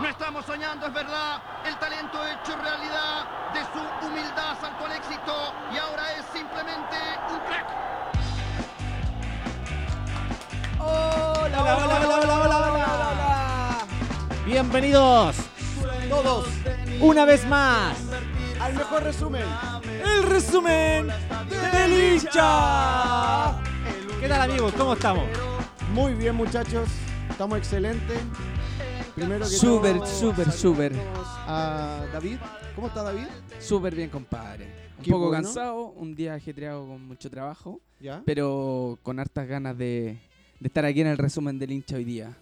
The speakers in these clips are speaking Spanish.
No estamos soñando, es verdad. El talento hecho realidad. De su humildad saltó al éxito y ahora es simplemente un crack. Hola, hola, hola, hola, hola, hola, Bienvenidos hola. Todos una vez más al mejor resumen. el resumen del hincha. ¿Qué tal amigos? ¿Cómo estamos? Muy bien, muchachos. Estamos excelentes. Primero que Súper, todo, súper, saludamos súper. A David. ¿Cómo está David? Súper bien, compadre. Un Qué poco bueno. cansado, un día ajetreado con mucho trabajo, ¿Ya? pero con hartas ganas de, de estar aquí en el resumen del hincha hoy día.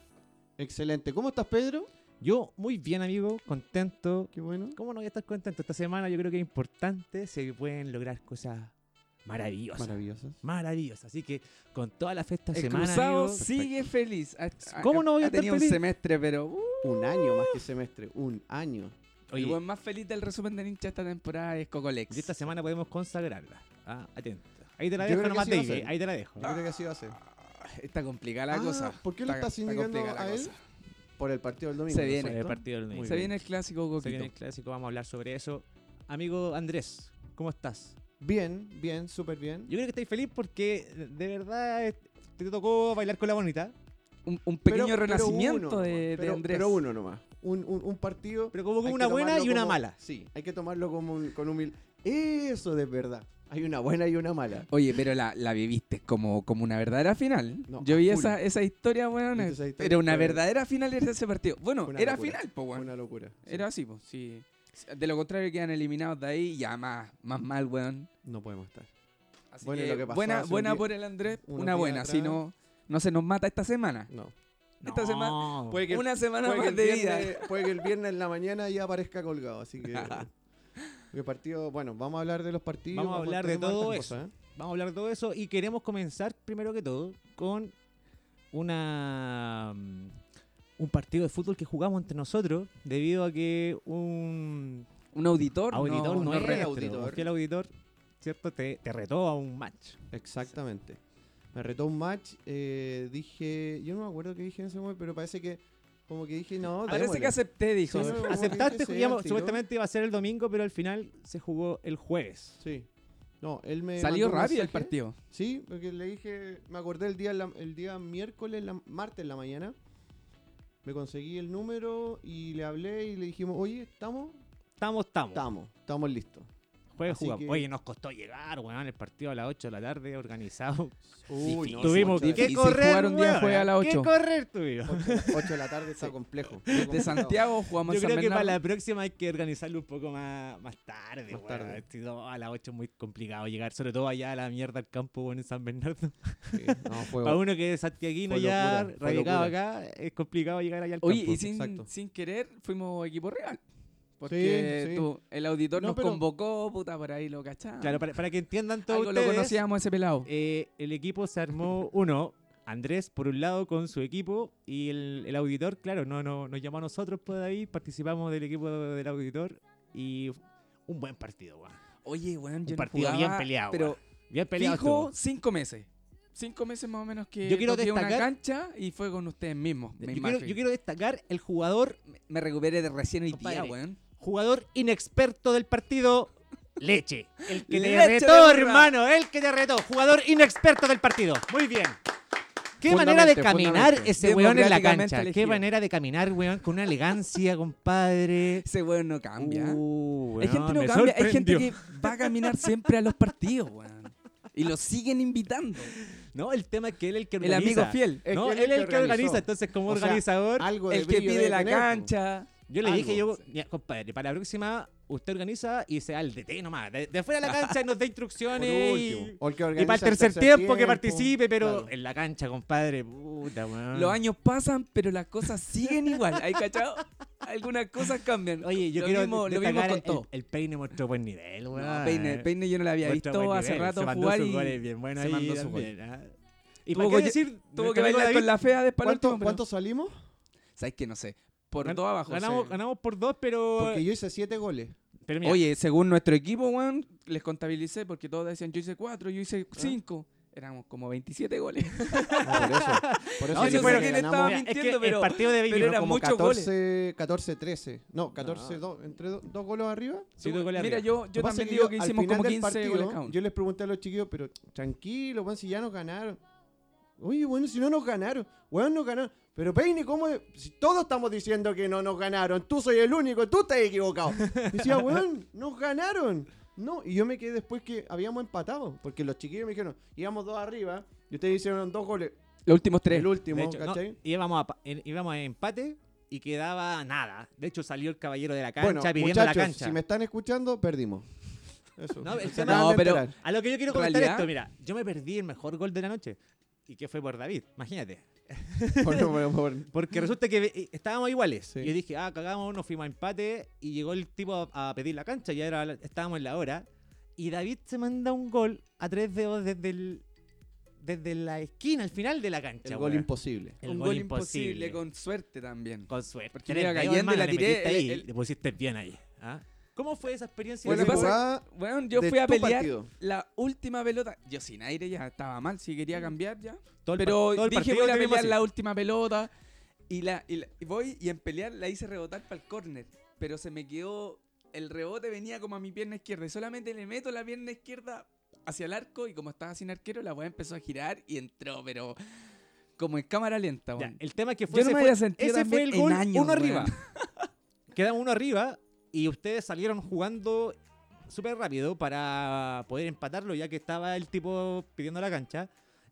Excelente. ¿Cómo estás, Pedro? Yo muy bien amigo, contento. Qué bueno. ¿Cómo no voy a estar contento? Esta semana yo creo que es importante, se pueden lograr cosas maravillosas. Maravilloso. maravillosas. Así que con toda la fiesta El semana, cruzado amigos, sigue feliz. Ha- ha- ¿Cómo no voy a ha estar tenido feliz? un semestre, pero uh, Un año más que semestre. Un año. oye, el buen más feliz del resumen del hincha esta temporada es Cocolex. y esta semana podemos consagrarla. Ah, atento. Ahí te la Yo dejo creo que nomás, sí va a David, ser. Ah, ahí te la dejo. Yo creo que así va a ser. Está complicada la Ah, cosa. ¿por qué lo estás indicando complicada la a él? cosa. Por el partido del domingo. Se viene. Sobre ¿no el es cierto? partido del Muy Ney. Se bien. viene el clásico Se viene Coquito. el clásico, vamos a hablar sobre eso. Amigo Andrés, ¿cómo estás? Bien, bien, súper bien. Yo creo que estáis feliz porque de verdad eh, te tocó bailar con la bonita. Un, un pequeño Pero- pero renacimiento uno de, nomás, de pero- Andrés. Pero uno nomás. Un, un, un partido. Pero como hay con que una buena tomarlo y una como- mala. Sí, hay que tomarlo como un- con humildad. Eso de verdad. Hay una buena y una mala. Oye, pero la, la viviste como, como una verdadera final. No, Yo vi a full. esa, esa historia, weón. Viste esa historia, Era una fue- verdadera final de ese partido. Bueno, Fue una era locura. final, po, Fue weón. una locura. sí. Era así, po, sí. De lo contrario, quedan eliminados de ahí y ya más, más mal, weón. No podemos estar. Así Bueno, que lo que pasó buena hace buena un día- por el Andrés, unos una días buena. Si atrás. no, no se nos mata esta semana. No. Esta semana- Puede que- una semana Puede que, más el de vida. viernes, puede que el viernes en la mañana ya aparezca colgado, así que. el partido, bueno, vamos a hablar de los partidos. Vamos a hablar de tomar todo hartas eso. cosas, ¿eh? Vamos a hablar de todo eso y queremos comenzar primero que todo con una mm, un partido de fútbol que jugamos entre nosotros debido a que un Un auditor, no- auditor no, no, nuestro, re- era auditor. auditor, un fiel auditor, cierto, te, te retó a un match. Exactamente. Me retó un match. eh, dije. Yo no me acuerdo qué dije en ese momento, pero parece que. Como que dije, no. Parece démosle. que acepté, dijo. Sí, no, como que Aceptaste, sea juguíamos- al tiro. supuestamente iba a ser el domingo, pero al final se jugó el jueves. Sí. No, él me. Salió mandó un rápido el mensaje. partido. Sí, porque le dije, me acordé el día, en la- el día miércoles, la- martes en la mañana. Me conseguí el número y le hablé y le dijimos, oye, ¿estamos? Estamos, estamos. Estamos, estamos listos. Jueves Así jugamos. que- Oye, nos costó llegar, weón, el partido a las 8 de la tarde, organizado. Uy, no, tuvimos sí, ocho de que difícil correr. jugar un día weón, jueves a las ¿Qué 8. correr tuvimos? la- ocho- ocho de la tarde está complejo. muy De complicado. Santiago jugamos Yo en San creo que para la Bernardo. próxima hay que organizarlo un poco más, más tarde. Más weón. tarde. Si no, a las 8 es muy complicado llegar, sobre todo allá a la mierda al campo bueno, en San Bernardo. Sí, no, fue- Para uno que es santiaguino fue ya, locura, fue radicado locura. acá, es complicado llegar allá al Oye, campo. y sin, exacto. sin querer fuimos equipo real. Porque sí. tú- el auditor No, nos pero- convocó, puta, por ahí lo cachamos. Claro, para, para que entiendan todo Algo lo ustedes, conocíamos ese pelado. eh, el equipo se armó uno. Andrés, por un lado, con su equipo, y el, el auditor, claro, no, no, nos llamó a nosotros, pues David, participamos del equipo del auditor, y un buen partido, weón. Oye, weón, Un yo no partido bien jugaba, peleado, Pero Bien peleado. estuvo. fijo cinco meses. Cinco meses más o menos que Yo quiero toqué una destacar- cancha y fue con ustedes mismos. Me, Yo quiero, imagino. yo quiero destacar el jugador, me recuperé de recién hoy día, Compadre, weón. jugador inexperto del partido, Leche. El que te Leche de retó, burra. hermano, el que te retó. Jugador inexperto del partido. Muy bien. Qué manera de Fundamente, caminar fundamente. ese weón en la Democráticamente cancha. Qué elegido. manera de caminar, weón, con una elegancia, compadre. Ese weón no cambia. Uh, hay gente weón, no me cambia, hay gente sorprendió. que va a caminar siempre a los partidos, weón. Y los siguen invitando. No, el tema es que él es el que El organiza. amigo fiel. Es No, que él es el que organizó. organiza. Entonces, como O sea, organizador, algo de El que brillo pide debe la tener, po. cancha. Yo le Algo. dije, yo, "Mira, compadre, para la próxima usted organiza y sea el DT nomás. De, de fuera de la cancha nos da Por instrucciones último. y, O el que y organiza para el tercer, tiempo, que participe, pero claro. en la cancha, compadre, puta, weón. Los años pasan, pero las cosas siguen igual. ¿Hay cachado? Algunas cosas cambian. Oye, yo lo quiero mismo, lo mismo destacar con el, todo. el peine mostró buen nivel, weón. No, peine, Peine yo no la había Mostró visto buen hace nivel. rato se mandó jugar sus y goles bien bueno se ahí mandó su también, ¿ah? Y Tuvo para que- qué decir, tuvo que bailar con la fea de para el ¿Cuánto- último, pero- ¿Cuántos salimos? ¿Sabes qué? No sé. Por Gan- dos abajo. Ganamos, se- ganamos por dos, pero. Porque yo hice siete goles. pero mira, ¿Ah? Oye, según nuestro equipo, weón, les contabilicé porque todos decían yo hice cuatro, yo hice cinco. éramos como 27 goles. por eso. Por eso No, yo yo sé creo que le ganamos estaba Mira, es que mintiendo, pero- el partido de pero Viña era como mucho- 14, 14, 13. No, 14, dos- entre do- dos goles arriba. Sí, dos goles Mira, arriba. yo, yo Lo que pasa también es que digo que al hicimos final como del 15 goles partido, cada uno. Yo les pregunté a los chiquillos, pero tranquilo, weón, si ya nos ganaron. Oye, bueno, si no nos ganaron, weón, nos ganaron. Pero Peine, ¿cómo? es? Si todos estamos diciendo que no nos ganaron, tú soy el único, tú estás equivocado. Decía, weón, nos ganaron. No, y yo me quedé después que habíamos empatado, porque los chiquillos me dijeron, íbamos dos arriba, y ustedes hicieron dos goles, Los últimos tres. el último, De hecho, no, ¿cachai? íbamos, a, pa- en- íbamos a empate y quedaba nada. De hecho, salió el caballero de la cancha Bueno, pidiendo la muchachos, cancha. si me están escuchando, perdimos. Eso. No, se el tema- acaban de No, pero- enterar. A lo que yo quiero comentar ¿Realidad? esto, mira, yo me perdí el mejor gol de la noche. Y que fue por David, imagínate. Por- por- por- Mm. Porque resulta que eh, estábamos iguales. Sí. Y yo dije, ah, cagamos, nos fuimos a empate. Y llegó el tipo a, a pedir la cancha, ya era, la- estábamos en la hora. Y David se manda un gol a tres dedos desde, el- desde la esquina, al final de la cancha. el gol weón. imposible. El un gol imposible, con suerte también. Con suerte. Porque Tres mira, dedos, Gallende hermano, la le tiré, metiste el- ahí, el- le pusiste bien ahí. ¿ah? ¿Cómo fue esa experiencia? Fue Bueno, la de ese pasa- jugada Bueno, yo de fui a tu pelear partido. la última pelota. Yo sin aire ya estaba mal, si quería cambiar ya. gol? Todo el par- Pero todo el dije, partido voy a lo tuvimos pelear así. la última pelota. Y, la, y la- y voy y en pelear la hice rebotar para el córner. Pero se me quedó. El rebote venía como a mi pierna izquierda. Y solamente le meto la pierna izquierda hacia el arco. Y como estaba sin arquero, la weá empezó a girar y entró, pero. Como en cámara lenta, Ya, weón. el tema es que Yo fue, no ese me fue- había sentido ese tan fue bien el en gol años, uno weón. arriba. Quedaban uno arriba y ustedes salieron jugando súper rápido para poder empatarlo ya que estaba el tipo pidiendo la cancha.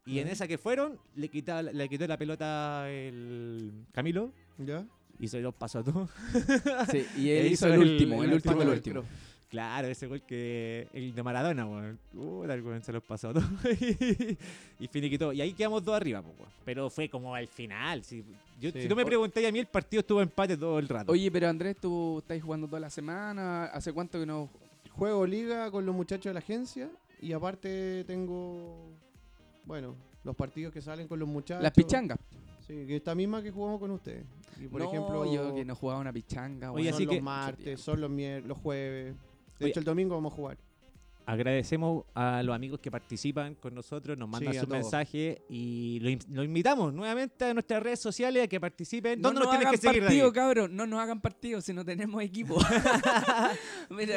Y en esa que fueron, le, quita, le quitó la pelota el Camilo ¿Ya? y se los pasó a todos. Sí, y Él él hizo hizo el el- último, el el último, el último. último. Claro, ese gol que. El de Maradona, weón. Puta, el weón se los pasó a todos. y finiquitó. Y ahí quedamos dos arriba, po, weón. Pero fue como al final. Si, yo, Sí. si tú me O- preguntáis a mí, el partido estuvo empate todo el rato. Oye, pero Andrés, tú estás jugando toda la semana. ¿Hace cuánto que no? Juego liga con los muchachos de la agencia y aparte tengo, bueno, los partidos que salen con los muchachos. Las pichangas. Sí, que esta misma que jugamos con ustedes. Y por no, ejemplo, yo que no jugaba una pichanga. Oye, son weón. así los que- martes, son los, mier- los jueves. De Oye. hecho, el domingo vamos a jugar. Agradecemos a los amigos que participan con nosotros, nos mandan Sí, a sus todos. mensajes y lo, in- lo invitamos nuevamente a nuestras redes sociales a que participen. No ¿Dónde nos, nos tienen hagan que seguir, partido, David? cabrón. No nos hagan partido si no tenemos equipo. Mira,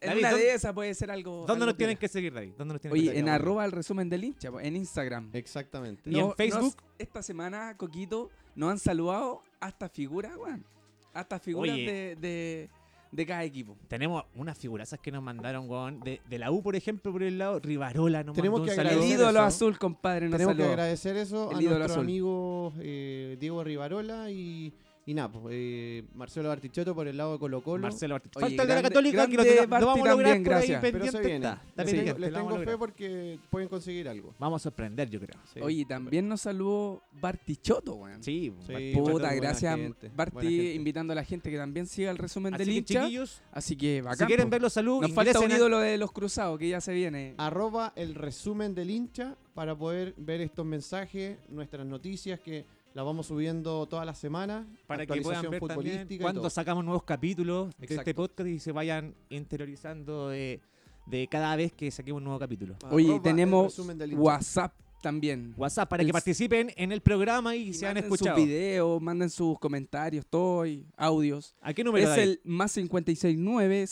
en David, una ¿dónde- de esas puede ser algo. ¿Dónde algo nos tienen piola. que seguir, David? ¿Dónde nos tienen que Oye, seguir? en arroba el resumen del hincha, po, en Instagram. Exactamente. ¿Y en Facebook? esta semana, Coquito, nos han saludado hasta figuras, weón. Hasta figuras Oye. de, de, de cada equipo. Tenemos unas figurazas que nos mandaron, weón. De, de la U, por ejemplo, por el lado. Rivarola nos Tenemos mandó un que saludo. El agradecer ídolo eso. azul, compadre, nos Tenemos que saludó. agradecer eso El a ídolo nuestros azul. amigos eh, Diego Rivarola y, y nada, pues, eh, Marcelo Bartichotto por el lado de Colo Colo. Marcelo Barti- Oye, Falta el de la grande- Católica, que lo, grande tenga- lo Barti vamos a lograr también, por ahí gracias. Pero se pendiente viene. está. Está Les tengo, Sí. pendiente, les lo vamos tengo a fe lograr. porque pueden conseguir algo. Vamos a sorprender, yo creo. Sí. Oye, también nos saludó Bartichotto, weón. Sí, Sí, Barti- Barti- Puta, buena gracias gente, buena Barti gente. invitando a la gente que también siga el resumen Así del que, hincha. chiquillos, Así que si bacán. quieren po. ver los saludos, Nos falta un ingresen a- ídolo de los cruzados que ya se viene. arroba el resumen del hincha para poder ver estos mensajes, nuestras noticias que las vamos subiendo todas las semanas. para que puedan ver también y cuando todo. sacamos nuevos capítulos de este Exacto. podcast y se vayan interiorizando de, de cada vez que saquemos un nuevo capítulo. Oye, Arroba el tenemos resumen del hincha. WhatsApp también. WhatsApp para El- que participen en el programa y, sean manden sus escuchados. videos, manden sus comentarios, todo, y audios. ¿A qué número Es David? el más 569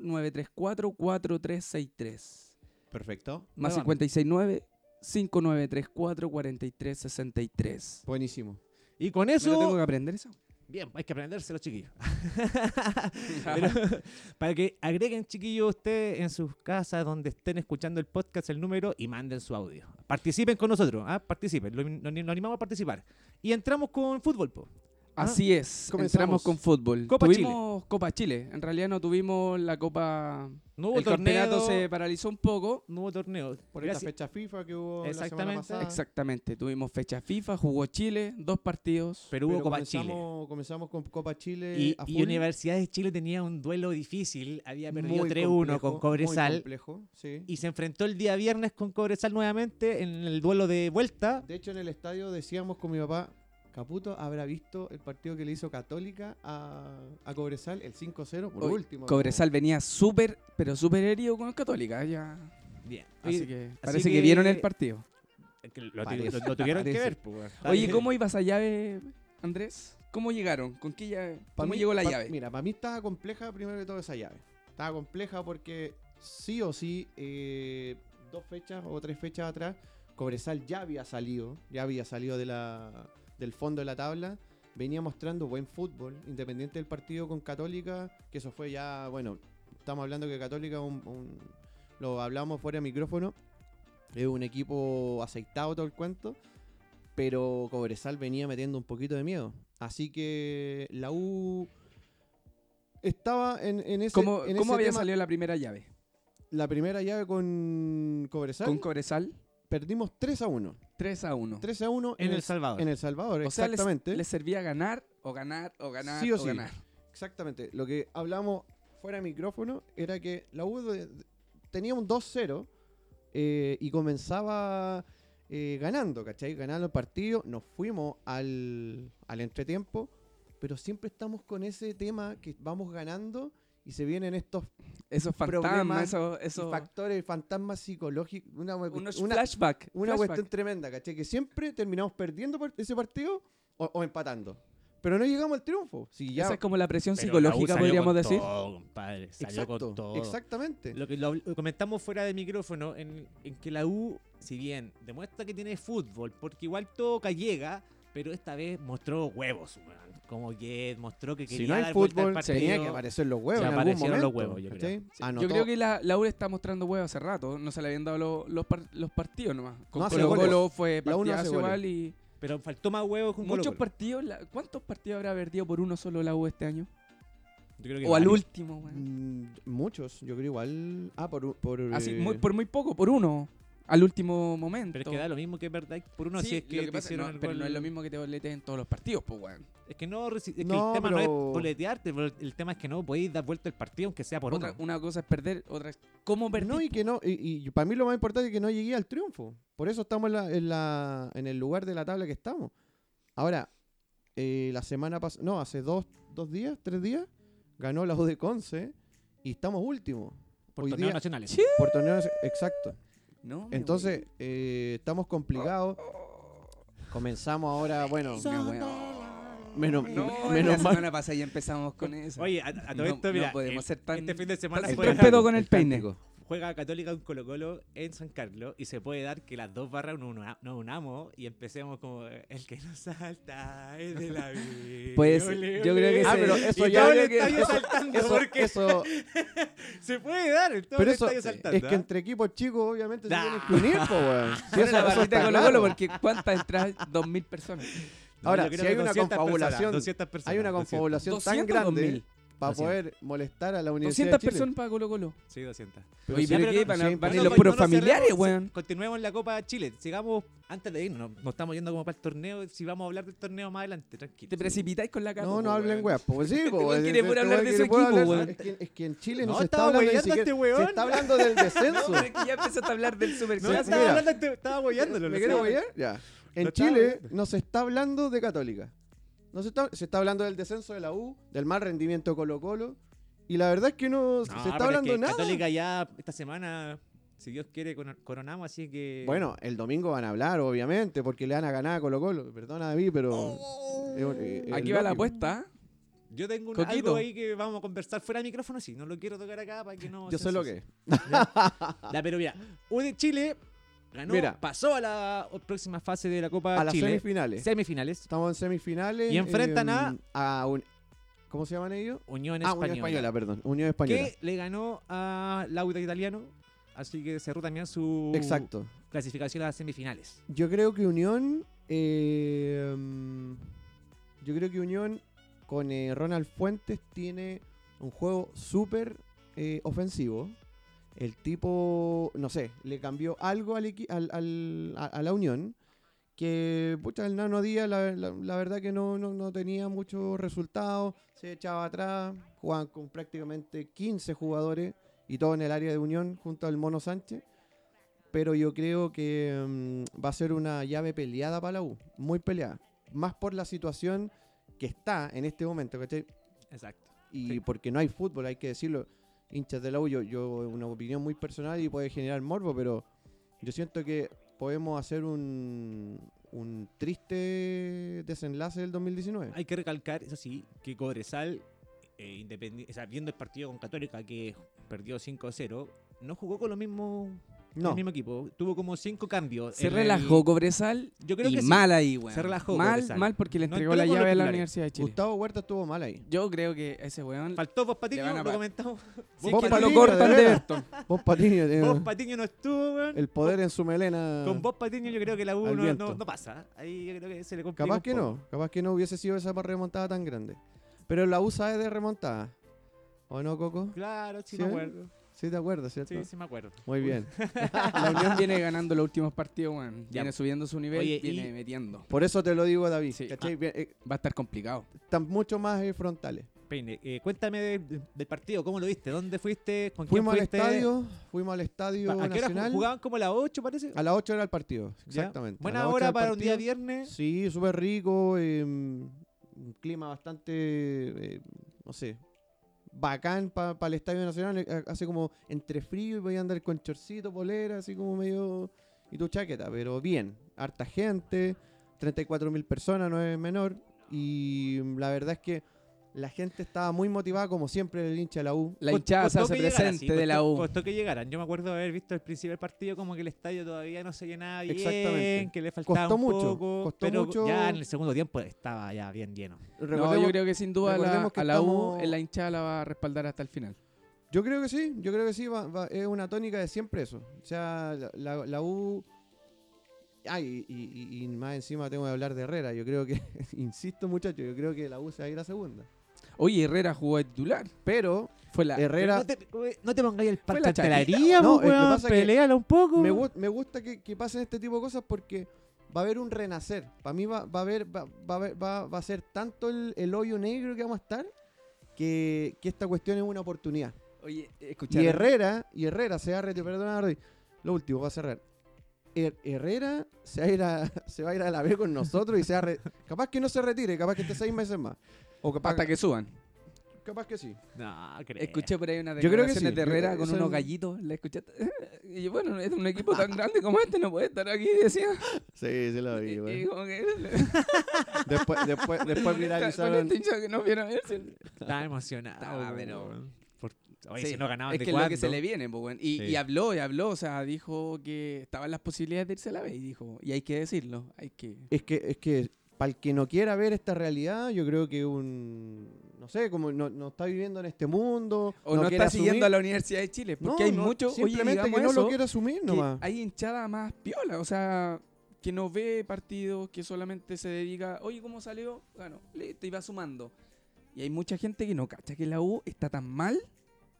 5934 4363. Perfecto. Más Nuevamente. 569 5934 4363. Buenísimo. Y con ¿Me lo tengo eso, que aprender eso? bien, hay que aprenderse los chiquillos. Pero, para que agreguen, chiquillos, ustedes en sus casas donde estén escuchando el podcast, el número y manden su audio. Participen con nosotros, ¿ah? participen, lo- nos nos animamos a participar. Y entramos con fútbol, po. Ah, Así es, entramos comenzamos. con fútbol. Copa tuvimos Copa Chile, en realidad no tuvimos la Copa... No hubo el campeonato torneo. se paralizó un poco. No hubo torneo. Por Gracias- esta fecha FIFA que hubo la semana Exactamente. pasada. Exactamente, tuvimos fecha FIFA, jugó Chile, dos partidos. Pero Pero hubo Copa Chile. comenzamos, comenzamos con Copa Chile Y, a y full. Universidad de Chile tenía un duelo difícil, había Muy perdido 3-1 complejo, con muy Cobresal complejo, sí. y se enfrentó el día viernes con Cobresal nuevamente en el duelo de vuelta. De hecho, en el estadio decíamos con mi papá, Caputo habrá visto el partido que le hizo Católica a, a Cobresal, el 5-0 por Oye, último. Cobresal venía súper, pero súper herido con Católica, ya. Bien. Así Oye, que así parece que... vieron el partido. que lo, tu- Parece, lo- lo tuvieron que parece. ver, pues, weón. Oye, ¿cómo ibas a llave, Andrés? ¿Cómo llegaron? ¿Con qué llave? Pa' ¿Cómo mí- llegó la pa- llave? Mira, para mí estaba compleja primero que todo esa llave. Estaba compleja porque sí o sí, eh, dos fechas o tres fechas atrás, Cobresal ya había salido, ya había salido de la, del fondo de la tabla. Venía mostrando buen fútbol, independiente del partido con Católica, que eso fue ya, bueno, estamos hablando que Católica, es un- un- lo hablamos fuera de micrófono, es un equipo aceitado todo el cuento pero Cobresal venía metiendo un poquito de miedo. Así que la U estaba en, en ese, ¿Cómo, en cómo ese había tema. salido la primera llave? La primera llave con Cobresal Con Cobresal, perdimos 3 a 1. 3 a 1. 3 a 1 En El Salvador. En El Salvador, o sea, les, exactamente. les servía ganar o ganar o ganar Sí o o sí. ganar. Exactamente. Lo que hablamos fuera de micrófono era que la U de- de- tenía un 2-0 eh, y comenzaba eh, ganando, ¿cachai? Ganando el partido, nos fuimos al, al entretiempo, pero siempre estamos con ese tema que vamos ganando y se vienen estos Esos Problemas fantasmas, esos... esos- factores, fantasmas psicológicos, una, hue- unos una- flashback. una flashback. cuestión tremenda, ¿cachai? Que siempre terminamos perdiendo par- ese partido o, o empatando. Pero no llegamos al triunfo. Si ya, Esa es como la presión Pero psicológica, la U salió podríamos con decir. todo, compadre, salió con Exacto, todo. Exactamente. Lo que lo habl- comentamos fuera de micrófono, en, en que la U, si bien demuestra que tiene fútbol, porque igual toca, llega, pero esta vez mostró huevos, weón. Como que mostró que quería si no hay dar vuelta al fútbol, partido. tenía que aparecer los huevos. Se en algún aparecieron los momento, Ah, huevos, yo ¿cachai? Sí, Anotó- Yo creo que la, la U le está mostrando huevo hace rato. No se le habían dado lo- los, par- los partidos nomás. Con No hace Colo goles. Colo fue La U no hace partidazo goles. igual y... Pero faltó más huevos con Muchos Colo-Colo. partidos... la- ¿Cuántos partidos habrá perdido por uno solo la U este año? Yo creo que O al varios. último, weón. Mm, muchos, yo creo igual. Ah, por. por Así, eh, muy, por muy poco, por uno. Al último momento. Pero es que da lo mismo que verdad por uno, Sí, si es que, lo te pasa- hicieron no, el pero gol. no es lo mismo que te boletes en todos los partidos, pues, weón. Es que no, reci- es que No, el tema no pero- es boletearte, pero el tema es que no podéis dar vuelta al partido aunque sea por Otra- uno. Una cosa es perder, otra es cómo perder. No, y que no. Y, para mí lo más importante es que no llegué al triunfo. Por eso estamos en, la- en la- en el lugar de la tabla que estamos. Ahora, eh, la semana pasada. No, hace dos, dos días, tres días. Ganó la U de Conce. Y estamos últimos. Por hoy torneos día- nacionales. Por torneos. Exacto. No, me Entonces, eh, estamos complicados. Comenzamos ahora, bueno. voy. Me voy. Menos, No, menos la mal. semana pasada ya empezamos con eso. Oye, a, a todo No- esto, mira, no podemos eh, ser tan- este fin de semana tan fue- sin respeto con el peine. táctico. juega Católica con Colo Colo en San Carlos y se puede dar que las dos barras nos una- nos unamos y empecemos como eh, el que nos salta es de la vida. Pues, yo creo que Ah, ese- pero eso y ya. todo el eso- estadio saltando eso- porque eso- se puede dar. el- Todo pero el eso estadio saltando, es que ¿ah? entre equipos chicos, obviamente, Nah. se tienen que unir, po, weón. Si Ahora eso- la eso barrita está de Colo claro. Colo, porque ¿cuántas entradas? 2.000 personas. Ahora, Yo creo si hay que una 200 confabulación, personas, 200 personas, Hay una 200. confabulación tan 200 o grande 2000. para 200. poder molestar a la Universidad 200 de Chile. personas para Colo Colo. Sí, 200. Pero Oye, sí, pero pero ¿qué? Van a- sí, van a sí, ir los no, puros no cerremos, familiares, sí. weón. Continuemos en la Copa Chile. Sigamos antes de irnos. Nos estamos yendo como para el torneo. Si vamos a hablar del torneo más adelante, tranquilo. Te precipitáis con la cara. No, no hablen weas, pues sí, po, Este weón es- quiere es- este puro hablar weón de quiere su puro equipo, hablar- weón. Es que, es que en Chile no, No, se está estaba hablando ni weyando siquiera- este weón. Se está hablando del descenso. No, pero es que ya empezaste a hablar del super No, Sí, estaba mira. hablando, te- estaba apoyándolo. ¿Me quiere huear? Ya. En Lo estaba Chile viendo. no se está hablando de Católica. No se está, se está hablando del descenso de la U, del mal rendimiento de Colo-Colo. Y la verdad es que no, se está hablando nada. Católica ya esta semana, si Dios quiere, cono- coronamos, así que... Bueno, el domingo van a hablar, obviamente, porque le van a ganar a Colo-Colo. Perdona, David, pero. Oh, es un- eh, es Aquí va la lógico. apuesta. ¿ah? Yo tengo un, Coquito. algo ahí que vamos a conversar fuera de micrófono, sí. No lo quiero tocar acá para que no... Yo se sé lo que asocie. es. Ya, pero mira, U de Chile ganó, Mira. pasó a la próxima fase de la Copa A las Chile. semifinales. Semifinales. Estamos en semifinales. em, Y enfrentan a- a un- ¿Cómo se llaman ellos? Unión ah, Española. Unión Española, perdón. Unión Española. que le ganó a Lauda Italiano, así que cerró también su Exacto. clasificación a las semifinales. Yo creo que Unión. eh, mm, yo creo que Unión con eh, Ronald Fuentes tiene un juego súper eh, ofensivo. El tipo, no sé, le cambió algo al, equi- al- al- a, a la Unión. Que, pucha, el Nano Díaz, la, la- la verdad que no, no, no tenía muchos resultados. Se echaba atrás. Jugaban con prácticamente 15 jugadores. Y todo en el área de Unión, junto al Mono Sánchez pero yo creo que mm, va a ser una llave peleada para la U, muy peleada, más por la situación que está en este momento, ¿cachai? Exacto. Y Sí. porque no hay fútbol, hay que decirlo. hinchas de la U, yo, yo- una opinión muy personal y puede generar morbo, pero yo siento que podemos hacer un, un triste desenlace del 2019. Hay que recalcar, eso sí, que Cobresal, eh, independi- o sea, viendo el partido con Católica que perdió 5-0, no jugó con lo mismo, no, el mismo equipo. Tuvo como cinco cambios. Se en relajó el- Cobresal Yo creo y que sí. mal ahí, weón. Se relajó Mal, Cobresal. mal porque le No entregó entró la con los llave a la titulares. Universidad de Chile. Gustavo Huerta estuvo mal ahí. Yo creo que ese weón... Faltó vos Patiño, Le van a lo pa- comentamos. Si es Vos que pa' lo Liga, cortan de de veras. Everton. Vos Patiño, eh, Vos Patiño no estuvo, weón. el poder en su melena. Con vos Patiño yo creo que la U Al no, viento. no- no pasa. Ahí yo creo que se le complica Capaz un que poco. no, capaz que no hubiese sido esa remontada tan grande. Pero la U sabe de remontada. ¿O no, Coco? Claro, sí, ¿Sí? me acuerdo. Sí, te acuerdas, ¿cierto? Sí, sí me acuerdo. Muy bien. La Unión viene ganando los últimos partidos, weón. Ya. Viene subiendo su nivel, Oye, viene y- metiendo. Por eso te lo digo, David. Sí. ¿cachai? Bien, eh, Va a estar complicado. están mucho más eh, frontales. Peine, eh, cuéntame de- de- del partido, ¿cómo lo viste? ¿Dónde fuiste? ¿Con quién Fuimos al fuiste? estadio, fuimos al estadio ¿A qué hora nacional. jugaban? Como a las 8 parece. A las 8 era el partido, Ya. exactamente. A Buena las 8 hora era el para un día partido. viernes. Sí, súper rico. eh, un clima bastante, eh, no sé, bacán para el Estadio Nacional. eh, Hace como entre frío y voy a andar con chorcito, polera, así como medio... Y tu chaqueta, pero bien. Harta gente, 34 mil personas, no es menor. Y mm, la verdad es que la gente estaba muy motivada, como siempre, el hincha de la U. La Cost- hinchada se costó hace que llegara, presente sí, de la costó- U. Costó que llegaran. Yo me acuerdo de haber visto el principio del partido como que el estadio todavía no se llenaba bien, Exactamente. que le faltaba Costó un mucho, poco, costó pero mucho. ya en el segundo tiempo estaba ya bien lleno. No, Recordemos- yo creo que sin duda la, recordemos que a la U estamos- eh, la hinchada la va a respaldar hasta el final. Yo creo que sí, yo creo que sí, va- va- es una tónica de siempre eso. O sea, la, la- la U... Ay, y, y- y más encima tengo que hablar de Herrera, yo creo que, insisto muchachos, yo creo que la U se va a ir a segunda. Oye, Herrera jugó de titular. Pero Fue la... Herrera, Pero No te, no te pongáis el Fue parque la cantelería, No, pues, eh, lo que weón, pasa es que peléala un poco. me, weón. gu- me gusta que, que pasen este tipo de cosas porque va a haber un renacer. Para mí va, va a haber, va, va a haber- va- va a ser tanto el, el hoyo negro que vamos a estar que, que esta cuestión es una oportunidad. Oye, escucharon. Y Herrera, y Herrera se va a retirar, perdona, Rodri, lo último, va a cerrar. Her- Herrera se va, a ir a, se va a ir a la B con nosotros y se va a re- capaz que no se retire, capaz que esté seis meses más. O capaz, Hasta que suban. capaz que sí. No, creo. Escuché por ahí unas Yo creo que declaraciones sí, de yo- Herrera con eso unos es- gallitos. ¿La escuchaste? Y yo, bueno, es un equipo tan grande como este, no puede estar aquí, decía. Sí, se lo Y- digo. y como que- Después, después, después con esta- Con viralizaron. este hincha que no vieron a él. Estaba emocionado. Estaba, pero- weón. Por- Oye, Sí, si no ganaban Es de que es lo que se cuándo? le viene, pues, weón. Y, Sí. y habló, y habló, o sea, dijo que estaban las posibilidades de irse a la B. Y dijo, y hay que decirlo, hay que. Es que, es que para el que no quiera ver esta realidad, yo creo que un. No sé, como no, no está viviendo en este mundo. O no, quiere está siguiendo a asumir- la Universidad de Chile, porque No, hay no, muchos. Simplemente que no lo quiere asumir que nomás. hay hinchada más piola, o sea, que no ve partidos, que solamente se dedica, oye, ¿cómo salió? Bueno, listo, y va sumando. Y hay mucha gente que no cacha que la U está tan mal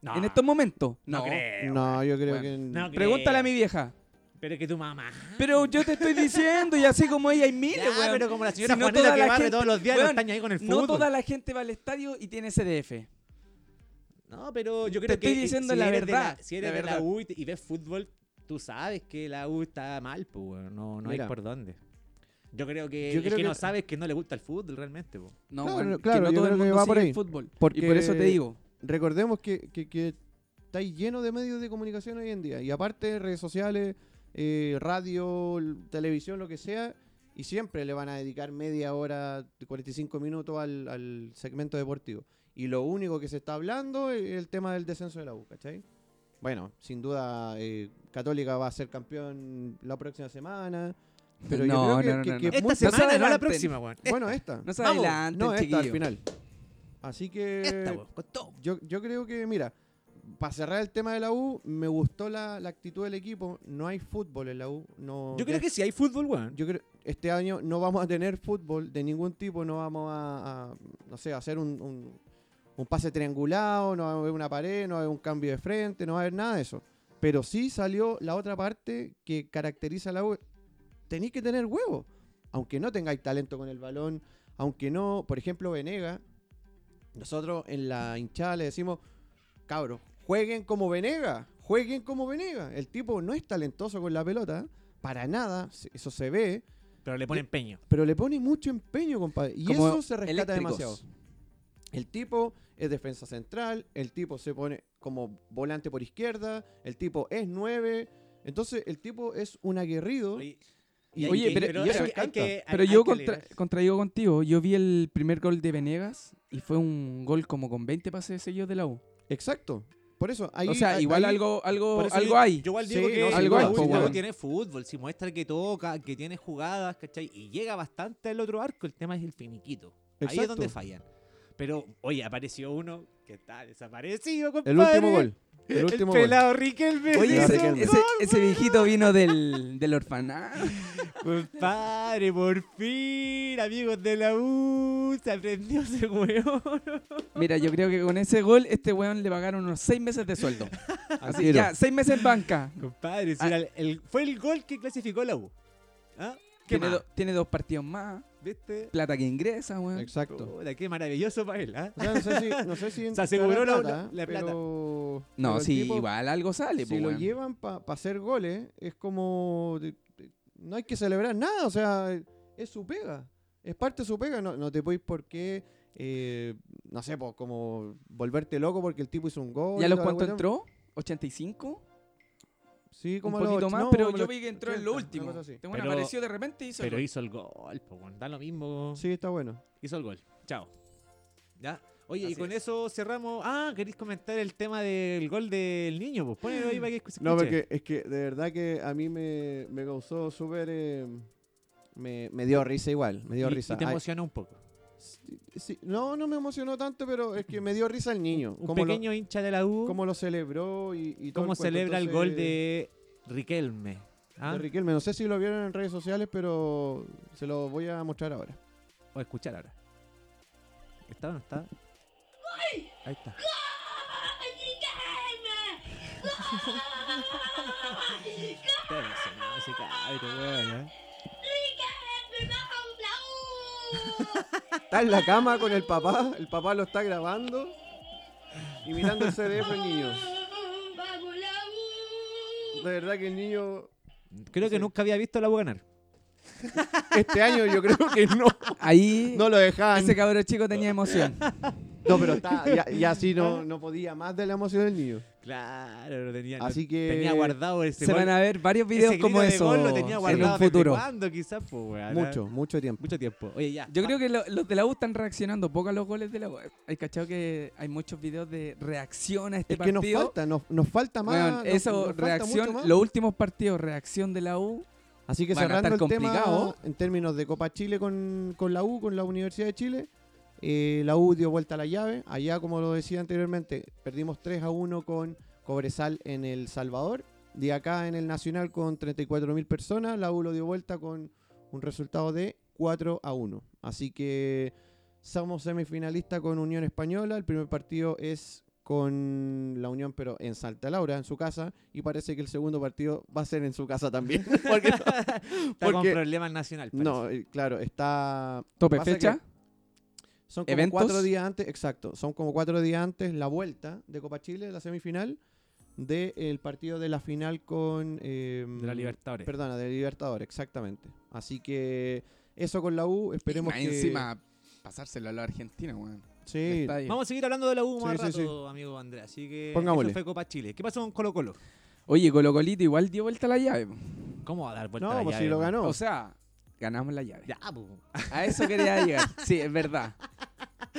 No, en estos momentos. no, creo. No, yo creo Bueno, que. no creo. Pregúntale a mi vieja. Pero que tu mamá. Pero yo te estoy diciendo, y así como ella hay miles, Ya, weón. pero como la señora Si no Juanita toda que la barre gente- todos los días, no weón, están ahí con el fútbol. No toda la gente va al estadio y tiene CDF. No, pero yo creo que estoy diciendo la eres de verdad, si eres la de la verdad. U y, te- y ves fútbol, tú sabes que la U está mal, pues, weón. no, no hay Mira. por dónde. Yo creo que Yo el creo que, que- no sabes que no le gusta el fútbol realmente, pues. No, Claro, weón, claro, que no yo todo creo el que mundo va sigue por ahí. el fútbol. Y por Porque- eso te digo, recordemos que, que, que está lleno de medios de comunicación hoy en día. Y aparte, redes sociales, eh, radio, l- televisión, lo que sea. Y siempre le van a dedicar media hora, 45 minutos al, al segmento deportivo. Y lo único que se está hablando es el tema del descenso de la U, ¿cachai? Bueno, sin duda, eh, Católica va a ser campeón la próxima semana. Pero yo No, creo no, que- no, que- no. que Esta muy- se semana, no la adelanten. próxima, weón. Bueno, esta. no se Vamos, adelanten, No, esta al chiquillo. final. Así que. Esta, weón, con todo. Yo, yo creo que, mira, para cerrar el tema de la U, me gustó la, la actitud del equipo. No hay fútbol en la U. No, Yo creo que si hay fútbol, weón. Yo creo- este año no vamos a tener fútbol de ningún tipo. No vamos a, a, no sé, a hacer un, un- un pase triangulado, no va a haber una pared, no va a haber un cambio de frente, no va a haber nada de eso. Pero sí salió la otra parte que caracteriza a la U. Tenéis que tener huevo. Aunque no tengáis talento con el balón, aunque no, por ejemplo, Venega, nosotros en la hinchada le decimos, cabros, jueguen como Venega, jueguen como Venega. El tipo no es talentoso con la pelota, para nada, se- eso se ve, Pero le pone empeño. pero le pone mucho empeño, compadre. Y Como eso se rescata eléctricos. demasiado. El tipo es defensa central, el tipo se pone como volante por izquierda, el tipo es 9. Entonces, el tipo es un aguerrido. y- Oye, y- pero- y hay- eso hay encanta. que- Pero hay- yo hay que contra, leer. contraigo contigo. Yo vi el primer gol de Venegas y fue un gol como con 20 pases seguidos de la U. Exacto. Por eso, ahí. o sea, ahí- igual ahí- algo, algo, Por eso algo yo- hay. Yo igual digo Sí, que no, el sin duda, Uruguay po, weón. tiene fútbol, si muestra que toca, que tiene jugadas, ¿cachai? Y llega bastante al otro arco, el tema es el finiquito. Ahí es Exacto. donde fallan. Pero, oye, apareció uno que está desaparecido, compadre. El último gol. El último gol. pelado Riquelme. Oye, Claro, ese, que el- ese- ese viejito vino del, del orfanato. Compadre, por fin, amigos de la U, se aprendió ese hueón. Mira, yo creo que con ese gol, este weón le pagaron unos seis meses de sueldo. Al Así, tiro. ya, seis meses en banca. Compadre, si Ah. era el- el- fue el gol que clasificó la U. ¿Ah? ¿Qué Tiene, más? do- tiene dos partidos más. ¿Viste? Plata que ingresa, weón. Exacto. Puta, qué maravilloso para él, ¿ah? O sea, no sé si. No sé si Se aseguró entrará la- la plata. Pero, pero No, el sí, tipo, igual algo sale, Si po, lo weón. llevan para hacer goles, es como. de- de- no hay que celebrar nada, o sea, es su pega. Es parte de su pega. No, no te podéis por qué. eh, no sé, pues como volverte loco porque el tipo hizo un gol. ¿Ya y los toda la cuánto cuestión. entró? ¿85? Sí, como un a los poquito och- más, no, pero como a yo los vi que entró en 80, lo una último. cosa así. Este weón Pero- apareció de repente y hizo el Pero gol. hizo el gol, po, weón, da lo mismo. Sí, está bueno. Hizo el gol. Chao. ¿Ya? Oye, Así y con es. eso cerramos. Ah, queréis comentar el tema del gol del niño, pues ponelo ahí para que escu- se escuche. No, porque es que de verdad que a mí me, me causó súper. eh, me, me dio risa igual, me dio Y- risa. Y te Ay, emocionó un poco. sí, sí, no, no me emocionó tanto, pero es que me dio risa el niño. Un cómo lo- pequeño hincha de la U. cómo lo celebró y, y todo ¿Cómo el cuento. celebra el Entonces, gol de Riquelme? ¿Ah? de Riquelme? No sé si lo vieron en redes sociales, pero se lo voy a mostrar ahora. O a escuchar ahora. ¿Está o no está? Ahí está. Está emocionado ese cabrón, weón, ¿eh? Está en la cama con el papá, el papá lo está grabando y mirando el CDF el niño. De verdad que el niño Creo que Sí. nunca había visto a la U ganar. este año yo creo que no, Ahí no lo dejaban. ese cabrón chico tenía emoción. No, pero está, ya, ya así Ah. no, no podía más de la emoción del niño. Claro, lo tenía, Así que- tenía guardado ese Se gol. van a ver varios ese videos grito como de eso gol lo tenía en guardado un desde futuro. cuándo, quizás, pues, weón, ¿eh? Mucho, mucho tiempo. Mucho tiempo. Oye, ya. Yo creo que lo- los de la U están reaccionando poco a los goles de la U. Hay cachado que hay muchos videos de reacción a este Es que nos partido. falta, nos, nos falta más. Weón, nos- eso, nos falta mucho más. reacción, los últimos partidos, reacción de la U. Así que Van a cerrando el estar complicado. tema en términos de Copa Chile con, con la U, con la Universidad de Chile, eh, la U dio vuelta a la llave. Allá, como lo decía anteriormente, perdimos 3 a 1 con Cobresal en El Salvador. De acá en el Nacional con 34.000 personas, la U lo dio vuelta con un resultado de 4 a 1. Así que somos semifinalistas con Unión Española. El primer partido es con la Unión, pero en Santa Laura, en su casa. Y parece que el segundo partido va a ser en su casa también. porque Está porque- con problemas nacional. parece. no, eh, claro, está. Tope pasa que fecha. Son como ¿Eventos? cuatro días antes, exacto. Son como cuatro días antes la vuelta de Copa Chile, la semifinal, del partido de la final con. eh, De la Libertadores. Perdona, de Libertadores, exactamente. Así que eso con la U, esperemos Y que. pasárselo a la Argentina, weón. Sí, Está ahí. Vamos a seguir hablando de la U más Sí, sí, rato, amigo Andrés. Así que Pongámosle. eso fue Copa Chile. ¿Qué pasó con Colo Colo? Oye, Colo Colito igual dio vuelta la llave. po. ¿Cómo va a dar vuelta No, la pues si llave, lo man? ganó. O sea, ganamos la llave. Ya, pues. A eso quería llegar. Sí, es verdad.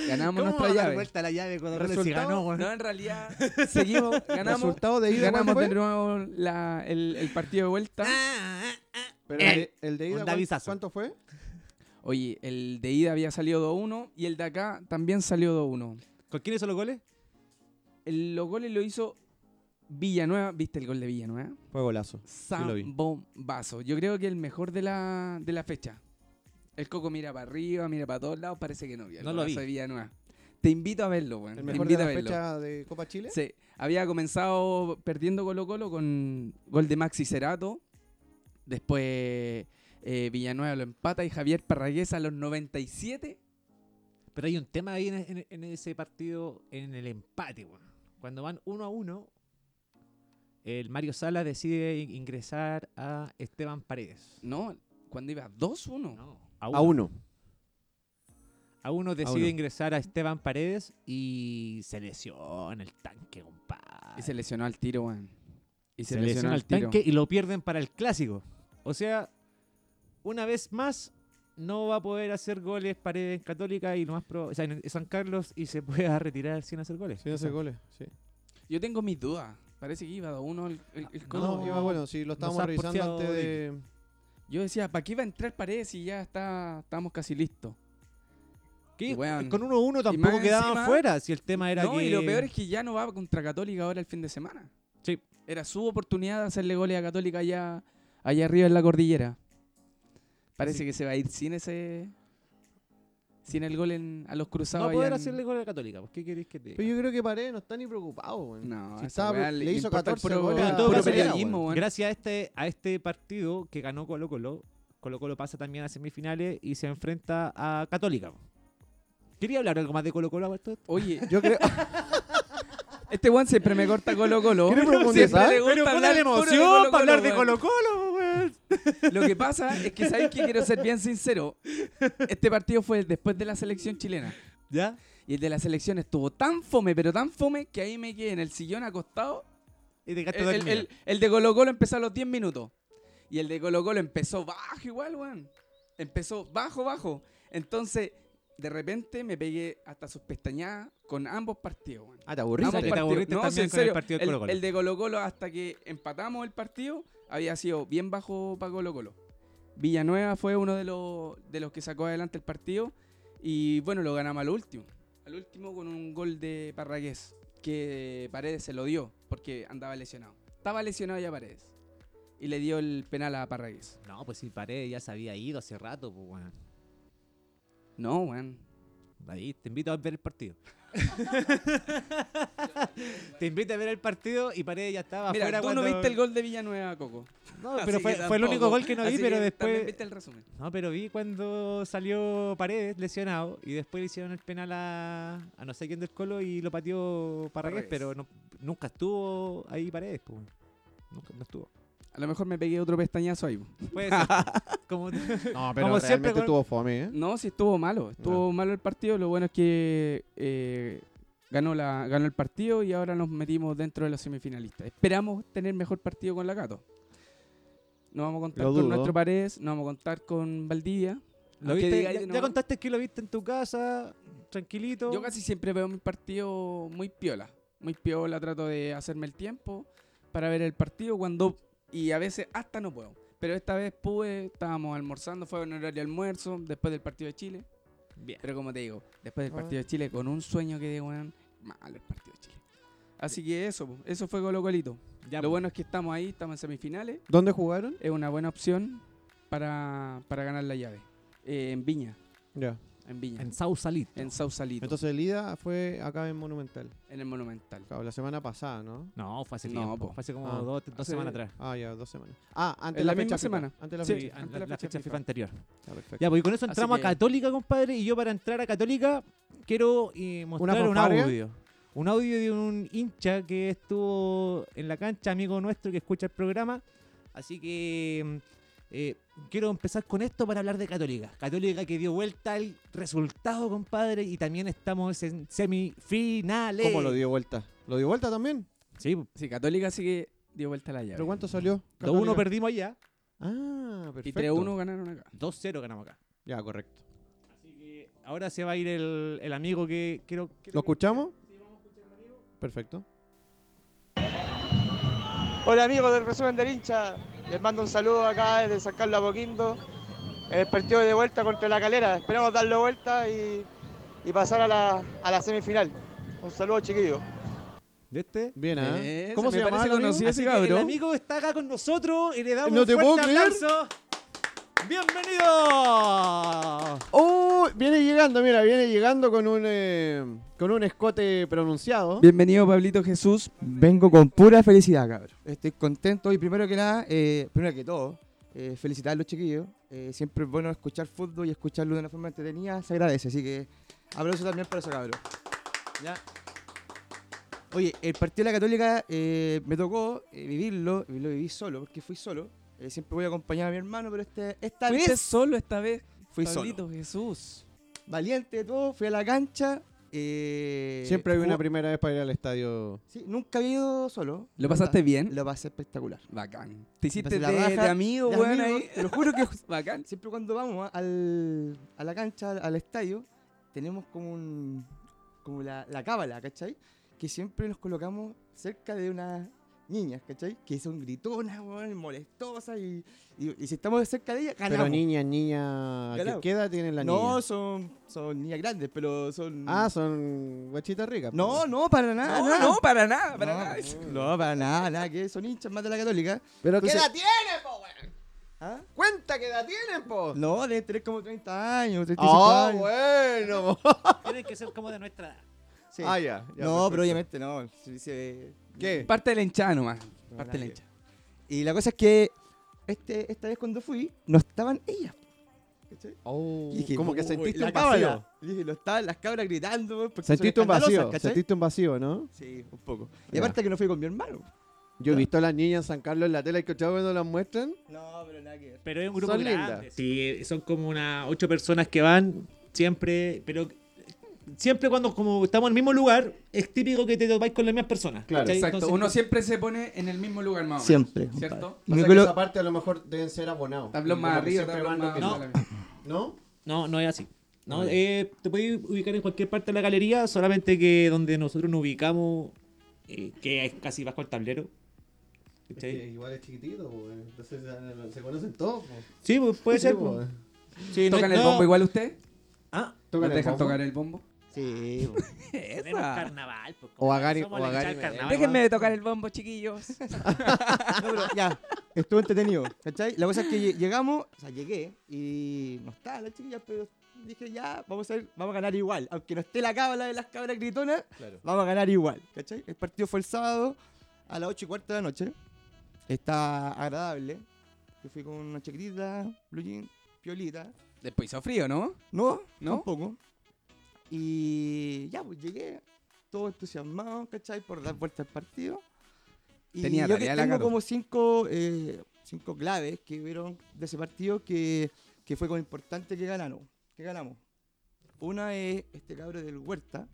Ganamos ¿Cómo va nuestra a dar llave. vuelta la llave cuando Colo si Resultado, ganó, weón? No, en realidad, seguimos, ganamos, resultado de ida. ganamos de ¿cuánto fue? nuevo la- el, el partido de vuelta. Ah, ah, ah. Pero el de, el de ida, Un ¿cuán- davisazo. ¿cuánto fue? Oye, el de ida había salido 2-1 y el de acá también salió 2-1. ¿Con quién hizo los goles? El- Los goles lo hizo Villanueva. ¿Viste el gol de Villanueva? Fue golazo. lo vi. Zambombazo. Yo creo que el mejor de la, de la fecha. El Coco mira para arriba, mira para todos lados, parece que no vio. el No lo vi. golazo de Villanueva. Te invito a verlo, weón. El Te mejor de invito a la verlo. fecha de Copa Chile. Sí, había comenzado perdiendo Colo Colo con gol de Maxi Cerato. Después eh, Villanueva lo empata y Javier Parragués a los 97. Pero hay un tema ahí en, en- en ese partido, en el empate, weón. Cuando van uno a uno, el Mario Sala decide in- ingresar a Esteban Paredes. No, cuando iba 2-1. No, a A uno. A uno decide uno. ingresar a Esteban Paredes y se lesiona el tanque, compadre. Y se lesionó al tiro, weón. Y se, lesiona el tiro. tanque y lo pierden para el clásico. O sea, una vez más, no va a poder hacer goles Paredes en Católica y lo más pro- o sea, en San Carlos y se pueda retirar sin hacer goles. Sin hacer goles, sí. Yo tengo mis dudas. Parece que iba a uno el, el- el codo. No, iba bueno, sí, lo estábamos ha revisando porfiado antes de. Yo decía, ¿para qué iba a entrar Paredes y ya está, estábamos casi listos? Que Weón. Con 1-1 más tampoco quedaban encima- fuera si el tema era no, que... y lo peor es que ya no va contra Católica ahora el fin de semana. Sí. Era su oportunidad de hacerle goles a Católica allá, allá arriba en la cordillera. Parece Así- que se va a ir sin ese. Sin el gol en- a los cruzados. No allá poder en- hacerle goles a Católica, pues, ¿qué queréis que te diga? Pero yo creo que Paredes no está ni preocupado, weón. No, Si esa estaba- weá le hizo importa el 14 puro- goles el a- puro puro periodismo, weón. Gracias a este, a este partido que ganó Colo Colo, Colo Colo pasa también a semifinales y se enfrenta a Católica. pues. Quería hablar algo más de Colo Colo. Alberto? Oye, Yo creo. Este weón siempre me corta Colo Colo. ¿Quieres Siempre profundizar? le gusta ¿eh? Pero pon hablar la puro de emoción para hablar de weón. Colo Colo, weón. Lo que pasa es que, ¿sabes que Quiero ser bien sincero. Este partido fue después de la selección chilena. ¿Ya? Y el de la selección estuvo tan fome, pero tan fome, que ahí me quedé en el sillón acostado. Y te El, el- el- el de Colo Colo empezó a los 10 minutos. Y el de Colo Colo empezó bajo igual, weón. Empezó bajo, bajo. Entonces, de repente me pegué hasta sus pestañadas con ambos partidos, weón. Ah, te Ambos que pues, te partidos. aburriste No, también sí, en con el serio. partido de Colo-Colo. El de Colo Colo hasta que empatamos el partido había sido bien bajo para Colo Colo. Villanueva fue uno de los, de los que sacó adelante el partido y bueno, lo ganamos al último. Al último con un gol de Parragués que Paredes se lo dio porque andaba lesionado. Estaba lesionado ya Paredes y le dio el penal a Parragués. No, pues si Paredes ya se había ido hace rato, pues weón. No, weón. David, te invito a ver el partido. te invito a ver el partido y Paredes ya estaba Mira, afuera tú no cuando- viste el gol de Villanueva, Coco. No, Así pero fue, que fue el único tampoco. gol que no vi, Así pero También después... viste el resumen. No, pero vi cuando salió Paredes lesionado y después le hicieron el penal a, a no sé quién del Colo y lo pateó Parragués, Parragués. pero no- nunca estuvo ahí Paredes, pues. weón. Nunca no estuvo. A lo mejor me pegué otro pestañazo ahí. Puede ser. Como, No, Como pero siempre realmente con- estuvo fome, ¿eh? No, sí estuvo malo. Estuvo malo el partido. Lo bueno es que eh, ganó, la, ganó el partido y ahora nos metimos dentro de los semifinalistas. Esperamos tener mejor partido con la Gato. No vamos a contar Lo con dudo. nuestro Paredes, no vamos a contar con Valdivia. ¿Lo Aunque viste? diga ahí ya, de ya nuevo. contaste que lo viste en tu casa, tranquilito. Yo casi siempre veo mi partido muy piola. Muy piola, trato de hacerme el tiempo para ver el partido cuando... Y a veces hasta no puedo. Pero esta vez pude, estábamos almorzando, fue en horario de almuerzo, después del partido de Chile. Bien. Pero como te digo, después del Ah. partido de Chile, con un sueño que de weón, mal el partido de Chile. Así que eso, po, eso fue Colo Colito. Ya, Lo pues. bueno es que estamos ahí, estamos en semifinales. ¿Dónde jugaron? Es una buena opción para, para ganar la llave. Eh, en Viña, Ya. en Viña, En en, Sausalito. Sausalito, Entonces el ida fue acá en Monumental. en el Monumental. Claro, la semana pasada, ¿no? No, fue hace No, tiempo. po. Fue hace como Ah. dos, dos Hace- semanas atrás. Ah, ya, dos semanas. Ah, antes En la, la misma fecha FIFA. semana. Antes la Sí, fecha. an- antes la, la fecha FIFA anterior. Ya, perfecto. Ya, pues y con eso Así entramos que- a Católica, compadre. Y yo para entrar a Católica quiero eh, mostrar un fanfarria? audio. Un audio de un hincha que estuvo en la cancha, amigo nuestro que escucha el programa. Así que mm, eh, quiero empezar con esto para hablar de Católica. Católica que dio vuelta al resultado, compadre. Y también estamos en semifinales. ¿Cómo lo dio vuelta? ¿Lo dio vuelta también? Sí, Sí, Católica así que dio vuelta la llave. ¿Pero cuánto salió? 2-1 Católica. perdimos allá, Ah, perfecto. y 3-1 ganaron acá. 2-0 ganamos acá. Ya, correcto. Así que ahora se va a ir el, el amigo que quiero. ¿Lo escuchamos? Perfecto. Hola amigos del resumen del hincha, les mando un saludo acá desde San Carlos Apoquindo, en el partido de vuelta contra la calera, esperamos darle vuelta y, y pasar a la, a la semifinal. Un saludo chiquillos. ¿De este? Bien, ¿ah? Ese, ¿Cómo me se llama? parece conocido ese Así que el cabrón. amigo está acá con nosotros y le damos No un te fuerte puedo creer. aplauso. ¡Bienvenido! ¡Oh! Viene llegando, mira, viene llegando con un, eh, con un escote pronunciado. Bienvenido Pablito Jesús. Vengo con pura felicidad, cabrón. Estoy contento y primero que nada, eh, primero que todo, eh, felicitar a los chiquillos. Eh, siempre es bueno escuchar fútbol y escucharlo de una forma entretenida, se agradece. Así que aplauso también para eso, cabrón. Ya. Oye, el partido de la Católica eh, me tocó eh, vivirlo, y lo viví solo, porque fui solo. Eh, siempre voy a acompañar a mi hermano, pero este, esta Fuiste vez solo esta vez, fui solo. Pablito Jesús. valiente, todo, fui a la cancha. eh, Siempre hay jugó- una primera vez para ir al estadio. Sí, nunca había ido solo. ¿Lo pasaste bien? Lo pasé espectacular. Bacán. Te hiciste Pasé la de, de raja, amigo, de weón, amigo, ahí. Te lo juro que es bacán. Siempre cuando vamos a- al, a la cancha, al, al estadio, tenemos como un como la, la cábala, ¿cachai? Que siempre nos colocamos cerca de unas niñas, ¿cachai? Que son gritonas, weón, molestosas y, y- y si estamos cerca de ellas, ganamos. Pero niña, niña. Ah, ¿Qué Ganamos. queda tienen las no, niñas? son son niñas grandes, pero son Ah, son guachitas ricas. No, pues. no, para nada. No, nada. no, para nada, para No, nada. No, para nada, nada, que son hinchas más de la Católica. ¿Pero qué Entonces- edad tienen, po, weón? ¿Ah? ¡Cuenta qué edad tienen, po! No, deben tener como 30 años, 35 ¡Oh, años. bueno! Tienen que ser como de nuestra edad. Sí. Ah, ya. ya, no, pero perfecto. obviamente no. Sí, sí. ¿Qué? Parte del hinchada nomás. Parte del nadie. hinchada. Y la cosa es que este, esta vez cuando fui, no estaban ellas. ¿cachai? Oh, Y dije, como que "Uy, sentiste la un vacío. cábala". Y Dije, lo estaban las cabras gritando. weón, porque son Sentiste un vacío. escandalosas, ¿cachai? Sentiste un vacío, ¿no? Sí, un poco. Y Ya. aparte que no fui con mi hermano. Yo he visto a las niñas en San Carlos en la tele, que cuando las muestran. No, pero nada que ver. Pero es un grupo Son grande. lindas. Sí, son como unas ocho personas que van siempre, pero siempre cuando como estamos en el mismo lugar, es típico que te topáis con las mismas personas. Claro, ¿cachai? Exacto. Entonces, Uno siempre se pone en el mismo lugar más o menos, Siempre. compadre. ¿Cierto? Y me Pasa que colo- esa parte a lo mejor deben ser abonados. Tablón más Como que arriba, siempre van tablón más los no. abajo. que- ¿No? No, no es así. No, eh, te puedes ubicar en cualquier parte de la galería, solamente que donde nosotros nos ubicamos, eh, que es casi bajo el tablero. ¿cachai? igual es chiquitito, eh. entonces se conocen todos. Sí, pues, puede ser. pues. Sí, no- ¿Tocan el no- bombo igual usted? Ah, ¿No te dejan tocar el bombo? Sí. po. tenemos Esa. carnaval. pues, O como Agari- somos o la Agari- hinchada del carnaval. Déjenme tocar el bombo, chiquillos. No, pero ya, estuvo entretenido, ¿cachai? La cosa es que lle- llegamos, o sea, llegué y no estaba la chiquilla, pero dije ya, vamos a, ir- vamos a ganar igual. Aunque no esté la cábala de las cabras gritonas, Claro. vamos a ganar igual, ¿cachai? El partido fue el sábado a las 8 y cuarta de la noche. Está agradable. Yo fui con una chiquitita, blue jean, piolita. Después hizo frío, ¿no? No, ¿No? tampoco. Y ya, pues llegué todo entusiasmado, ¿cachai? Por dar vuelta al partido. Y Tenía yo que tarea la tengo Cato. como cinco, eh, cinco claves que vieron de ese partido que, que fue como importante que ganaron. Que ganamos. Una es este cabro del Huerta,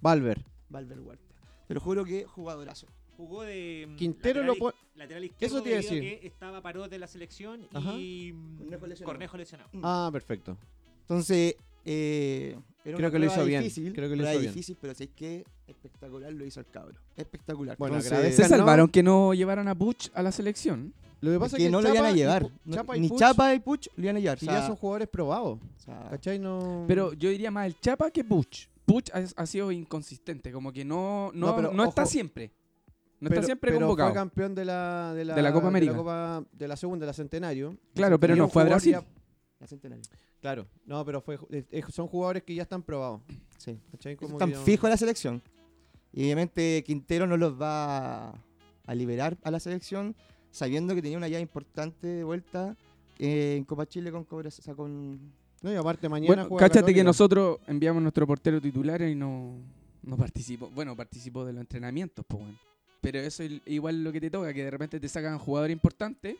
Valver. Valver Huerta. Te lo juro que jugadorazo. Jugó de. mm, Quintero lateral lo iz- pone- Lateral izquierdo. Eso te iba a debido decir. Que estaba Parot de la selección Ajá. y. mm, Cornejo lesionado. Cornejo lesionado. Ah, perfecto. Entonces, eh, era Creo una que lo prueba hizo bien, difícil, creo que lo prueba hizo bien. difícil, pero sí que espectacular lo hizo el cabro. Espectacular. Bueno, Entonces, agradece- Se Eh, salvaron que no llevaron a Butch a la selección. Lo que Es pasa que, es que no lo Chapa iban a y llevar. Pu- No- Chapa y ni Puch, Chapa y Puch lo iban a llevar. si o sea, ya son jugadores probados. o sea, ¿Cachai? No. Pero yo diría más el Chapa que Butch. Butch ha, ha sido inconsistente, como que no, no, No, pero no está ojo. siempre. No Pero- está siempre pero convocado. Fue campeón de la, de la, De la Copa América. De la, Copa- de la segunda, de la Centenario. Claro, pero Tenía no un fue a jugador Brasil. ya- la centenario. claro, no, pero fue, eh, eh, son jugadores que ya están probados. Sí. ¿Cachai? Como Están que no- fijos en la selección. Y obviamente Quintero no los va a liberar a la selección, sabiendo que tenía una llave importante de vuelta eh, en Copa Chile con Cobra. O sea, con... No, y aparte mañana Bueno, juega cáchate Católica. que nosotros enviamos nuestro portero titular y no, no participó. Bueno, participó de los entrenamientos, pues bueno. Pero eso es igual lo que te toca, que de repente te sacan jugador importante.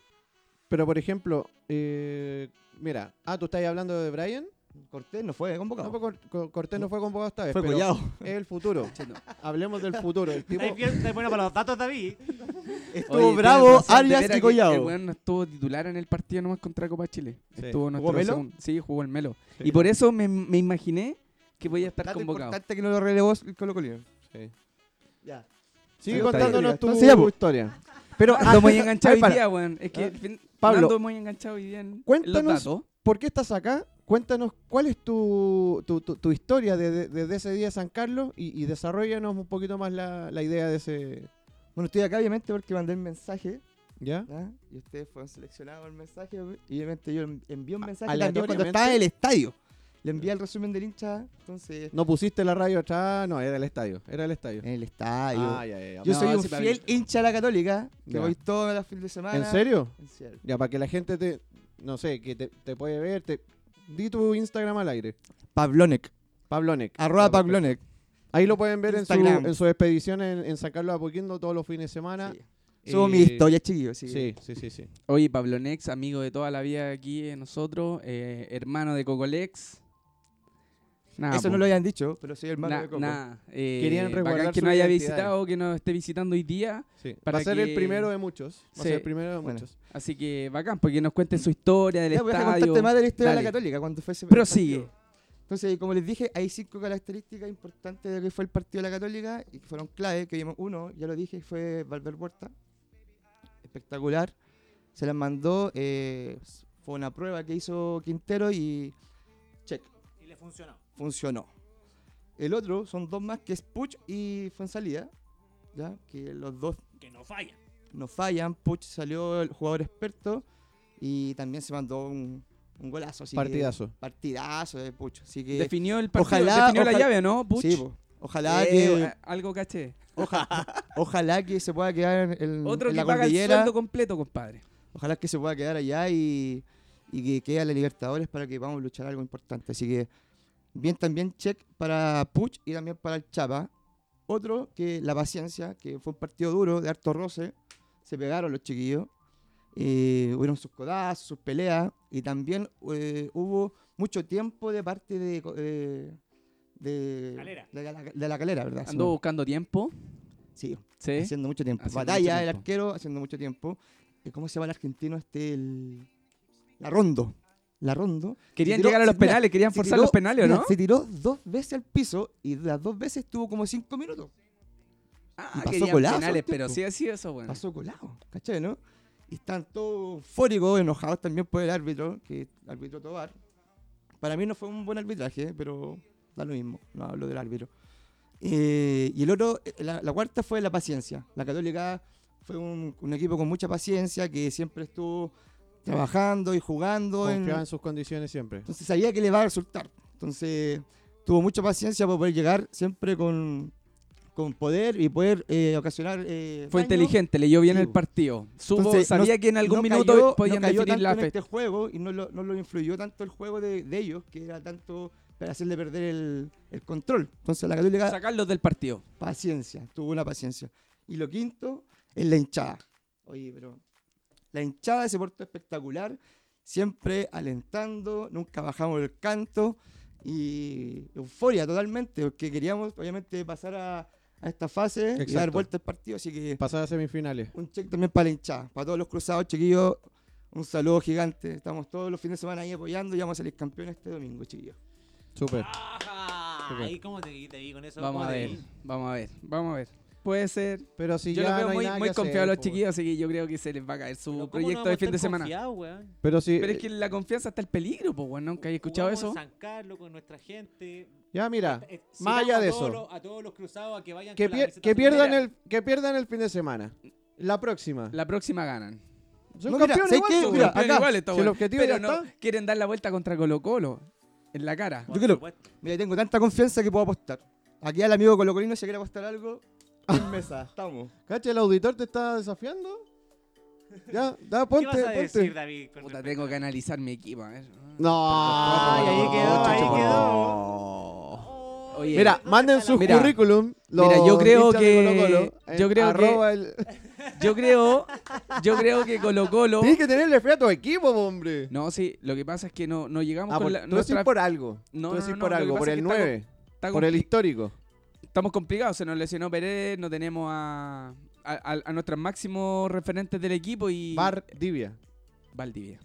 Pero por ejemplo, eh, mira, ah, tú estás hablando de Brian. Cortés no fue convocado. No, pues Cor- Cor- Cortés no fue convocado esta vez. fue pero collado. Es el futuro. Hablemos del futuro. El tipo, Estáis bien, estáis bueno para los datos, David. Estuvo bravo Arias y El Collado. weón no estuvo titular en el partido nomás contra Copa Chile. Sí. Estuvo nuestro ¿Jugó Melo? segundo- Sí, jugó el Melo. Sí. Y por eso me, me imaginé que podía estar Dato convocado. importante que no lo relevó el Colo Colino. Sí. Ya. Sigue Ahí está, contándonos ahí. tu Entonces, ya, pues. historia. Pero ah, ando muy enganchado Ay, hoy para. día, weón. Es que Ah. fin- Pablo, ando muy enganchado hoy día en- en, cuéntanos- los datos. ¿Por qué estás acá? Cuéntanos cuál es tu, tu, tu- tu historia de- de- desde ese día de San Carlos y, y desarrollanos un poquito más la, la idea de ese. Bueno, estoy acá obviamente porque mandé el mensaje ¿Ya? ¿ya? Y ustedes fueron seleccionados el mensaje. Y obviamente yo en- envié un mensaje también cuando aleatoriamente. estaba en el estadio. Le envié el resumen del hincha. Entonces, No pusiste la radio atrás, no, era el estadio. Era el estadio. en el estadio. Ah, ya, ya, ya. yo No, soy un sí, para fiel mí- hincha de la católica. Que Ya. voy todos los fines de semana. ¿En serio? En serio. Ya, para que la gente te. No sé, que te, te puede ver. Te, di tu Instagram al aire. Pavlonek. Pablonek. Arroba Ya, perfecto. Pavlonek. Ahí lo pueden ver en su, Instagram. en su expedición en, en San Carlos de Apoquindo todos los fines de semana. Sí. Subo Eh, mi historia, chiquillos. Sí. Sí, sí, sí, sí. Oye, Pablo Nex, amigo de toda la vida aquí de nosotros, eh, hermano de Cocolex, Nada, Eso no po. lo habían dicho, pero soy hermano Na- de Coco. nada. Eh, Querían bacán resguardar que su no haya identidad. visitado, que no esté visitando hoy día. Sí. Para Va a ser que- el primero de muchos. Va a Sí. ser el primero de Bueno. muchos. Así que bacán, porque nos cuenten su historia del Ya, voy a estadio. contarte más de la historia de Dale. la Católica cuando fue ese Prosigue. Entonces, como les dije, hay cinco características importantes de lo que fue el partido de la Católica y que fueron clave, que vimos uno, ya lo dije, fue Valver Huerta. Espectacular. Se las mandó, eh, fue una prueba que hizo Quintero y check, Y le funcionó. funcionó. El otro son dos más que es Puch y Fonsalida, ¿ya? que los dos Que no falla. pues. no fallan. Puch salió el jugador experto y también se mandó un, un golazo. así que- Partidazo. partidazo de Puch. Así que Definió el partido, Ojalá- definió la ojalá- llave, ¿no? Puch? Sí, po. Ojalá, Eh, que, a- Algo caché. ojalá que se pueda quedar en, en- Otro en que la paga el cordillera. sueldo completo, compadre. Ojalá que se pueda quedar allá y, y que quede a la Libertadores para que vamos a luchar algo importante. Así que bien también check para Puch y también para el Chapa. Otro que la paciencia, que fue un partido duro, de harto roce. Se pegaron los chiquillos. Eh, hubieron sus codazos, sus peleas. Y también eh, hubo mucho tiempo de parte de... co- de- de, Calera. de la, de la calera, ¿verdad? Ando buscando tiempo. Sí, Sí. haciendo mucho tiempo. Haciendo Batalla, mucho el tiempo. arquero, haciendo mucho tiempo. Eh, ¿Cómo se llama el argentino este? El... La Rondo. La Rondo. Querían Se tiró- llegar a los se- mira, penales, querían se forzar tiró- los penales, ¿o mira, no? Se tiró dos veces al piso y las dos veces estuvo como cinco minutos. Ah, pasó querían golazo, penales, tipo. pero sí ha sido eso, bueno. Pasó colado, ¿cachai, no? Y están todos eufóricos, enojados también por el árbitro, que árbitro Tobar. Para mí no fue un buen arbitraje, pero da lo mismo, no hablo del árbitro. Eh, y el otro, eh, la, la cuarta fue la paciencia. La Católica fue un, un equipo con mucha paciencia, que siempre estuvo trabajando y jugando. en- Confiaba en sus condiciones siempre. entonces sabía que le va a resultar. Entonces tuvo mucha paciencia para poder llegar siempre con, con poder y poder eh, ocasionar. eh, Fue daño. inteligente, leyó bien Sí, el po. partido. Supo, Entonces, sabía no- que en algún no minuto cayó- podían no cayó definir tanto la en fe. este juego y no lo, no lo influyó tanto el juego de, de ellos, que era tanto para hacerle perder el, el control. Entonces la Católica, Sacarlos del partido. paciencia, tuvo una paciencia. Y lo quinto es la hinchada. Oye, pero la hinchada se portó espectacular, siempre alentando, nunca bajamos el canto y euforia totalmente, porque queríamos obviamente pasar a, a esta fase y dar Exacto. vuelta al partido, así que Pasar a semifinales. un check también para la hinchada, para todos los cruzados, chiquillos. Un saludo gigante. Estamos todos los fines de semana ahí apoyando y vamos a salir campeones este domingo, chiquillos. Súper. Ahí cómo te, te vi con eso. Vamos a ¿Cómo te ver, vi? vamos a ver, vamos a ver. Puede ser. Pero si yo ya los veo no hay muy, nada muy que hacer, confiados los po. chiquillos, así que yo creo que se les va a caer Pero su ¿cómo proyecto no de vamos a fin de estar semana. confiados, weón? Pero si. Pero es que la confianza está el peligro, pues, weón. Nunca había escuchado Jugamos eso. en San Carlos con nuestra gente. Ya, mira. Eh, citamos más allá de a todos eso. los- a todos los cruzados a que vayan Que, con la pier- camiseta que azul. pierdan Mira. el, que pierdan el fin de semana. La próxima. La próxima ganan. Son No, mira, campeones ¿sabes igual, qué? son campeones. Mira, Campeón acá, igual está, si el weón. objetivo Pero ya no, está. quieren dar la vuelta contra Colo Colo. En la cara. Por Yo creo- supuesto. Mira, tengo tanta confianza que puedo apostar. Aquí al amigo Colocolino, si quiere apostar algo, en mesa, estamos. Cacha, el auditor te está desafiando. Ya, da, ¿Qué ponte, vas a ponte. decir, David? con Puta, respecto tengo a- que analizar mi equipo, ¿eh? a ver. No, Ay, ahí quedó, ahí chucha, por quedó. favor. Oye, Mira, manden sus Mira, currículum. mira, yo los creo hinchas de que- Colo-Colo, en yo creo que- arroba el- yo creo, yo creo que Colo Colo. Tienes que tenerle fe a tu equipo, hombre. No, sí, lo que pasa es que no, no llegamos Ah, con por- la, tú decís nuestra- por algo. No, tú no, decís no, por lo que algo, pasa por es que el está con- 9, está por el compli- histórico. estamos complicados, se nos lesionó Pérez, no tenemos a, a, a- a nuestros máximos referentes del equipo y Bar Divia. Valdivia.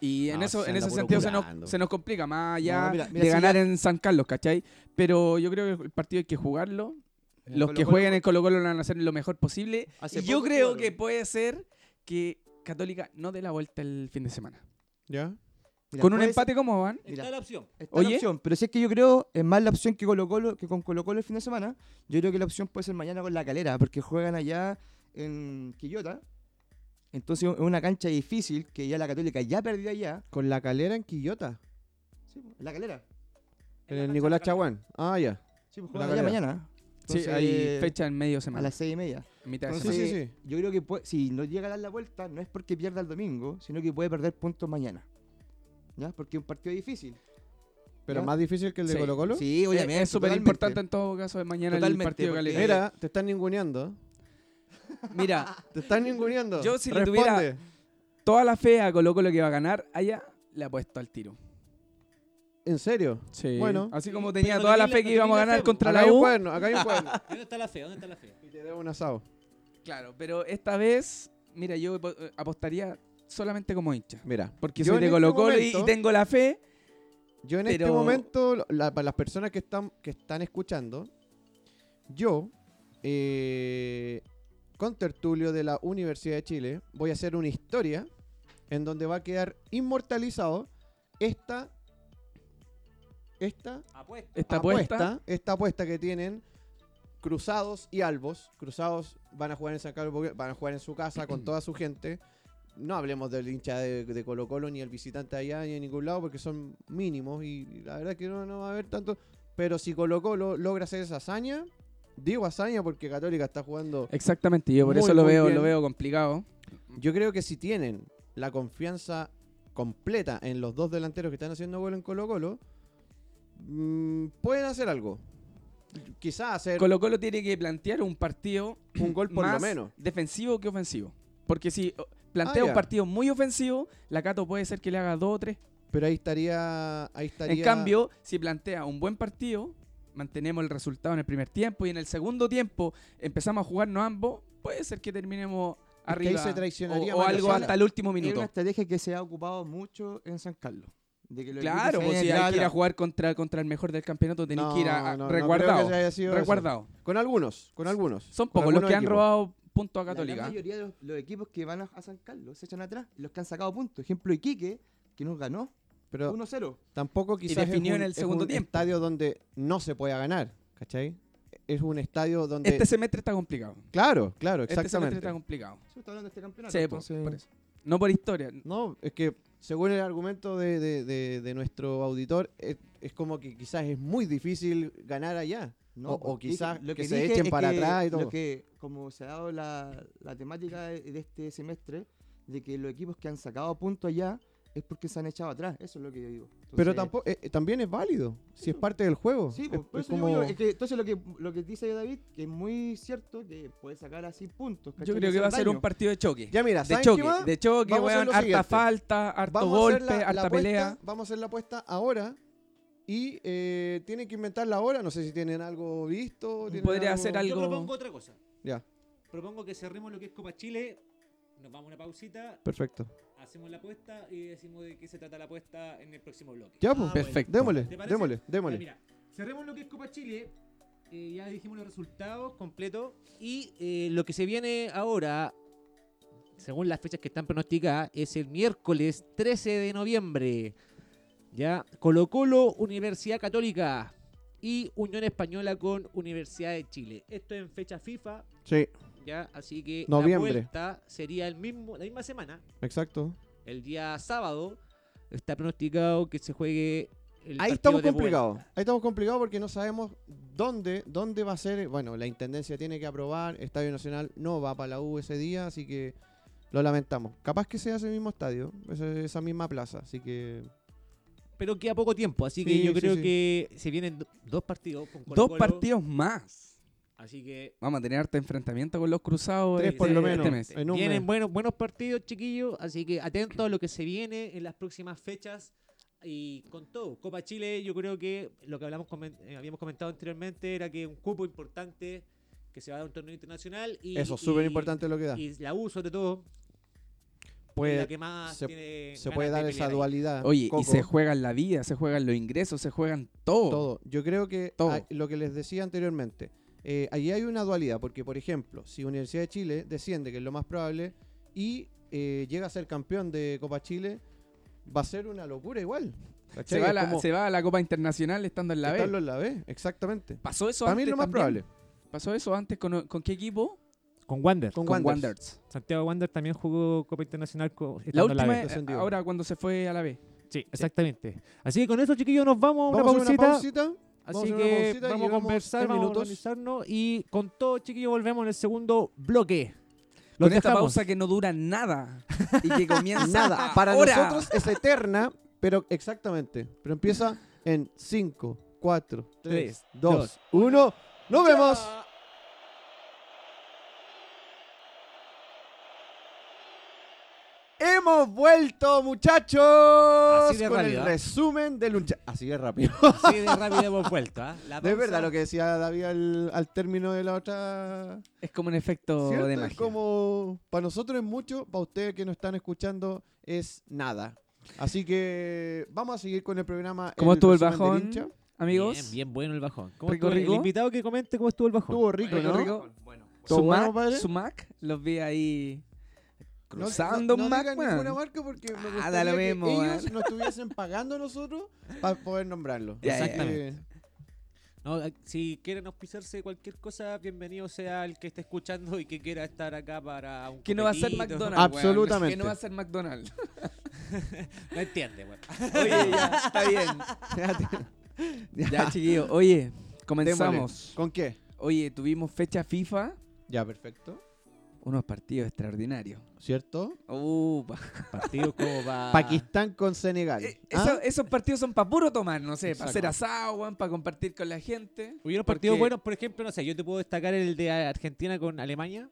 Y en No, eso, se en anda ese puro sentido se nos, curando. se nos complica, más allá No, mira, mira, de si ganar en San Carlos, ¿cachai? Pero yo creo que el partido hay que jugarlo. En el Los que Colo-Colo- jueguen en Colo Colo lo van a hacer lo mejor posible. Hace y yo poco creo jugaron. que puede ser que Católica no dé la vuelta el fin de semana. ¿Ya? Mira, Con un puede ser- empate, ¿cómo van? Mira. Está la opción. Está la Oye. opción, pero si es que yo creo es más la opción que Colo Colo que con Colo Colo el fin de semana, yo creo que la opción puede ser mañana con la calera, porque juegan allá en Quillota. Entonces es una cancha difícil que ya la Católica ya perdió allá. Con la calera en Quillota. Sí, pues, en la calera. En el Nicolás Chaguán. Ah, ya. Sí, pues, La juegan allá Calera. mañana. Sí, Entonces, hay fecha en medio a semana. las seis y media. mitad de Sí, semana. sí, Entonces, sí. Yo creo que puede- si no llega a dar la vuelta, no es porque pierda el domingo, sino que puede perder puntos mañana. ¿Ya? Porque es un partido difícil. Pero ¿Ya? más difícil que el de Sí, Colo Colo. Sí, Es- es súper totalmente. importante en todo caso de mañana Totalmente, el partido porque- que le- Mira, te están ninguneando. Mira, Te están ninguneando. Yo si le Responde. tuviera- toda la fe a Colo Colo que va a ganar allá, la apuesto al tiro. ¿En serio? Sí. Bueno. Así como tenía Pero toda la tenía fe que la- íbamos a tenía la ganar fe, contra acá la hay un U. cuerno, acá hay un cuerno. ¿Dónde está la fe? ¿Dónde está la fe? y te debo un asado. Claro, pero esta vez, mira, yo eh, apostaría solamente como hincha. Mira, Porque yo soy en de este Colo Colo y momento- tengo la fe. Yo en este Pero- momento, lo- la- para las personas que están, que están escuchando, yo, eh, con tertulio de la Universidad de Chile, voy a hacer una historia en donde va a quedar inmortalizado esta, esta Apuesta. Esta apuesta. esta apuesta que tienen Cruzados y Albos. Cruzados van a jugar en San Carlos, Boquer- van a jugar en su casa con toda su gente. No hablemos del hincha de, de Colo Colo ni el visitante allá ni en ningún lado porque son mínimos y la verdad que no, no va a haber tanto. Pero si Colo Colo logra hacer esa hazaña, digo hazaña porque Católica está jugando. Eh. Exactamente, yo por Muy, eso lo muy veo, bien. lo veo complicado. Yo creo que si tienen la confianza completa en los dos delanteros que están haciendo gol en Colo Colo, mm, pueden hacer algo. Quizás hacer Colo Colo tiene que plantear un partido un gol por más lo menos. Ah, defensivo que ofensivo. Porque si oh, plantea un ya. partido muy ofensivo, la Cato puede ser que le haga dos o tres. Pero ahí estaría. Ahí estaría. En cambio, si plantea un buen partido, mantenemos el resultado en el primer tiempo y en el segundo tiempo empezamos a jugarnos ambos, puede ser que Es terminemos que ahí arriba se traicionaría o, o más la algo sala. hasta el último Es una minuto. estrategia que se ha ocupado mucho en San Carlos. De que los Claro, equipos pues, se si hayan hay que ir a dado- jugar contra, contra el mejor del campeonato, tenés No, que ir a, a- no, no creo resguardado. que haya sido eso. resguardado. Con algunos, con algunos. Son Con pocos los algunos que han equipos. robado puntos a La gran Católica. ¿eh? mayoría de los, los equipos que van a, a San Carlos se echan atrás, los que han sacado puntos. Ejemplo, Iquique, que nos ganó Pero 1-0. tampoco quizás. es definió un- en el es segundo un tiempo. estadio donde no se pueda ganar, ¿cachai? Es un estadio donde. Este semestre está complicado. Claro, claro, Este semestre exactamente. está complicado. Eso está hablando de este campeonato. Sí, po, entonces- pues, por eso. No por historia. no, es que según el argumento de, de- de- de nuestro auditor, es, es como que quizás es muy difícil ganar allá. No, o, o porque quizás lo que, se dije echen es para que atrás y lo todo. que, como se ha dado la, la temática de, de este semestre, de que los equipos que han sacado puntos allá es porque se han echado atrás. Eso es lo que yo digo. Pero Entonces- tampoco, eh, eh, también es válido, si es parte del juego. Sí, Es- pues, por es eso digo yo, como- es que, entonces lo que, lo que dice David, que es muy cierto, que puede sacar así puntos. Yo creo que va a ser un partido de choque. Ya mira, de ¿saben choque, qué más? de choque, Vamos a hacer weón. lo Harta siguiente. falta, harto a golpe, hacer la- harta la apuesta, pelea. Vamos a hacer la apuesta ahora. Y eh, tienen que inventarla ahora. No sé si tienen algo visto. tienen Podría hacer algo. algo- Yo propongo otra cosa. Ya, Propongo que cerremos lo que es Copa Chile, nos vamos a una pausita, perfecto. hacemos la apuesta y decimos de qué se trata la apuesta en el próximo bloque. Ah, Ya, pues. Perfecto. Démosle, ¿Te parece? démosle, Ya, démosle. mira, cerremos lo que es Copa Chile. eh, ya dijimos los resultados completos. Y eh, lo que se viene ahora, según las fechas que están pronosticadas, es el miércoles 13 de noviembre. Ya, Colo Colo, Universidad Católica y Unión Española con Universidad de Chile. Esto en fecha FIFA, Sí, ya, así que Noviembre. la vuelta sería el mismo, la misma semana, exacto. el día sábado. Está pronosticado que se juegue el Ahí partido estamos de complicados. vuelta. Ahí estamos complicados porque no sabemos dónde, dónde va a ser. Bueno, la intendencia tiene que aprobar. Estadio Nacional no va para la U ese día, así que lo lamentamos. Capaz que sea ese mismo estadio, esa- esa misma plaza. Así que pero queda poco tiempo, así que Sí, yo sí, creo sí. que se vienen do- dos partidos con Dos Colo-Colo, partidos más. así que eh, Vamos a tener harta enfrentamiento con los cruzados. Tres este- por lo este menos. Eh, mes. en un vienen mes. buenos buenos partidos, chiquillos, así que atentos a lo que se viene en las próximas fechas y con todo. Copa Chile, yo creo que lo que hablamos comen- eh, habíamos comentado anteriormente era que un cupo importante que se va a dar un torneo internacional y Eso, y- súper importante lo que da. Y la U sobre todo, es la Puede, que más se- tiene se ganas puede de dar esa pelear ahí. dualidad. Oye, Coco. y se juegan la vida, se juegan los ingresos, se juegan todo. todo. Yo creo que Todo. hay- lo que les decía anteriormente, eh, allí hay una dualidad, porque por ejemplo, si Universidad de Chile desciende, que es lo más probable, y eh, llega a ser campeón de Copa Chile, va a ser una locura igual. Se, ¿cachai? va a Es la, como se va a la Copa Internacional estando en la B. estarlo en la B, exactamente. Pasó eso Para mí antes. es lo más también. probable. Pasó eso antes con, con qué equipo? Con Wander. Con Con Wanderers. Wanderers. Santiago Wander también jugó Copa Internacional. co- La estando en última, B. eh, descendió. ahora cuando se fue a la B. Sí, exactamente. Así que con eso, chiquillos, nos vamos a una Vamos a hacer pausita. una pausita. Vamos a Así hacer una que pausita y vamos a llegamos conversar, tres vamos a minutos. organizarnos y con todo, chiquillos, volvemos en el segundo bloque. Los con esta dejamos. pausa que no dura nada y que comienza Nada, para ahora. nosotros es eterna, pero exactamente. Pero empieza en 5, 4, 3, Tres, 2, 1. ¡Nos vemos! ¡Hemos Hemos vuelto, muchachos. Así de con rápido, el ¿ah? resumen del lucha. Así de rápido. Así de rápido hemos vuelto, ¿ah? La Es pausa- verdad lo que decía David al, al término de la otra. Es como un efecto ¿Cierto? de Es magia. como para nosotros es mucho, para ustedes que nos están escuchando es nada. Así que vamos a seguir con el programa. ¿Cómo estuvo el resumen del bajón, hincha. amigos? Bien, bien bueno el bajón. ¿Cómo Rico, estuvo el- rico. El invitado que comente cómo estuvo el bajón. Estuvo rico, Rico, ¿no? rico. ¿Estuvo Su bueno, Mac- padre? su Mac, los vi ahí No- cruzando no, un no Mac, digan weón. ninguna marca porque me Ah, gustaría da que lo mismo, ellos weón. nos estuviesen pagando a nosotros para poder nombrarlo. Ya, Así ya, ya. que- No, eh, si quieren auspiciarse cualquier cosa, bienvenido sea el que esté escuchando y que quiera estar acá para un Que no va a ser copetito. McDonald's. weón. Absolutamente. Que no va a ser McDonald's. No entiende, weón. Oye, ya, está bien. Ya, chiquillo. Oye, Démosle. comenzamos. ¿Con qué? Oye, tuvimos fecha FIFA. Ya, perfecto. Unos partidos extraordinarios. ¿Cierto? Uh, pa- Partido como va. Pakistán con Senegal. Ah. Eh, ¿Ah? eso- esos partidos son para puro tomar, no sé, Exacto. para hacer asado, weón, para compartir con la gente. Hubieron partidos Porque- buenos, por ejemplo, no sé, yo te puedo destacar el de Argentina con Alemania,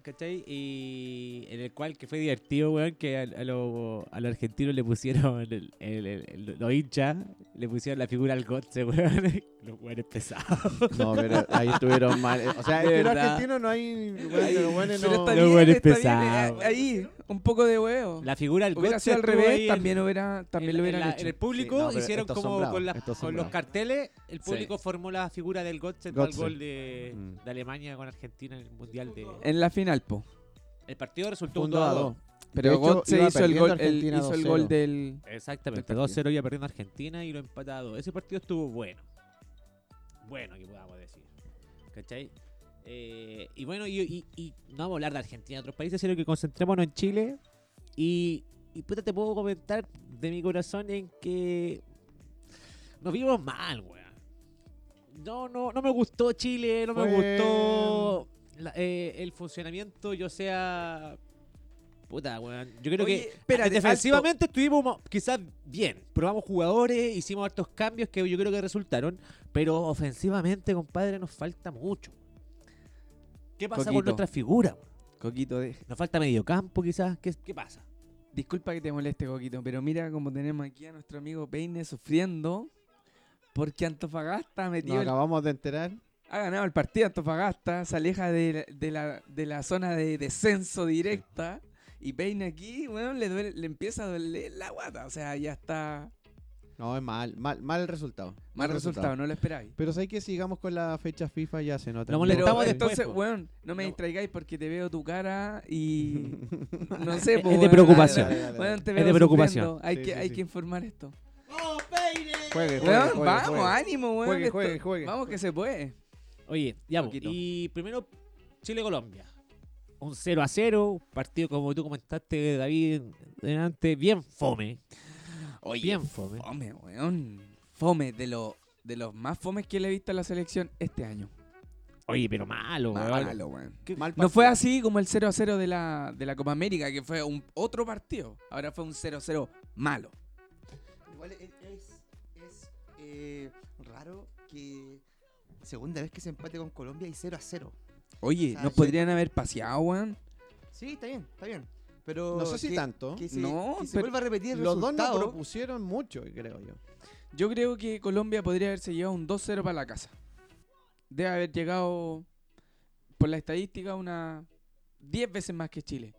¿cachai? Y en el cual que fue divertido, weón, que a, a los a los argentinos le pusieron, el- el- el- los hinchas, le pusieron la figura al Gotze, weón. Los weones pesados. No, pero ahí estuvieron mal. O sea, es que los verdad. argentinos no hay. Bueno, Ahí, los buenos pero no- está Los bien, buenos está bien, pesados. eh, Ahí, un poco de huevo. La figura al hubiera Gotze sido al estuvo ahí revés, en- también, hubiera, también en- lo en hubieran la- hecho. En el público no, pero hicieron estos son como bravos, con, las- estos son con los bravos. carteles, el Sí. público formó la figura del Gotze para el Götze. gol de, Mm. de Alemania con Argentina en el Mundial de... En la final, po. El partido resultó un Punto 2 a a 2. dos. Pero De hecho, Gotze iba hizo el perdiendo gol, el- Argentina hizo el 2-0. gol del. Exactamente, Del partido. 2-0 iba perdiendo Argentina y lo empatado. Ese partido estuvo bueno. Bueno, que podamos decir. ¿Cachai? Eh, y bueno, y, y- y no vamos a hablar de Argentina y otros países, sino que concentrémonos en Chile. Y, y puta, te puedo comentar de mi corazón en que nos vimos mal, weón. No, no, no me gustó Chile, no me Fue- gustó la- eh, el funcionamiento, yo sea... Puta, weón. Yo creo Oye, que espérate, defensivamente estuvimos mo- quizás bien. Probamos jugadores, hicimos hartos cambios que yo creo que resultaron. Pero ofensivamente, compadre, nos falta mucho. ¿Qué pasa con Coquito. nuestras figuras? weón? Coquito, de... Nos falta mediocampo quizás. ¿Qué, qué pasa? disculpa que te moleste, Coquito, pero mira como tenemos aquí a nuestro amigo Peine sufriendo porque Antofagasta ha metido Nos el- acabamos de enterar. ha ganado el partido Antofagasta, se aleja de, la- de la, de la zona de descenso directa y Peine aquí, bueno, le, duele- le empieza a doler la guata, o sea, ya está No, es mal, mal, mal resultado. mal resultado, no lo esperáis. Pero sé que sigamos con la fecha FIFA ya se nota. Lo Pero molestamos después, entonces, po. weón, no me No. distraigáis porque te veo tu cara y no sé, Es- po, es de weón. preocupación. Dale, dale, dale. Weón, te Es veo de preocupación. sufriendo. Hay, Sí, que, sí, hay sí. que informar esto. Juegue, juegue, Weón, juegue, vamos, juegue. ánimo, weón. Juegue, esto- juegue, juegue. Vamos que se puede. Oye, ya. po, Poquito. Y primero, Chile-Colombia. Un 0 a 0. Partido como tú comentaste, David, delante. Bien fome. Oye, Bien fome. fome, weón. Fome, de, lo, de los más fomes que le he visto a la selección este año. Oye, pero malo, weón. Malo, weón. Mal No fue así como el 0 a 0 de la, de la Copa América, que fue un, otro partido. Ahora fue un 0 a 0 malo. Igual es, es- es, eh, raro que segunda vez que se empate con Colombia y 0 a 0. Oye, O Ah, sea, nos sí. podrían haber paseado, weón. Sí, está bien, está bien. Pero No sé si que- tanto. Que se, No, que se pero vuelva a repetir el Los dos nos resultado. propusieron mucho, creo yo. Yo creo que Colombia podría haberse llevado un 2-0 para la casa. Debe haber llegado, por la estadística, una 10 veces más que Chile.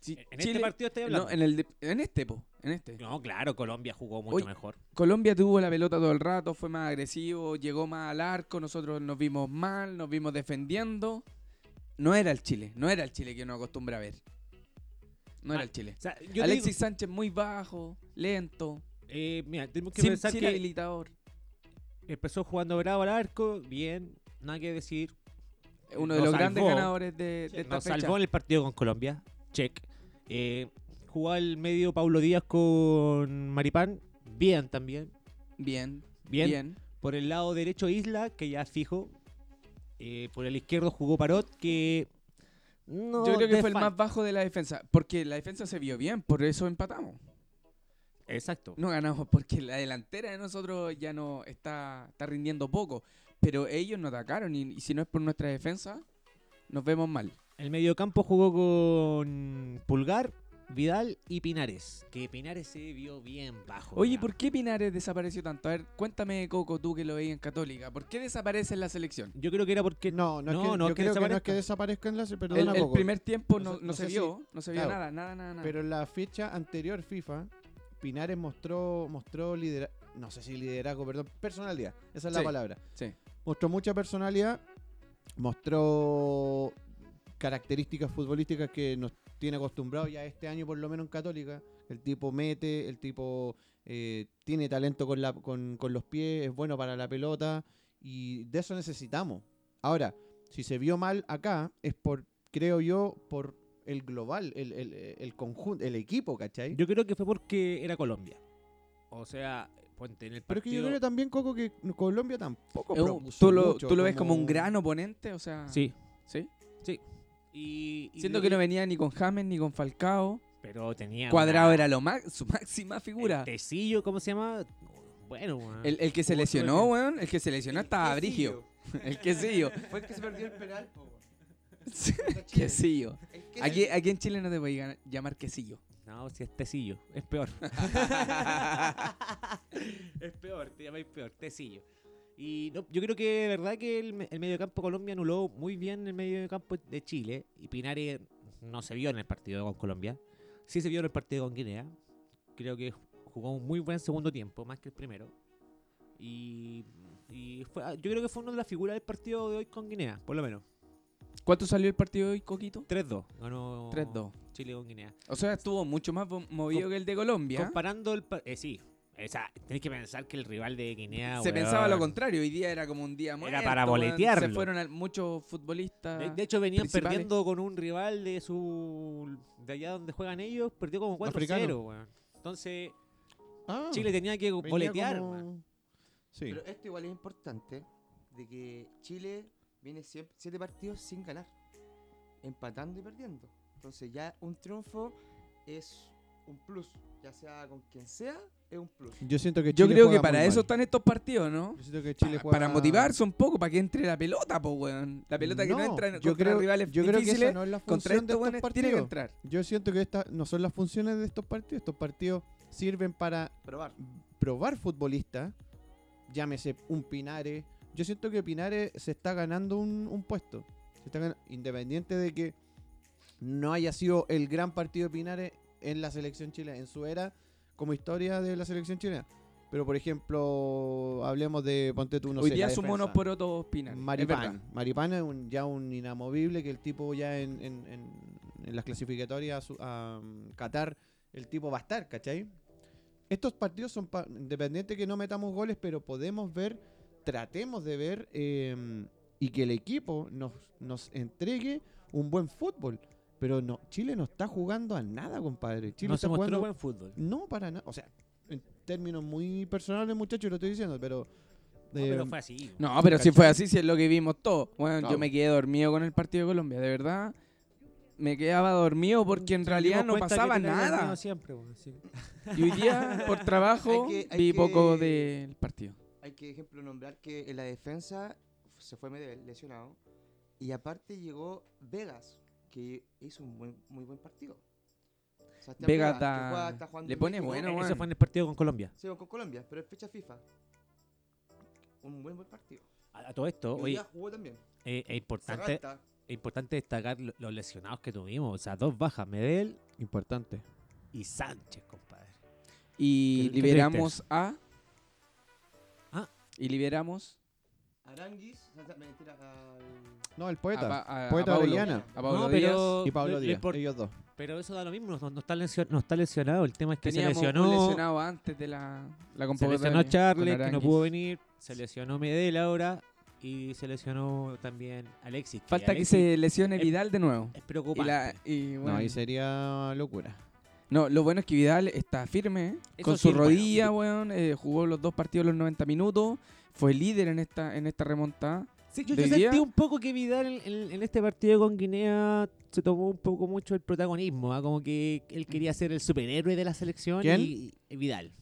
Si En este partido estoy hablando. No, en, el de- en este, po, en este. No, claro, Colombia jugó mucho Oye, mejor. Colombia tuvo la pelota todo el rato, fue más agresivo, llegó más al arco, nosotros nos vimos mal, nos vimos defendiendo. No era el Chile, no era el Chile que uno acostumbra a ver. No era el Chile. O sea, Ah, yo te Alexis digo, Sánchez muy bajo, lento, eh, mira, tenemos que sin, pensar sin que habilitador. empezó jugando bravo al arco, bien, nada que decir. Uno de Nos los grandes salvó. ganadores de, de esta Nos fecha. salvó en el partido con Colombia, check. Eh, jugó al medio Paulo Díaz con Maripán, bien también. Bien, Bien. bien. Por el lado derecho Isla, que ya fijo. Eh, por el izquierdo jugó Parot, que... No Yo creo que fue el defal- más bajo de la defensa, porque la defensa se vio bien, por eso empatamos. Exacto. No ganamos porque la delantera de nosotros ya no está, está rindiendo poco, pero ellos nos atacaron y, y si no es por nuestra defensa, nos vemos mal. El mediocampo jugó con Pulgar, Vidal y Pinares. Que Pinares se vio bien bajo. Oye, ya. ¿por qué Pinares desapareció tanto? A ver, cuéntame, Coco, tú que lo veías en Católica. ¿por qué desaparece en la selección? Yo creo que era porque. No, no, es No, que, no yo es que creo que no es desaparezca. que desaparezcan las. Perdona, el, el Coco. primer tiempo No no, sé- no no se sé vio, no se vio claro. nada, nada, nada. nada. Pero en la fecha anterior FIFA, Pinares mostró, mostró lidera- no sé si liderazgo, perdón, personalidad, esa es la Sí. palabra. Sí. Mostró mucha personalidad, mostró características futbolísticas que nos tiene acostumbrados ya este año, por lo menos en Católica. El tipo mete, el tipo eh, tiene talento con, la, con, con los pies, es bueno para la pelota y de eso necesitamos. Ahora, si se vio mal acá, es por, creo yo, por el global, el, el, el conjunto, el equipo, ¿cachai? Yo creo que fue porque era Colombia. O sea, ponte en el Pero es partido. que yo creo también, Coco, que Colombia tampoco Es un- propuso ¿Tú lo, mucho, tú lo ves como un gran oponente? O sea, Ah. Sí. ¿sí? Y, y Siento creo que no venía ni con James ni con Falcao. Pero tenía. Cuadrado una- era lo ma- su máxima figura. el Tecillo, ¿cómo se llama? Bueno, weón. El, el que se lesionó, weón, el que se lesionó estaba abrigio. El quesillo. Fue el que se perdió el penal, po, weón. quesillo. El que- Aquí, aquí en Chile no te voy a llamar quesillo. No, si es Tecillo, es peor. es peor, te llamáis peor, Tecillo. Y no, yo creo que de verdad que el, me- el mediocampo Colombia anuló muy bien el mediocampo de Chile. Y Pinares no se vio en el partido con Colombia. Sí se vio en el partido con Guinea. Creo que jugó un muy buen segundo tiempo, más que el primero. Y, y fue- ah, yo creo que fue una de las figuras del partido de hoy con Guinea, por lo menos. ¿Cuánto salió el partido hoy, Coquito? 3-2. Ganó 3-2. Chile con Guinea. O sea, estuvo mucho más bo- movido Oh. Com- que el de Colombia. Comparando el. pa- Eh, sí. O sea, tenés que pensar que el rival de Guinea. Se ah, weón, pensaba lo contrario, hoy día era como un día muerto. para weón. Se boletearlo. fueron al- muchos futbolistas. De, de hecho, venían principales. perdiendo con un rival de su. De allá donde juegan ellos, perdió como 4-0, Africano. weón. Entonces, Ah, Chile tenía que venía boletear, como- weón. Sí. Pero esto igual es importante, de que Chile viene siem- siete partidos sin ganar, empatando y perdiendo. Entonces ya un triunfo es un plus, ya sea con quien sea, es un plus. Yo siento que Yo Chile creo juega que muy para mal. eso están estos partidos, ¿no? Yo siento que Pa- Chile juega- Para motivarse un poco, para que entre la pelota, pues, weón. La pelota que no, entra en- contra rivales yo creo que difíciles, esa no es la contra función de ¿eh? estos estos weones tiene partidos. que entrar. Yo siento que estas no son las funciones de estos partidos. Estos partidos sirven para Probar. probar futbolistas. Llámese un Pinares. Yo siento que Pinares se está ganando un, un puesto. Se está gan- independiente de que no haya sido el gran partido de Pinares en la selección chilena, en su era como historia de la selección chilena. Pero por ejemplo, hablemos de Ponte tú, no hoy sé, día la sumó unos defensa. porotos Pinares. es verdad. Maripán. Maripán es un- ya un inamovible que el tipo ya en, en- en- en las clasificatorias a, su- a, um, Qatar, el tipo va a estar, ¿cachai? Estos partidos son pa- independiente que no metamos goles, pero podemos ver, tratemos de ver eh, y que el equipo nos, nos entregue un buen fútbol. Pero no, Chile no está jugando a nada, compadre. Chile no está se mostró jugando buen fútbol. no para nada. O sea, en términos muy personales, muchachos, lo estoy diciendo, pero. No, eh, pero fue así. weón. No, pero si fue así, si es lo que vimos todos. Bueno, yo Claro. me quedé dormido con el partido de Colombia, de verdad. Me quedaba dormido porque en Nos realidad dimos no cuenta que pasaba tenía el nada. mismo siempre, weón, sí. Y hoy día, por trabajo, Hay que- hay vi que- poco del partido. Hay que, ejemplo, nombrar que en la defensa se fue medio lesionado y aparte llegó Vegas, que hizo un buen- muy buen partido. Sebastián Vegas que da- juega- está jugando le en pone México. bueno, Eh, weón. Eso fue en el partido con Colombia. Sí, con Colombia, pero es fecha FIFA. Un buen buen partido. A, a todo Oh, esto, Y hoy oye, día jugó también. eh, es importante, Zarrata, es importante destacar lo- los lesionados que tuvimos. O sea, dos bajas, Medel Importante. y Sánchez, compadre. Y Qué- qué liberamos a. Ah. Y liberamos Aranguis, o sea, mentira, al- No, el a, poeta. Pa- a- a poeta Pablo- Orellana a Pablo No, Díaz. pero y Pablo lo- lo Díaz. impor- Ellos dos. Pero eso da lo mismo, no, no está, lesionado, no está lesionado. El tema es que Teníamos se un lesionó. lesionado antes de la, la se convocatoria lesionó Charles, con que no Aranguis. pudo venir. Se lesionó Medel ahora. Y se lesionó también Alexis. Falta que Alexis se lesione es- Vidal de nuevo. Es Y preocupante. la- y bueno. No, ahí sería locura. No, lo bueno es que Vidal está firme ¿eh? Eso con sí su es rodilla, weón. eh, jugó los dos partidos los 90 minutos. Fue líder en esta, en esta remontada. Sí, yo de yo hoy sentí día- un poco que Vidal en, en- en este partido con Guinea se tomó un poco mucho el protagonismo. ¿ah? Como que él quería ser el superhéroe de la selección. ¿Quién? Y, y Vidal.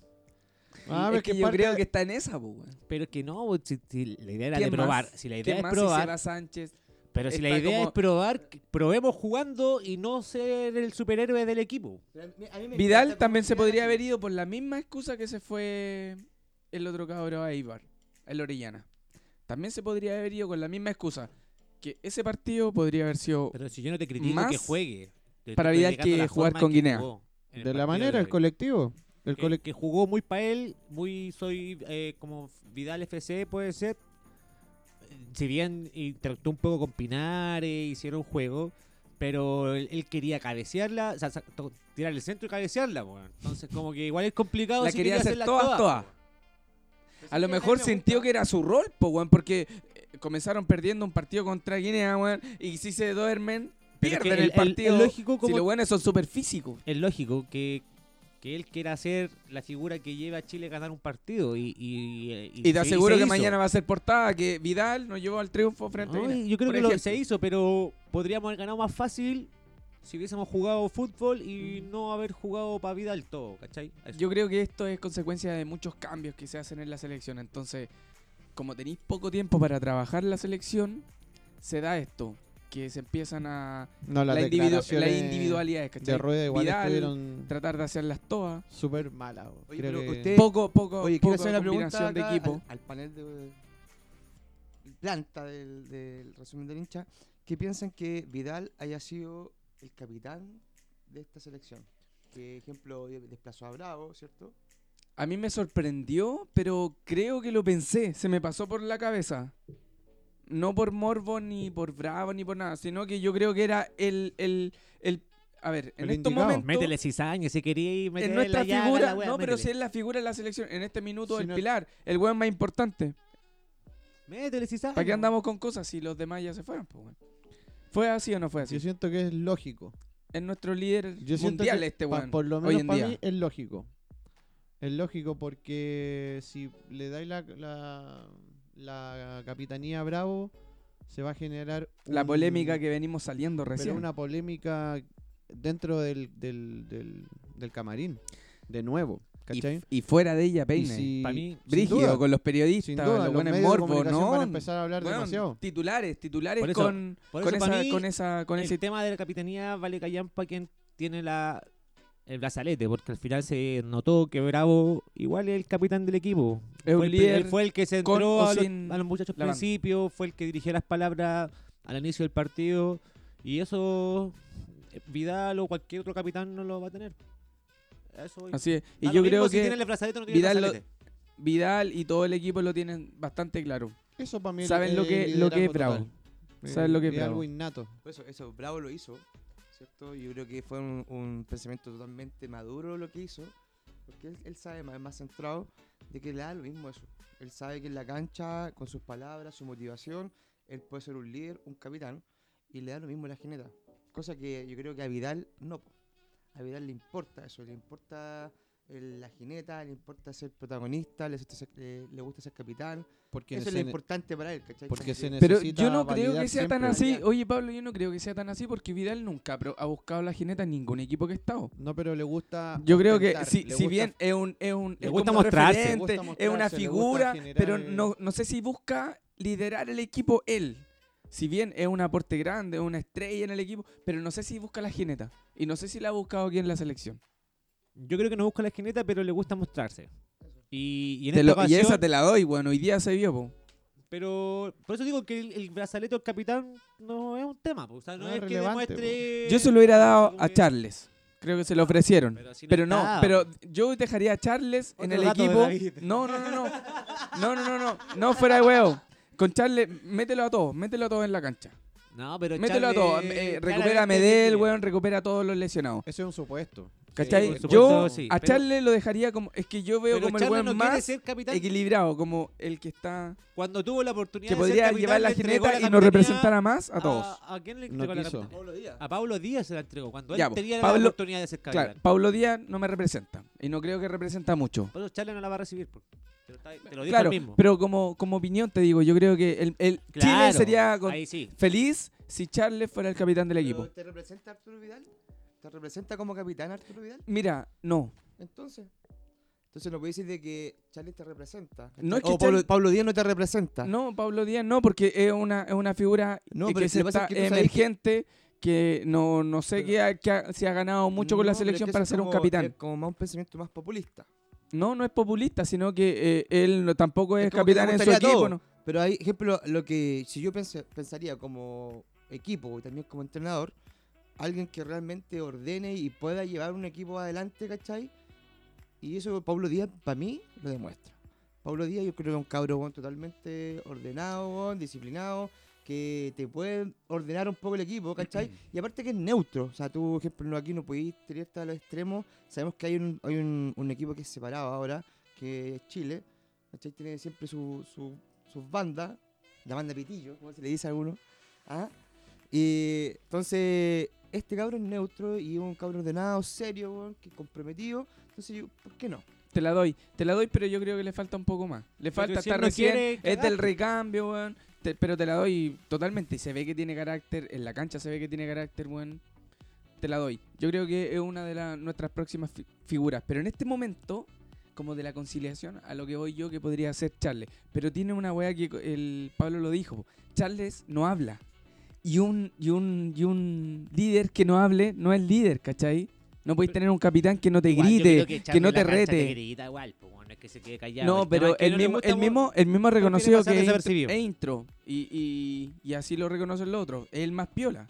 Ah, Y pero es que que yo parte- creo que está en esa, po, weón. Pero es que no, si, si la idea era ¿Quién de probar. más? Si la idea ¿Quién es más si se probar, va Sánchez? Pero si la Está idea como- es probar, que- probemos jugando y no ser el superhéroe del equipo. Vidal también se podría haber ido por la misma excusa que se fue el otro cabro a Ibar, el Orellana. También se podría haber ido con la misma excusa. Que ese partido podría haber sido Pero si yo no te critico que Más juegue. Te para estoy Vidal criticando que la jugar forma con en que Guinea. jugó en el De partido la manera, de el hoy. colectivo. El que, colec- que jugó muy para él, muy soy eh, como Vidal FC puede ser. Si bien interactuó un poco con Pinares, hicieron juego, pero él, él quería cabecearla, o sea, sa- to- tirar el centro y cabecearla, weón. Entonces como que igual es complicado. la si quería quería hacer hacerlas todas, todas. A lo mejor sintió que era su rol, po, weón, porque eh, comenzaron perdiendo un partido contra Guinea, weón, y si se duermen, Pero es que pierden el- el, el- partido. el lógico Si como- los buenos son súper físicos. es lógico que, que él quiera ser la figura que lleva a Chile a ganar un partido. Y, y, eh, Y te se- aseguro se que hizo. mañana va a ser portada, que Vidal nos llevó al triunfo frente a No, Guinea. y yo creo por que lo, ejemplo. se hizo, pero podríamos haber ganado más fácil si hubiésemos jugado fútbol y no haber jugado para Vidal todo, ¿cachai? A eso. Yo creo que esto es consecuencia de muchos cambios que se hacen en la selección. Entonces, como tenéis poco tiempo para trabajar la selección, se da esto. Que se empiezan a... No, las la individu- declaraciones las individualidades, ¿cachai? de Rueda igual Vidal, estuvieron Tratar de hacerlas todas. súper malas. weón. Oye, Creo pero que- usted- Poco, poco, Eh, Oye, quiero poco hacer una pregunta combinación de acá equipo. Al, al panel de de planta del, del resumen del hincha. ¿Qué piensan que Vidal haya sido el capitán de esta selección? Que ejemplo eh, desplazó a Bravo, ¿cierto? A mí me sorprendió, pero creo que lo pensé. Se me pasó por la cabeza. No por morbo, ni por bravo, ni por nada. Sino que yo creo que era el... el, el a ver, en El estos indicado. momentos... Métele cizaña si quería meter en nuestra figura, no, pero si es la figura de la selección, en este minuto Si el no- pilar, el weón más importante. Métele cizaña. ¿Para qué andamos con cosas si los demás ya se fueron? Pues, weón? ¿Fue así o no fue Yo así? siento que es lógico. Es nuestro líder Yo siento mundial que este pa- weón. por lo hoy menos en para día. mí es lógico. Es lógico porque si le dais la, la, la capitanía a Bravo, se va a generar La un- polémica que venimos saliendo pero recién. una polémica dentro del, del, del, del camarín, de nuevo, ¿cachai? y, y fuera de ella, Y Peine. si- Pa' mí, sin Brígido, duda, con los sin periodistas, duda, los los buenos medios de morbo, comunicación ¿no? van a empezar a hablar Weón, demasiado. Titulares, titulares Por eso, con, por con, eso pa' esa, mí, con esa, con el ese tema de la capitanía vale callampa quien tiene la el brazalete, porque al final se notó que Bravo igual es el capitán del equipo. Es un fue, el, pri- líder él fue el que se con entró o a los, sin a los muchachos la al banda. principio, fue el que dirigió las palabras al inicio del partido, y eso eh, Vidal o cualquier otro capitán no lo va a tener. A Eso voy. Así es. Y Da yo lo mismo creo si tiene que el brazalete o no tiene el Vidal lo- brazalete. Vidal y todo el equipo lo tienen bastante claro. Eso para mí saben es lo que- lo que liderazgo es Bravo. total. Saben lo que es Bravo. algo innato. Por Pues eso, eso, Bravo lo hizo, ¿cierto? Yo creo que fue un, un pensamiento totalmente maduro lo que hizo, porque él, él sabe, más, más centrado, de que le da lo mismo eso. Él sabe que en la cancha, con sus palabras, su motivación, él puede ser un líder, un capitán, y le da lo mismo la jineta. Cosa que yo creo que a Vidal no. po. A Vidal le importa eso, le importa el- la jineta, le importa ser protagonista, le, gusta ser- le- le gusta ser capitán. Porque Eso es se lo ne- importante para él, ¿cachai? e-? porque Como se que- Pero necesita yo no creo que validar sea tan siempre. así. Validar. Oye, Pablo, yo no creo que sea tan así porque Vidal nunca pro- ha buscado la jineta en ningún equipo que ha estado. No, pero le gusta. Yo creo que ostentar, si, Ah, le si gusta- bien es un es un Le es gusta como un mostrarse. referente, Le gusta es una mostrarse, le gusta figura, generar, pero eh, no no sé si busca liderar el equipo él. Si bien es un aporte grande, es una estrella en el equipo, pero no sé si busca la jineta y no sé si la ha buscado aquí en la selección. Yo creo que no busca la esquineta, pero le gusta mostrarse. Y, y en Te esta lo- y ocasión- esa te la doy, bueno, hoy día se vio, po. Pero por eso digo que el, el brazalete del capitán no es un tema. po. O sea, no, No es es, que relevante, demuestre. pues. Yo se lo hubiera dado como a que- Charles. Creo que se lo ofrecieron. Pero así no Pero no, estaba. pero yo dejaría a Charles en Otro el gato de equipo. David. No, no, no, no. No, no, no, no. No fuera de huevo. Con Charles, mételo a todos, mételo a todos en la cancha. No, pero. Mételo a Charles- todos. Eh, recupera a claramente Medel, tiene- weón, recupera a todos los lesionados. Ese es un supuesto. ¿Cachai? por supuesto, yo sí, a pero- Charles lo dejaría como. Es que yo veo Pero como el Charles weón no quiere más ser capitán. equilibrado, como el que está. Cuando tuvo la oportunidad Que de ser podría capitán, llevar la le entregó jineta y capitanía nos representara más Ah, a todos. ¿A, quién le No entregó la quiso. capitanía? A Pablo Díaz se la entregó. Cuando Ya, él po. tenía Pablo- la oportunidad de ser capitán. Claro, Pablo Díaz no me representa. Y no creo que representa mucho. Por eso Charles no la va a recibir. po. Te lo, está- te lo dijo Claro, él mismo. pero como, como opinión te digo, yo creo que el, el Chile Claro, sería con- Ahí sí. feliz si Charles fuera el capitán del Pero equipo. ¿Te representa Arturo Vidal? ¿Te representa como capitán Arturo Vidal? Mira, no. Entonces, Entonces no puedes decir de que Charles te representa. ¿cachai? No es que o Pablo, Charles- Pablo Díaz no te representa. No, Pablo Díaz no, porque es una, es una figura Ah. No, que- pero que si se lo que pasa está es que tú sabes que- emergente, que no, no sé Pero- qué ha- qué ha- si ha ganado mucho con la No, pero es selección que para eso ser un como- eh, Es capitán. como más un pensamiento más populista. No, no es populista, sino que eh, él no- tampoco es, Es como que le capitán en su gustaría equipo. todo. ¿no? Pero hay, ejemplo, lo que si yo pense- pensaría como equipo y también como entrenador, alguien que realmente ordene y pueda llevar un equipo adelante, ¿cachai? Y eso Pablo Díaz, para mí, lo demuestra. Pablo Díaz yo creo que es un cabrón weón, totalmente ordenado, weón, disciplinado, que te puede ordenar un poco el equipo, ¿cachai? Y aparte que es neutro, o sea, tú, por ejemplo, aquí no podéis tirarte a los extremos, sabemos que hay un, hay un, un equipo que es separado ahora, que es Chile, ¿cachai? Tiene siempre su, su, sus bandas, la banda Pitillo, como se le dice a alguno, ¿ah? Y entonces, este cabrón es neutro y es un cabrón ordenado, serio, weón, que comprometido, entonces yo, ¿por qué no? Te la doy, te la doy, pero yo creo que le falta un poco más. Le falta si estar él no recién, quiere, es del cagaste. recambio, weón. te- pero te la doy totalmente. Y se ve que tiene carácter, en la cancha se ve que tiene carácter, weón. Te la doy. Yo creo que es una de las nuestras próximas fi- figuras. Pero en este momento, como de la conciliación, a lo que voy yo que podría ser Charles. Pero tiene una weá que co- el Pablo lo dijo. po. Charles no habla. Y un, y un, y un líder que no hable no es líder, ¿cachai? No podéis tener un capitán que no te Igual, yo grite, creo que, Charlie no en la te cancha rete. grita igual, po, bueno, es que se quede callado. No, El tema pero es que el no le mismo, gusta el mu- mismo, el mismo ha reconocido pasar que es desapercibido. int- es intro y, y, y así lo reconocen los otros. Es el más piola.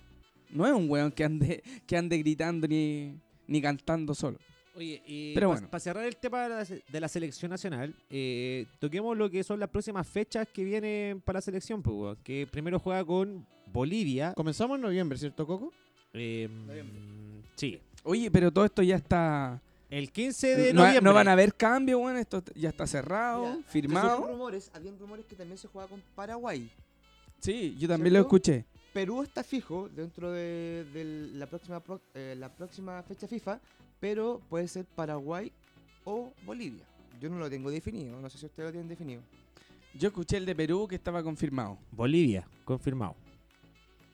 No es un weón que ande, que ande gritando ni, ni cantando solo. Oye, y Pero para bueno. cerrar el tema de la, se- de la selección nacional, eh, toquemos lo que son las próximas fechas que vienen para la selección, pues, weón, que primero juega con Bolivia. Comenzamos en noviembre, ¿cierto, Coco? eh, sí. Oye, pero todo esto ya está. El 15 de No, noviembre. no van a haber cambios, weón. Esto t- ya está cerrado, Mira, Habían firmado. rumores, habían rumores que también se jugaba con Paraguay. Sí, yo también lo ¿Cierto? escuché. Perú está fijo dentro de, de la, próxima, pro- eh, la próxima fecha FIFA, pero puede ser Paraguay o Bolivia. Yo no lo tengo definido, no sé si ustedes lo tienen definido. Yo escuché el de Perú que estaba confirmado. Bolivia, confirmado.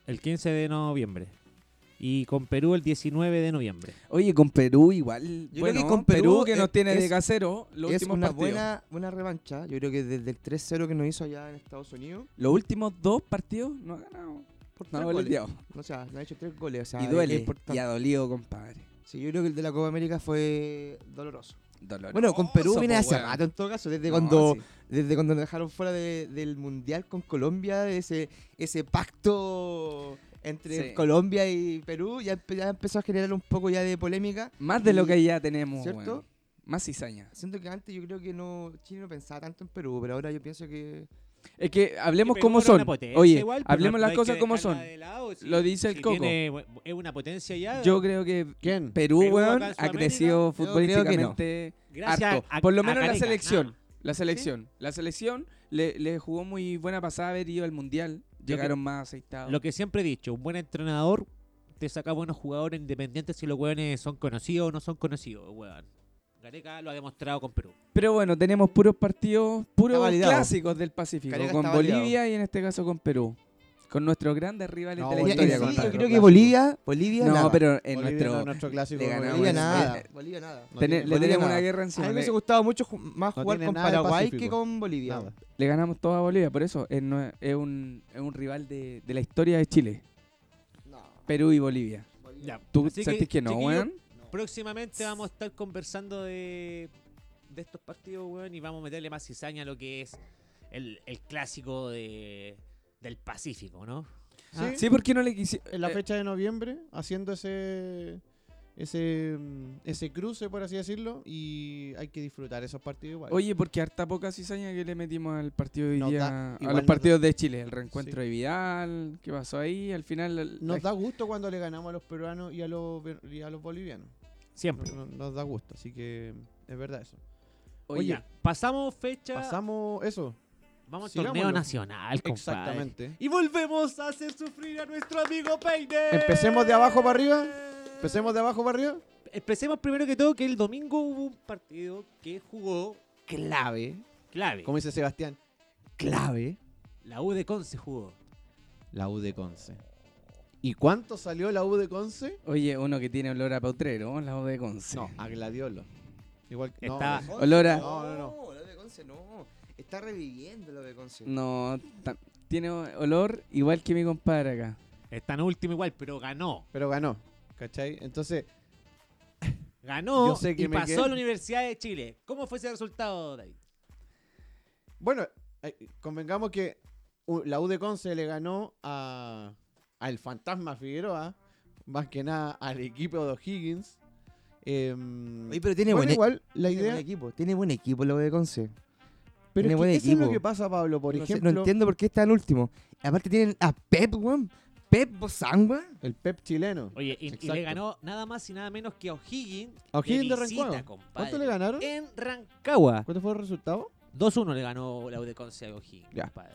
El 15 de noviembre. Y con Perú el 19 de noviembre. Oye, con Perú igual. Yo bueno, creo que con Perú, Perú que es- nos tiene de es- casero los es últimos una partidos. buena, una revancha, yo creo que desde el 3-0 que nos hizo allá en Estados Unidos, Los últimos dos partidos no ha ganado. por No tres ha goles. goleado. O sea, nos ha hecho tres goles. O sea, Y es- es duele. importante. Y ha dolido, compadre. Sí, yo creo que el de la Copa América fue doloroso. Doloroso, Bueno, con Perú viene po, hace pues, weón. rato en todo caso, desde No, cuando sí. Desde cuando nos dejaron fuera de- del Mundial con Colombia, ese, ese pacto entre Sí. Colombia y Perú ya, empe- ya empezó a generar un poco ya de polémica. Más de lo Y- que ya tenemos, ¿cierto? weón. Más cizaña. Siento que antes yo creo que no Chile no pensaba tanto en Perú, pero ahora yo pienso que... Es que hablemos Perú como era una son. potencia Oye, igual, pero hablemos no- no las hay cosas que como dejarla son. de lado, si- Lo dice el si Coco. tiene- es una potencia ya. Yo creo que ¿Quién? Perú, Perú acá weón, en ha Sudamérica, crecido creo que no. futbolísticamente Gracias harto. a- Por a lo menos la Gareca, selección. nada más. La selección. La selección le, le jugó muy buena pasada haber ido al Mundial. Llegaron más aceitados. Ah, Lo que siempre he dicho, un buen entrenador te saca buenos jugadores independientes si los weones son conocidos o no son conocidos, weón. Gareca lo ha demostrado con Perú. Pero bueno, tenemos puros partidos, puros Está validado. clásicos del Pacífico. Gareca con está validado. Bolivia y en este caso con Perú. Con nuestros grandes rivales No, de la Bolivia- historia. en sí, yo compadre. yo creo creo que que Bolivia... Bolivia no, nada. pero en Bolivia nuestro... no, nuestro clásico. le con ganamos Bolivia no, nada. eh, Bolivia nada. No Tener- tiene- le no tiene tenemos nada. una guerra A mí encima. me Le, hubiese gustado mucho ju- más No jugar tiene con nada de Paraguay Pacífico. que con Bolivia. Nada. le ganamos todo a Bolivia, por eso es, no- es un, es un rival de, de la historia de Chile. Perú y Bolivia. Ya. ¿Tú Así sentís que, no, chiquillos, weón? Próximamente vamos a estar conversando de, de estos partidos, weón, y vamos a meterle más cizaña a lo que es el, el clásico de, del Pacífico, ¿no? ¿Sí? Sí, porque no le eh, quisieron. En la fecha de noviembre, haciendo ese, ese, mm, ese cruce, por así decirlo, y hay que disfrutar esos partidos igual. Oye, porque harta poca cizaña que le metimos al partido de hoy Nos día, da- a igual los nos partidos de Chile, el reencuentro de Vidal, qué pasó ahí, al final... el- nos la- da gusto cuando le ganamos a los peruanos y a los, ver- y a los bolivianos. No- Siempre. no- nos da gusto, así que mm, es verdad eso. Oye, Oye, pasamos fecha, Pasamos eso, vamos al sigámoslo. torneo nacional, compadre. exactamente. Y volvemos a hacer sufrir a nuestro amigo Peine. Empecemos de abajo para arriba. Empecemos de abajo para arriba. Empecemos primero que todo que el domingo hubo un partido que jugó Clave. clave. Como dice Sebastián. Clave. La U de Conce jugó. La U de Conce. ¿Y cuánto salió la U de Conce? oye, uno que tiene olor a pautrero, la O de Conce. a Gladiolo. Igual que. Está- No, Olora. No, no, no. lo de Conce no. Está reviviendo lo de Conce. No, ta- tiene olor igual que mi compadre acá. Está en último igual, pero ganó. Pero ganó. ¿Cachai? Entonces, Ganó Yo sé que y me pasó quedé- a la Universidad de Chile. ¿Cómo fue ese resultado, David? bueno, eh, convengamos que u- la U de Conce le ganó a al fantasma Figueroa, más que nada al equipo de O'Higgins. Em, Oye, pero tiene bueno, buen, igual la tiene buen idea. equipo. Tiene buen equipo lo de Conce. Pero tiene es que buen eso es lo equipo. que pasa, Pablo. Por no, sé, ejemplo, no entiendo por qué está en último. Aparte tienen a Pep, weón. Pep Bozán, weón. el Pep chileno. Oye, y- y, Exacto. le ganó nada más y nada menos que a O'Higgins. ¿A O'Higgins de visita, Rancagua? compadre. ¿Cuánto le ganaron? En Rancagua. ¿Cuánto fue el resultado? 2-1 le ganó la U de Conce a O'Higgins, Ya. compadre.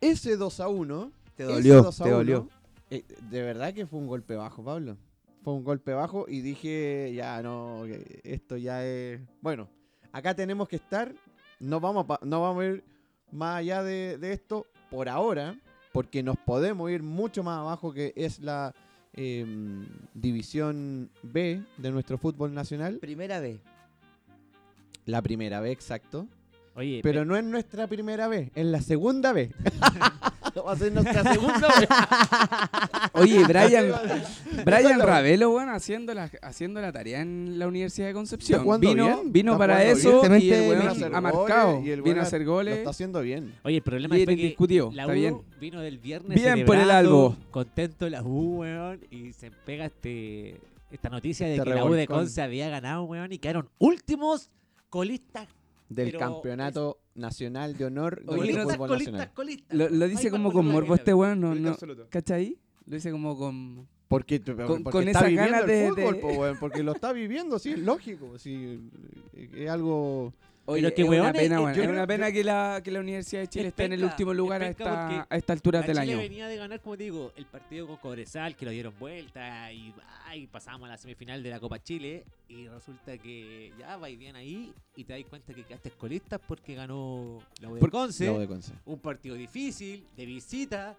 Ese 2 a 1. Te ese dolió, 2 a te 1, dolió. eh, de verdad que fue un golpe bajo, Pablo. Fue un golpe bajo y dije, ya no, que esto ya es. Bueno, acá tenemos que estar. No vamos a, pa- no vamos a ir más allá de, de esto por ahora, porque nos podemos ir mucho más abajo, que es la em, división B de nuestro fútbol nacional. Primera vez. La primera B, exacto. Eh, Oye, Pero no es nuestra primera vez, es la segunda vez. Va a ser nuestra segunda vez. Oye, Brian, Brian Ravelo, weón, haciendo la, haciendo la tarea en la Universidad de Concepción. Está jugando vino bien, vino está para jugando eso bien. y el Vino a weón hacer ha goles, marcado. y el Vino weón a hacer Lo está goles. haciendo bien. Oye, el problema Y fue que discutió. la Está U bien. vino del viernes Bien por el celebrando, Albo. Contento la U, weón, y se pega este esta noticia de Este que la U de revolcón. Conce había ganado, weón, y quedaron últimos colistas, Del Pero campeonato nacional de honor de Oye, nuestro no- colistas, fútbol colistas, nacional. colistas. Lo, lo Ay, dice como Marco con Torres, morbo mira. este weón, no, Absoluto, no, absoluto. ¿cachai? Lo dice como con... Porque, porque Con- con está esas viviendo ganas el de- fútbol, de- po, weón, porque lo está viviendo, sí, es lógico. Sí, eh, es algo... Oye, qué es una weón, eh, pena, eh, weón. yo Es una creo- pena que la, que la Universidad de Chile Es esté en el penca, último lugar a es penca esta, porque a esta altura La del Chile año. venía de ganar, como te digo, el partido con Cobresal, que lo dieron vuelta, y, ay, pasamos a la semifinal de la Copa Chile, y resulta que ya vais bien ahí, y te das cuenta que quedaste colistas porque ganó la U de Por- Conce. la U de Conce. un partido difícil, de visita.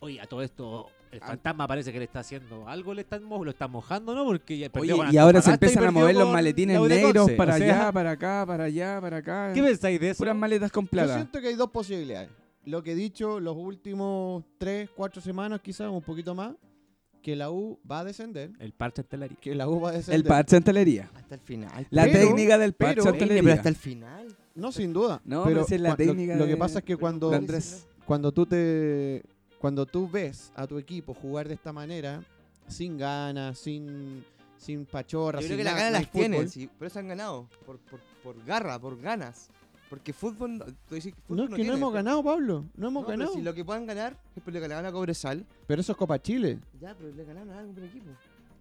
Oye, a todo esto, el Ah. fantasma parece que le está haciendo algo, le están mo- lo están mojando, ¿no? Porque ya perdió Oye, con y ahora Antofagasta se y empiezan a perdió mover los con maletines la U de negros Conce. para O sea, allá, para acá, para allá, para acá. ¿Qué pensáis de eso? Puras maletas con Yo plata. siento que hay dos posibilidades. Lo que he dicho los últimos tres, cuatro semanas, quizás un poquito más, que la U va a descender. El parche estelaría. Que la U va a descender. El parche en telería. Hasta el final. La Pero- técnica del pero- parche en Peine, telería. pero hasta el final. No, sin duda. No, pero pero si es la cua- lo- técnica Lo, que de- pasa es que cuando, de Andrés. cuando tú te. Cuando tú ves a tu equipo jugar de esta manera, sin ganas, sin, sin pachorra, Yo sin creo que las nada, ganas no hay las tienen, fútbol. sí, por eso han ganado. Por, por, por garra, por ganas. Porque fútbol no. tú dices fútbol No, es que no tienen, hemos pero- ganado, Pablo. No hemos No, pero ganado. Si Pero, lo que puedan ganar, por ejemplo, le ganaron a Cobresal. eso es Copa Chile. Ya, pero le ganaron a algún equipo.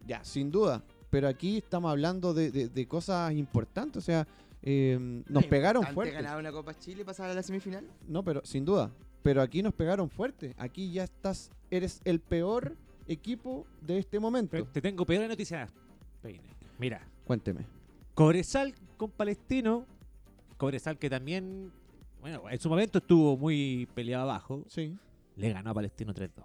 Ya, sin duda. Pero aquí estamos hablando de, de- de cosas importantes. O sea, eh, nos No, pegaron importante fuerte. ganar una Copa Chile y pasar a la semifinal? No, pero sin duda. Pero aquí nos pegaron fuerte. Aquí ya estás. Eres el peor equipo de este Pero momento. Te tengo peor noticia. Peine. Mira, Cuénteme. Cobresal con Palestino. Cobresal que también, bueno, en su momento estuvo muy peleado abajo. Sí. Le ganó a Palestino 3-2.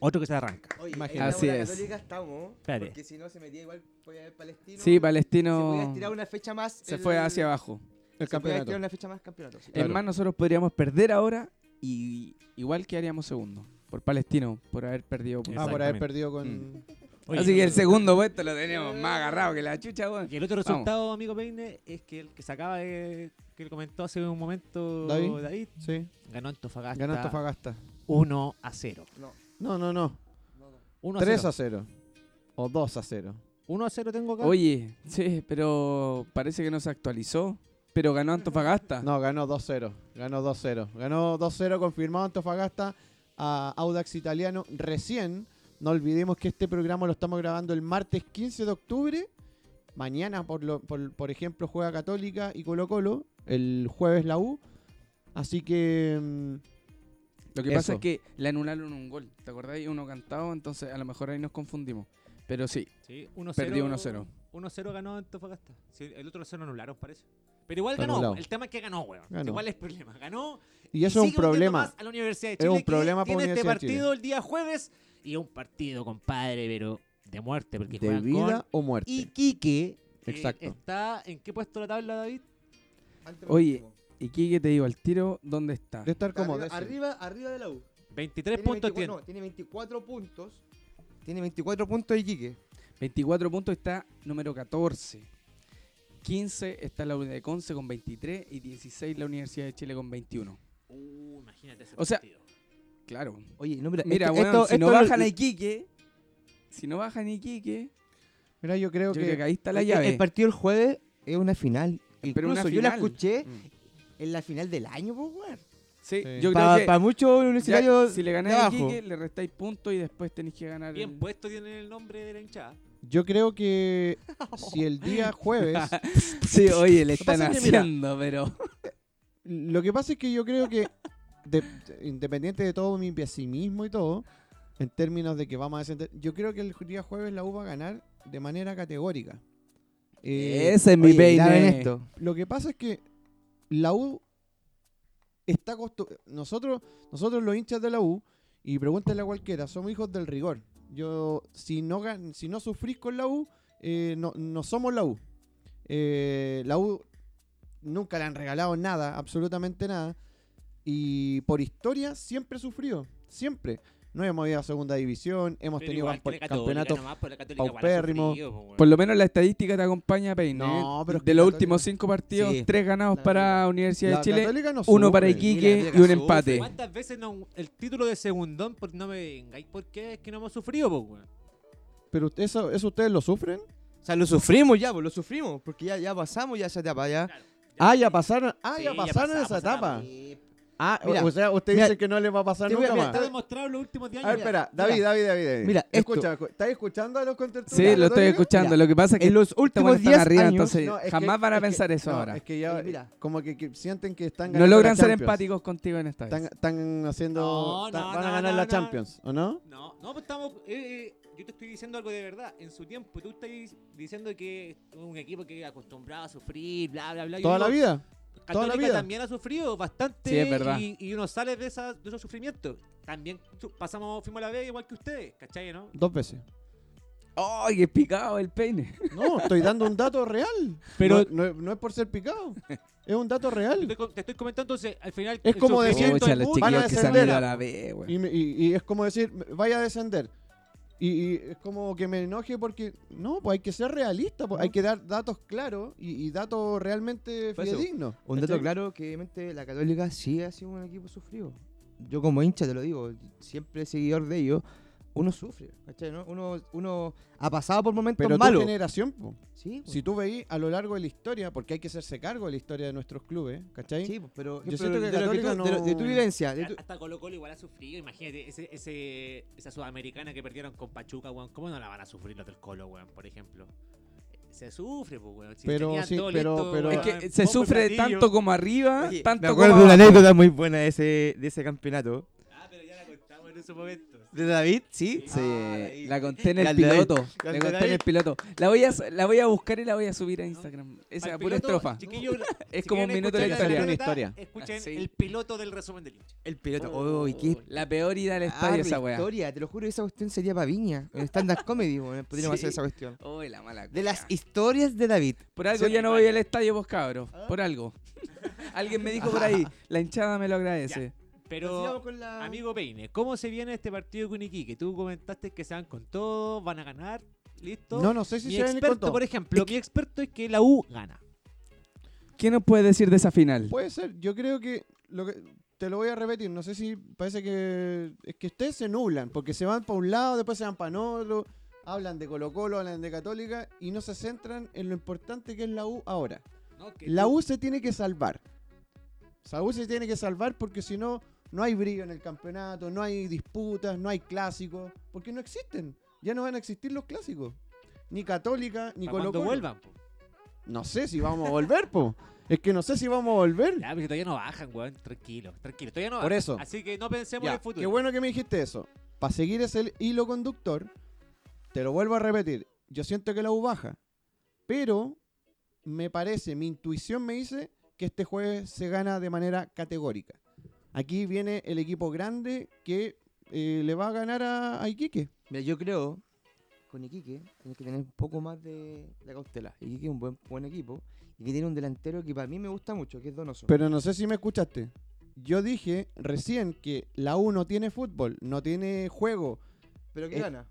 Otro que se arranca. Oye, Imagínate. en la Así Bola es. Católica estamos, Espérate. porque si no se metía igual, podía haber Palestino. Sí, Se podía Palestino tirar una fecha más. se el- fue hacia El abajo. se podía campeonato. estirar una fecha más campeonato. sí. Claro. Es más, nosotros podríamos perder ahora y igual quedaríamos segundo. Por Palestino, por haber perdido. Ah, por haber Exactamente. perdido Mm. con. Oye, Así que el segundo puesto lo teníamos más agarrado que la chucha, weón. Y el otro Vamos. resultado, amigo Peine, es que el que se acaba de. que le comentó hace un momento David. David, Sí. ganó Antofagasta, Ganó Antofagasta. 1 a 0. No, No, no, no. no, no. 1 a 3 0. a 0. O 2 a 0. 1 a 0 tengo acá. Oye, sí, pero parece que no se actualizó. Pero ganó Antofagasta. No, ganó 2 a 0. Ganó 2 a 0. Ganó 2 a 0, confirmado Antofagasta a Audax Italiano recién. No olvidemos que este programa lo estamos grabando el martes 15 de octubre. Mañana, por, lo- por, por ejemplo, juega Católica y Colo Colo. El jueves la U. Así que... mm, Lo que Eso. pasa es que le anularon un gol. ¿Te acordáis? Uno cantado, entonces a lo mejor ahí nos confundimos. Pero sí, Sí, 1 Perdió 1-0. 1 a 0 ganó Antofagasta. Sí, el otro 0 anularon, parece. Pero igual Está ganó. anulado. El tema es que ganó, weón. Ganó. Igual es problema. Ganó. Y eso es un sigue hundiendo problema. más a la Universidad de Es Chile, un que problema para tiene este Universidad de Chile. partido el día jueves. Y es un partido, compadre, pero de muerte. Porque De juegan con vida o muerte. Iquique, Eh, Exacto. ¿Está en qué puesto la tabla, David? Oye, y Quique te digo al tiro, ¿dónde está? De estar como Arriba, décimo. arriba, arriba de la U. 23 Tiene puntos 24 tiene. no, tiene 24 puntos. Tiene 24 puntos Iquique. 24 puntos está número 14. 15 está la Unidad de Conce con 23 y 16 la Universidad de Chile con 21. Uh, imagínate ese O sea, partido. Claro. Oye, no, mira, Mira, esto- weón, esto- si no esto lo- bajan a Iquique, si no bajan a Iquique, Mira, yo creo yo que. creo que ahí está la el- llave. El partido el jueves es una final. Pero una Incluso yo la final. escuché Mm. en la final del año, pues, weón. Sí, Sí. yo creo Para que muchos ya, universitarios. si le de ganáis a abajo. Iquique, le restáis puntos y después tenéis que ganar. Bien el- puesto tiene el nombre de la hinchada. Yo creo que si el día jueves. Sí, oye, le que pasa están es que, mira, haciendo, pero. Lo que pasa es que yo creo que, de- independiente de todo mi pesimismo y todo, en términos de que vamos a descender, yo creo que el día jueves la U va a ganar de manera categórica. Eh, Ese es mi Oye, peine. graben esto. lo que pasa es que la U está acostumbrada. Nosotros, nosotros los hinchas de la U, y pregúntale a cualquiera, somos hijos del rigor. Yo, si no, gan- si no sufrís con la U, eh, no, no somos la U. Eh, la U nunca le han regalado nada, absolutamente nada. Y por historia siempre he sufrido, siempre. No hemos ido a segunda división, hemos tenido campo- campeonatos pues paupérrimos. Por lo menos la estadística te acompaña, Peine. No, ¿eh? pero es de que los Católica- últimos cinco partidos, Sí. tres ganados La- para Universidad La de Chile, Católica no uno para sufre. Mira, Iquique y Católica un sufre. empate. ¿Cuántas veces no- el título de segundón? Por, no me vengáis, ¿por qué es que no hemos sufrido, po, weón? Pero eso, eso ustedes lo sufren. O sea, lo sufrimos ya, pues lo sufrimos. Porque ya, ya pasamos ya esa etapa, ya. Ah, ya pasaron, ah, Sí, ya ya pasaron pasamos esa esa etapa. Eh, Ah, o- Mira, o sea, usted mira, dice que no le va a pasar te voy a- nunca mira, más. Está demostrado en los últimos 10 A ver, años. espera, mira. David, David, David, David. Mira, esto. escucha, escu- ¿estás escuchando a los Sí, contertulios? lo estoy Católica? escuchando. Mira, Lo que pasa es que en los últimos últimos 10 están arriba, años. entonces No, es jamás que- van a es que- pensar eso no, ahora. Es que ya, Eh, mira. como que, que sienten que están no ganando logran la ser Champions. empáticos pues. contigo en esta vez. Están, están haciendo. No, están- no, van a no, ganar no, la no. Champions, ¿o no? No, no, pues estamos. eh, eh, yo te estoy diciendo algo de verdad. En su tiempo, tú estás diciendo que es un equipo que acostumbrado a sufrir, bla, bla, bla. Yo Toda digo, la vida. Católica toda la vida. también ha sufrido bastante. Sí, es verdad. Y, y uno sale de, esa, de esos sufrimientos. También su- pasamos, fuimos a la B igual que ustedes, ¿cachai, no? Dos veces. ¡Ay, qué picado el peine! No, estoy dando un dato real. Pero- no, no- no es por ser picado. Es un dato Te real. estoy, co- te estoy comentando, entonces, al final. Es el como decir- sufrimiento Pucha, es los mucho. van a chiquillos que se han descender. ido a la B, pues. güey. Y, me- y- y es como decir, vaya a descender. Y, y es como que me enoje porque. No, pues hay que ser realista. pues, hay que dar datos claros y, y datos realmente Pues eso, fidedignos. Un dato ¿Cachai? claro que obviamente la Católica sí ha sido un equipo sufrido. Yo como hincha te lo digo, siempre seguidor de ellos, uno sufre, ¿cachai, no? Uno, uno ha pasado por momentos Pero tu malos. generación, po. Sí, pues, si tú veis a lo largo de la historia, porque hay que hacerse cargo de la historia de nuestros clubes, ¿cachai? sí, pues, pero Yo pero siento que de, lo Católica tú- de lo- de tu no- vivencia, de tu- Hasta Colo Colo igual ha sufrido, imagínate, ese, ese, esa sudamericana que perdieron con Pachuca, weón, ¿cómo no la van a sufrir los del Colo, weón, por ejemplo? Eh, Se sufre, pues, weón. Si Pero tenían sí, todo pero- listo, pero- Es weón, que se bombo y sufre platillo. tanto como arriba, Oye, tanto me acuerdo como de una abajo. anécdota muy buena de ese, de ese campeonato. Ah, pero ya la contamos en ese momento. ¿De David? Sí. Sí, la conté en Y el al de ahí, piloto. y al La de conté en ahí. el piloto. La voy a, la voy a buscar y la voy a subir a Instagram. Esa Al pura piloto, estrofa. chiquillos, Es si como un quieren minuto de la escuchar historia. esa historia. anécdota, Escuchen Sí. el piloto del resumen del hincha. El piloto. Oh, y qué La peor ida al ah, estadio esa weá. historia, te lo juro, esa cuestión sería para Viña. En stand-up comedy, bueno, podríamos Sí. hacer esa cuestión. Oye, la mala De las cueva. historias de David. Por algo ya no voy al estadio vos, cabros. ¿Ah? Por algo. Alguien me dijo por ahí, la hinchada me lo agradece. Pero, amigo Peine, ¿cómo se viene este partido con Iquique? Tú comentaste que se van con todo, van a ganar, listo. No, no sé si mi se ven experto, por ejemplo, mi experto es que la U gana. ¿Qué nos puede decir de esa final? Puede ser, yo creo que, lo que te lo voy a repetir, no sé si parece que es que ustedes se nublan, porque se van para un lado, después se van para otro, hablan de Colo Colo, hablan de Católica y no se centran en lo importante que es la U ahora. ¿no? Que La tú- U se tiene que salvar. La U se tiene que salvar porque si no, no hay brillo en el campeonato, no hay disputas, no hay clásicos, porque no existen. Ya no van a existir los clásicos. Ni Católica, ni pa' Colo cuando Colo. vuelvan. po. No sé si vamos a volver, po. Es que no sé si vamos a volver. Ya, pero todavía no bajan, weón. Tranquilo, tranquilo. Todavía no Por bajan. eso. Así que no pensemos Ya, en el futuro. Qué bueno que me dijiste eso. Para seguir ese hilo conductor, te lo vuelvo a repetir. Yo siento que la U baja, pero me parece, mi intuición me dice que este jueves se gana de manera categórica. Aquí viene el equipo grande que eh, le va a ganar a, a Iquique. Mira, yo creo, con Iquique tienes que tener un poco más de, de cautela. Iquique es un buen, buen equipo y que tiene un delantero que para mí me gusta mucho, que es Donoso. Pero no sé si me escuchaste. Yo dije recién que la U no tiene fútbol, no tiene juego, Pero que eh, gana.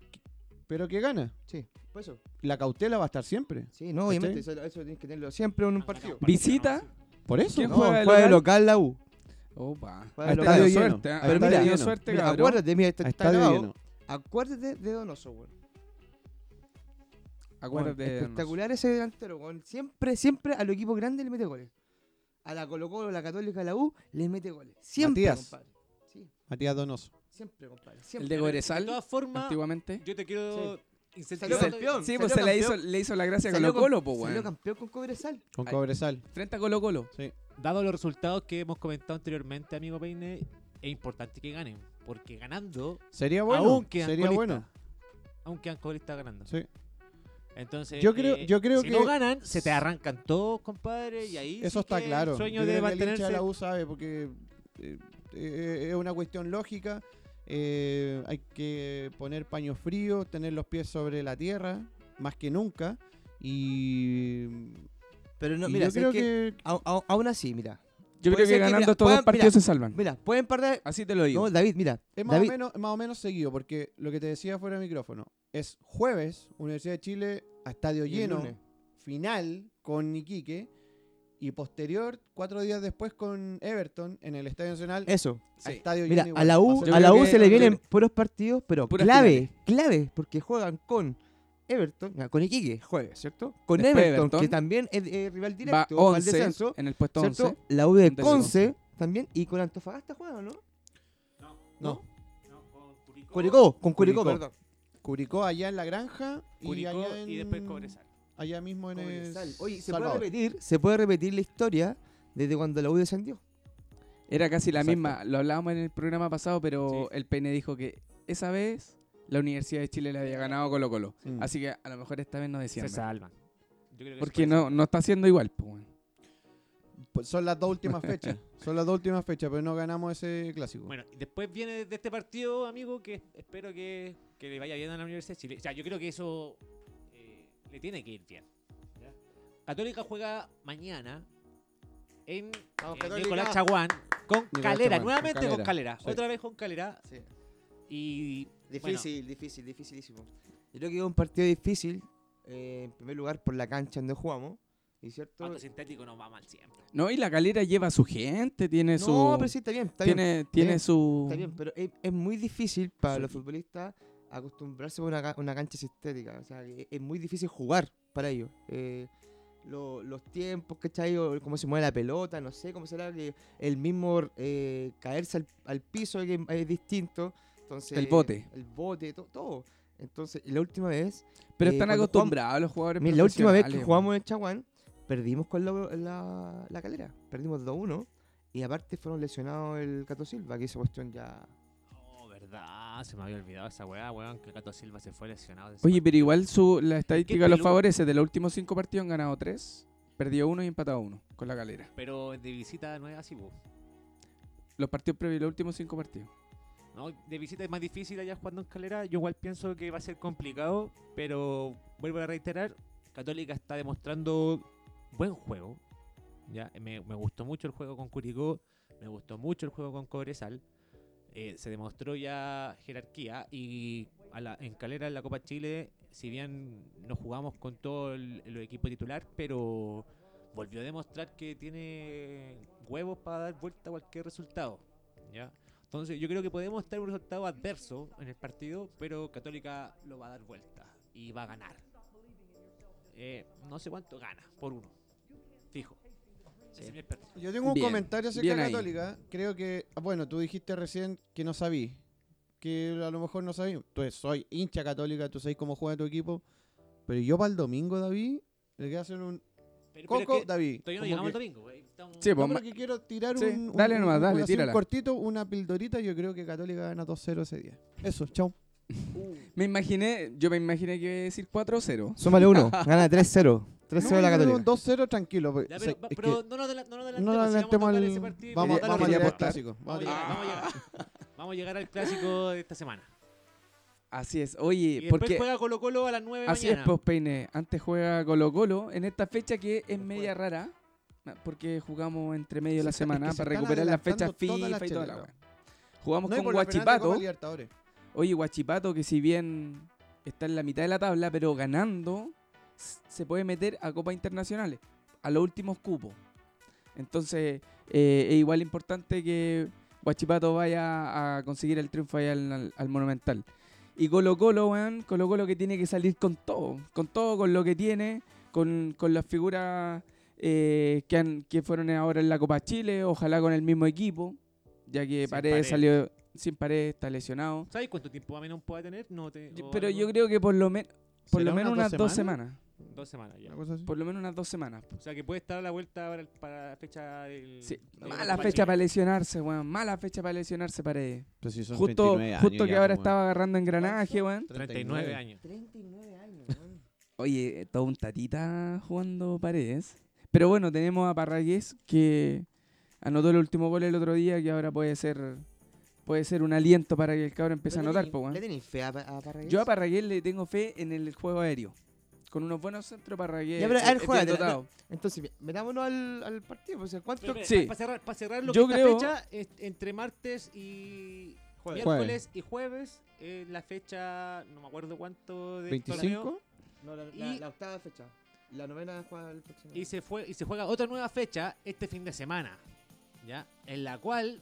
pero que gana. Sí, por eso. La cautela va a estar siempre. Sí, no, obviamente, eso, eso tienes que tenerlo siempre en un partido. Visita. Por eso. ¿Quién No, juega Ah, juega de de local? local la U. Opa. Juega de Ahí Te está local. dio lleno. suerte, ah, Pero pero mira, mira, te dio lleno. suerte, Mira, cabrón. acuérdate, mira, Este está, A está estadio grabado. lleno. Acuérdate de Donoso, weón. Acuérdate Weón, de nosotros. espectacular ese delantero, weón. Siempre, siempre a los equipos grandes le mete goles. A la Colo Colo, a la Católica, a la U, le mete goles. Siempre, Matías. compadre. Sí, Matías Donoso. siempre, compadre. Siempre. El de De Goresal, todas formas, antiguamente. yo te quiero Salió incentivar. campeón. Sí, salió pues se la hizo, campeón. le hizo la gracia a Salió Colo Colo, cam- pues, Salió weón. campeón con Cobresal. Con Ay. Cobresal. Frente a Colo Colo. Dado los resultados que hemos comentado anteriormente, amigo Peine, es importante que ganen. Porque ganando, Sería bueno. aún quedan sería colistas. bueno. Aunque Ancor está ganando. Sí. Entonces, eh, Yo creo- yo creo si que- no ganan, se te arrancan todos, compadre, y ahí sí Eso está que claro. El sueño de Yo creo que el hincha mantenerse. de la U sabe porque eh, eh, es una cuestión lógica. eh, hay que poner paños fríos, tener los pies sobre la tierra, más que nunca. Y, Pero no, y mira, yo creo que, au- au- aún así, mira. Yo Puede creo que ser que, ganando mira, estos dos puedan- partidos se mira. salvan. Mira, pueden perder. Así te lo digo. No, David, mira. es más David, o, menos, más o menos seguido, porque lo que te decía fuera de micrófono, es jueves, Universidad de Chile, a estadio Y el lleno, lunes. final con Iquique, y posterior, cuatro días después con Everton en el Estadio Nacional, eso. a estadio Mira, lleno. a igual. la Va U, ser Yo a la creo U que- se le yo vienen puros partidos, pero Puras clave, clave, porque juegan con Everton, ya, con Iquique, jueves, ¿cierto? Con Después Everton, Everton. que también es eh, rival Va directo al 11 descenso, en el puesto ¿cierto? 11. La U de Del Conce también, y con Antofagasta juegan, ¿no? No. Curicó, con Curicó, Curicó. perdón. Curicó allá en la granja y, Curicó allá en- y después Cobresal. allá mismo en el Cobresal. Oye, se Salvador. puede repetir, se puede repetir la historia desde cuando la U descendió. Era casi la Exacto. misma. Lo hablábamos en el programa pasado, pero el PN dijo que esa vez la Universidad de Chile le había ganado a Colo Colo. Mm. Así que a lo mejor esta vez no decían. Se nada. salvan. Yo creo que Porque no, no está siendo igual, pues, weón. Pues Son las dos últimas fechas. Son las dos últimas fechas, pero no ganamos ese clásico. Bueno, y después viene de este partido, amigo, que espero que, que le vaya bien a la Universidad de Chile. O sea, yo creo que eso eh, le tiene que ir bien. ¿ya? Católica juega mañana en eh, Católica. Nicolás Chaguán con Nicolás Calera, Chaguán, nuevamente con con Calera, Calera, sí. otra vez con Calera. Sí. Y Difícil, difícil, dificilísimo. Yo creo que es un partido difícil, eh, en primer lugar por la cancha donde jugamos, y cierto. cuando sintético nos va mal siempre. No, y la calera lleva a su gente, tiene su. No, pero sí está bien, está bien. tiene tiene bien, su. Está bien, pero es, es muy difícil para Mm. Sí. los futbolistas acostumbrarse a una, ca- una cancha sintética. O sea, que es muy difícil jugar para ellos. Eh, lo- los tiempos, ¿cachai? O cómo se mueve la pelota, no sé, cómo será que el mismo eh, caerse al, al piso que es distinto. Entonces, El bote. El bote, to- todo. Entonces, la última vez, pero eh, están cuando jugamos- acostumbrados los jugadores. mira, la última vez que profesionales, jugamos en Chaguán, perdimos con la, la- la calera. Perdimos 2-1. Y aparte fueron lesionados el Cato Silva, que esa cuestión ya Oh, verdad, se me había olvidado esa weá, weón, que Cato Silva se fue lesionado. de ese weón. Oye, pero igual su, la estadística los peludo. favorece. De los últimos cinco partidos han ganado tres, perdido uno y empatado uno con la calera. partido. pero de visita no es así, po. Los partidos previos, los últimos cinco partidos. ¿no? De visita es más difícil allá jugando en Calera. Yo igual pienso que va a ser complicado, pero vuelvo a reiterar, Católica está demostrando buen juego. ¿ya? Me, me gustó mucho el juego con Curicó, me gustó mucho el juego con Cobresal. Eh, se demostró ya jerarquía y a la- en Calera en la Copa Chile, si bien no jugamos con todo el, el equipo titular, pero volvió a demostrar que tiene huevos para dar vuelta a cualquier resultado. ¿ya? Entonces, yo creo que podemos tener un resultado adverso en el partido, pero Católica lo va a dar vuelta y va a ganar. Eh, no sé cuánto gana, por uno. Fijo. Ese es mi expertise. Yo tengo un Bien, comentario acerca bien de ahí. Católica. Creo que, ah, bueno, tú dijiste recién que no sabí. Que a lo mejor no sabí. Tú soy hincha católica, tú sabes cómo juega tu equipo. Pero yo para el domingo, David, le quiero hacer un Pero, pero es coco, que David. todavía no Como llegamos al que- domingo. güey. Estamos- Sí, No, pues, pero ma- que quiero tirar Sí, un, un- dale un- nomás, un- dale, así un tírala. cortito, una pildorita. Yo creo que Católica gana 2-0 ese día. Eso, chao. me imaginé, yo me imaginé que iba a decir 4-0. Súmale uno, gana 3-0. 3-0 No, la yo creo un Católica. 2-0 tranquilo. porque Ya, sé- pero es que pero no nos adela- no nos no adelantemos, si vamos a tocar adelantemos al- ese partido y Vamos, vamos a vamos a tocar llegar al el clásico. Vamos Vamos a a llegar. llegar, vamos a llegar. Vamos a llegar al clásico de esta semana. Así es. Y Oye, después porque juega Colo Colo a las 9 de así mañana. es, pues, Peine. Antes juega Colo Colo en esta fecha que es media rara, porque jugamos entre medio de la Sí, es que semana se para están recuperar las fechas adelantando todas FIFA las y toda la cheleras. weá. Jugamos No, y con por la penal de Copa Guachipato. Libertadores. Oye, Guachipato, que si bien está en la mitad de la tabla, pero ganando, s- se puede meter a Copas Internacionales, a los últimos cupos. Entonces, eh, es igual importante que Guachipato vaya a conseguir el triunfo allá al, al- al Monumental. Y Colo Colo, weón, Colo Colo que tiene que salir con todo, con todo, con lo que tiene, con, con las figuras eh, que, han, que fueron ahora en la Copa Chile, ojalá con el mismo equipo, ya que Sin Paredes Paredes. salió sin pared, está lesionado. ¿Sabes cuánto tiempo más o menos puede tener? No te, Yo- o Pero algo. yo creo que por lo, men- por ¿Será lo menos unas dos semanas. Dos semanas ya. Una cosa así. Por lo menos unas dos semanas. O sea que puede estar a la vuelta para, el- para la fecha del. Sí. de Mala Copa fecha Chile. para lesionarse, weón. Mala fecha para lesionarse, paredes. Pero si Pues son Justo, 39 años justo ya, que ahora pues, estaba agarrando engranaje, weón. 39 años. 39 años, weón. Oye, eh, todo un tatita jugando paredes. Pero bueno, tenemos a Parragués que anotó el último gol el otro día, que ahora puede ser puede ser un aliento para que el cabrón empiece a anotar, po, weón. ¿Le tenéis fe a, Pa- a Parragués? Yo a Parragués le tengo fe en el juego aéreo. Con unos buenos centros, Parragués. Ya, pero, a ver, es bien juégatela, dotado. Entonces, mi- metámonos al, al partido. Pues, ¿cuánto? Espera, Sí. Para cerrar, para cerrar lo Yo que creo- esta fecha es entre martes y Jueves. miércoles y jueves eh, la fecha no me acuerdo cuánto del torneo, ¿25? No, la, la- la octava fecha. La novena juega el próximo. y se fue y se juega otra nueva fecha este fin de semana ya en la cual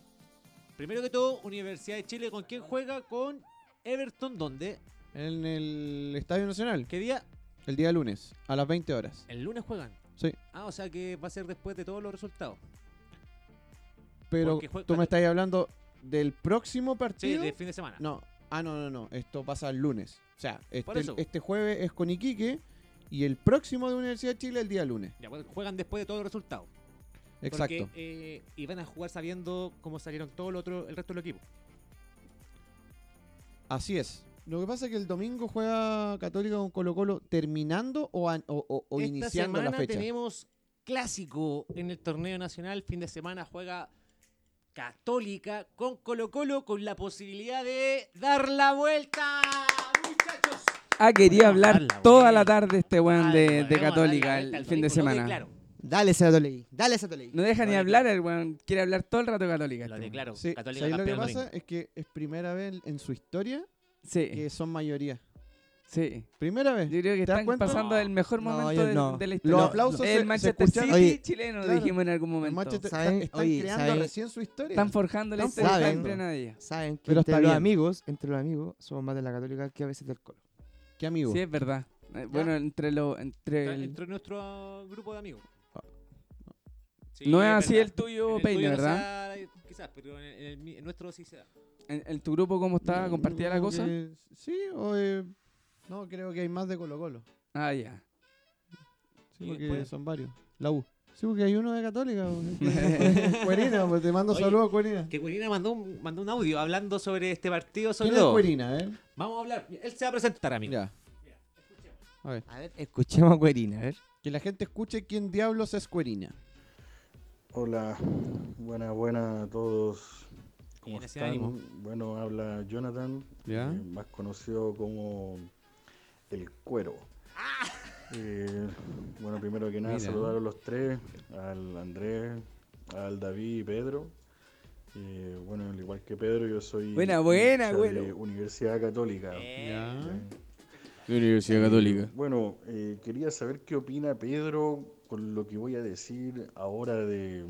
primero que todo Universidad de Chile con quién juega con Everton dónde En el Estadio Nacional, qué Eh, día el día lunes, a las 20 horas. el lunes juegan Sí. ah o sea que va a ser después de todos los resultados Pero Porque jue- tú para- me estás hablando del próximo sí partido. del fin de semana No, ah, no, no, no. Esto pasa el lunes. O sea, Por este, eso. este jueves es con Iquique y el próximo de Universidad de Chile el día lunes. ya pues, juegan después de todos los resultados Exacto. Porque, eh, iban a jugar sabiendo cómo salieron todo el otro, el resto del equipo. Así es. Lo que pasa es que el domingo juega Católica con Colo Colo terminando o, an- o- o- o Esta iniciando la semana fecha. tenemos clásico en el torneo nacional. Fin de semana juega Católica con Colo Colo con la posibilidad de dar la vuelta, muchachos. Ah, Vamos quería a hablar darla, toda weón. la tarde este weón Ah, de, bueno, de vamos a Católica darle el, la vuelta al fin domingo, de lo semana. declaro, Dale ese Atolei. Dale ese Atolei. No deja ni Lo hablar el weón, quiere hablar todo el rato de Católica. Lo este weón. declaro. Sí, Católica ¿sabes lo que campeón pasa? eh, domingo. Es que es primera vez en su historia Sí, que son mayoría. sí. Primera Yo vez. creo que ¿Te das están cuenta? pasando el mejor No, momento yo de, no. de la historia. Los No, aplausos El se- se Manchester escucharon- City Oye, chileno, claro. dijimos en algún El momento. Manchester- ¿Saben? Están Oye, creando ¿saben? recién su historia. Están forjando la Están historia en forjando. plena de ella. Saben que Pero está entre los bien. amigos, entre los amigos, somos más de la católica que a veces del colo. Qué amigo. Sí, es verdad. Eh, Bueno, entre lo... Entre Está el- Ah. Entre nuestro grupo de amigos. Sí, no es así verdad. el tuyo, En el Peine, tuyo no se ¿verdad? da, quizás, pero en, el- en el mi- en nuestro sí se da. En, en tu grupo cómo está? No, ¿Compartida la como cosa? que- sí, o, eh, no, creo que hay más de Colo Colo. Ah, ya. Sí, Y porque después- son varios. La U. Sí, porque hay uno de Católica. pues. Cuerina, pues te mando Oye, saludos, Cuerina. Que Guerina mandó un, mandó un audio hablando sobre este partido, sobre ¿Quién es todo. Cuerina, eh? Vamos a hablar. Él se va a presentar, amigo. Ya. A ver, escuchemos a Guerina, a ver. Que la gente escuche quién diablos es Cuerina. Hola, buenas, buenas a todos. ¿Cómo Bien, ese están? ánimo. Bueno, habla Jonathan, Ya. eh, más conocido como El Cuero. Eh, bueno, primero que nada, Mira. saludar a los tres, al Andrés, al David y Pedro. Eh, bueno, al igual que Pedro, yo soy Buena, buena, hincha güero. de Universidad Católica. Ya. Eh, Universidad Bueno, eh, quería saber qué opina Pedro con lo que voy a decir ahora de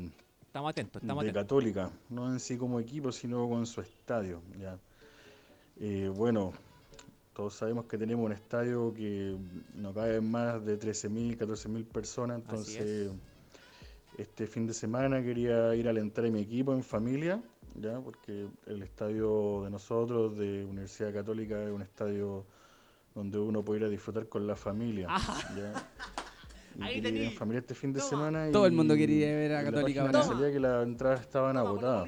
Estamos atentos, estamos de atentos. Católica, no en sí como equipo, sino con su estadio. ya. Eh, bueno, todos sabemos que tenemos un estadio que no cabe más de 13.000, 14.000 personas, Así entonces este fin de semana quería ir a alentar a mi equipo en familia, ya porque el estadio de nosotros, de Universidad Católica, es un estadio donde uno puede ir a disfrutar con la familia. Ah. ¿ya? Y Ahí quería ir en tení. familia este fin de Toma. semana. Todo el y- mundo quería ver a y la Católica página me ahora. salía que las entradas estaban agotadas.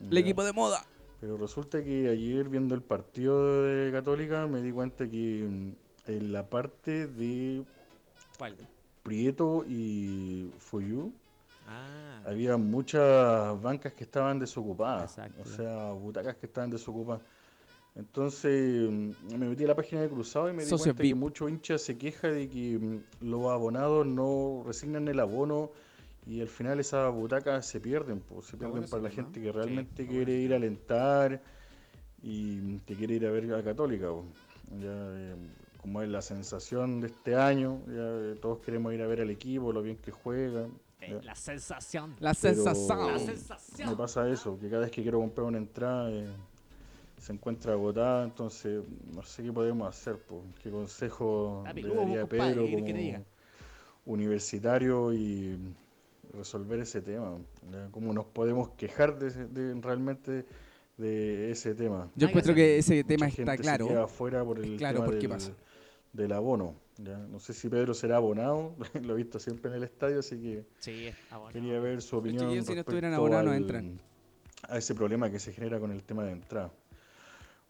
El Ya. equipo de moda. Pero resulta que ayer viendo el partido de Católica me di cuenta que mm, en la parte de ¿Cuál? Prieto y Fuyú Ah, había muchas bancas que estaban desocupadas, Exacto. o sea, butacas que estaban desocupadas. Entonces mm, me metí a la página de Cruzado y me di Socios cuenta que VIP. muchos hinchas se quejan de que mm, los abonados no resignan el abono y al final esas butacas se pierden, pues, se pierden para la gente que realmente quiere ir a alentar y mm, que quiere ir a ver a Católica. po. Ya, eh, como es la sensación de este año, ya, eh, todos queremos ir a ver al equipo, lo bien que juega. ya. Eh, La sensación. La Pero sensación. Me pasa eso, que cada vez que quiero comprar una entrada eh, se encuentra agotada, entonces no sé qué podemos hacer. po. ¿Qué consejo Está le peludo, daría a compadre, Pedro ¿qué quiere que te diga? como universitario y resolver ese tema? Ya, ¿Cómo nos podemos quejar de, ese- de- realmente de ese tema? Hay que Yo encuentro hacer- que ese tema Mucha está gente se queda claro. afuera por el Claro, tema ¿por qué del, pasa? del abono. ya. No sé si Pedro será abonado, lo he visto siempre en el estadio, así que Sí, está bueno. Quería ver su opinión. chiquillos, si no respecto estuvieran abonados, no al- entran. A ese problema que se genera con el tema de entrada.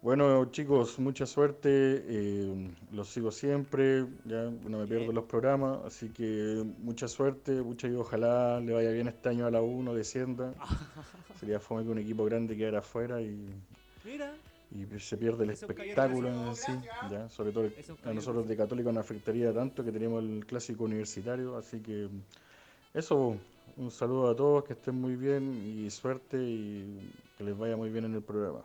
Bueno, chicos, mucha suerte. eh, los sigo siempre. Ya no me pierdo los programas. Así que mucha suerte. Mucha y ojalá le vaya bien este año a la 1, descienda. Sería fome que un equipo grande quedara afuera y, Mira. y se pierde el Es un caballero espectáculo recibo, en sí. gracias. ¿ya? Sobre todo Es un a caballero nosotros de Católica nos afectaría tanto que tenemos el clásico universitario. Así que eso, un saludo a todos, que estén muy bien y suerte y que les vaya muy bien en el programa.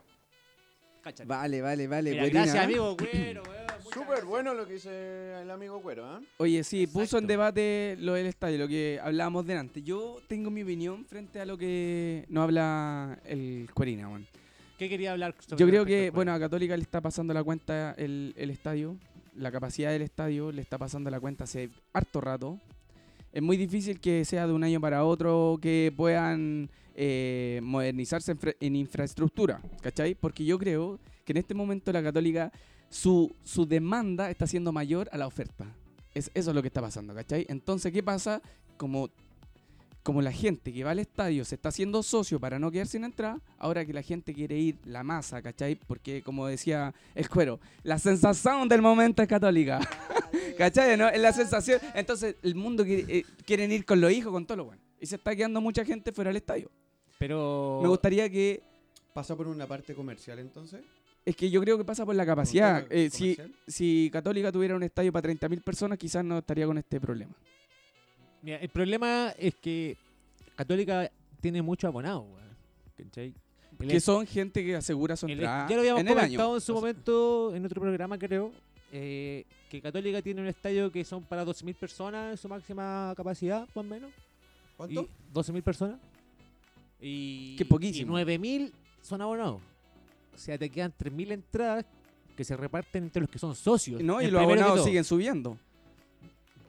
Cáchate. Vale, vale, vale. Mira, buena. gracias, amigo. Güero, weón, muchas Súper gracias. bueno lo que dice el amigo Cuero, ¿eh? Oye, sí, puso en Exacto. debate lo del estadio, lo que hablábamos delante. Yo tengo mi opinión frente a lo que no habla el Cuerina, weón. ¿Qué quería hablar? sobre Yo creo respecto que, al bueno, juego? a Católica le está pasando la cuenta el, el estadio, la capacidad del estadio le está pasando la cuenta hace harto rato. Es muy difícil que sea de un año para otro que puedan eh, modernizarse en, fre- en infraestructura, ¿cachai? Porque yo creo que en este momento la Católica, su, su demanda está siendo mayor a la oferta. Es, eso es lo que está pasando, ¿cachai? Entonces, ¿qué pasa? Como como la gente que va al estadio se está haciendo socio para no quedar sin entrada, ahora que la gente quiere ir, la masa, ¿cachai? Porque, como decía el cuero, la sensación del momento es católica. ¿Cachai? ¿No? Es la sensación. Entonces, el mundo quiere, eh, quieren ir con los hijos, con todo lo bueno. Y se está quedando mucha gente fuera del estadio. Pero. Me gustaría que. ¿Pasa por una parte comercial entonces? Es que yo creo que pasa por la ¿Por un capacidad. tema Eh, si, comercial? si Católica tuviera un estadio para 30.000 personas, quizás no estaría con este problema. Mira, el problema es que Católica tiene mucho abonado, weón. ¿Cachai? El que es- son gente que asegura su el es- entrada. ya lo habíamos en el año. comentado en su O sea, momento, en otro programa creo, eh, que Católica tiene un estadio que son para 12.000 personas en su máxima capacidad, más o menos. ¿Cuánto? Y 12.000 personas. Y, Qué y poquísimo. 9.000 son abonados. O sea, te quedan 3.000 entradas que se reparten entre los que son socios. No, y en primero los que abonados todo. siguen subiendo.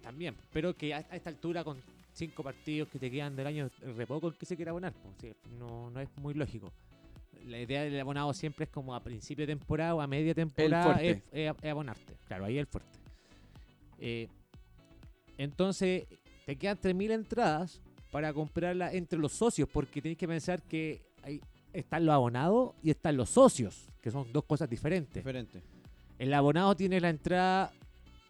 También, pero que a, a esta altura con cinco partidos que te quedan del año re poco el que se quiera abonar, po. Sí, no, no es muy lógico. La idea del abonado siempre es como a principio de temporada o a media temporada fuerte. es, es ab- es abonarte. Claro, ahí el fuerte. Eh, entonces, te quedan 3.000 entradas para comprarla entre los socios, porque tenés que pensar que hay, están los abonados y están los socios, que son dos cosas diferentes. Diferente. El abonado tiene la entrada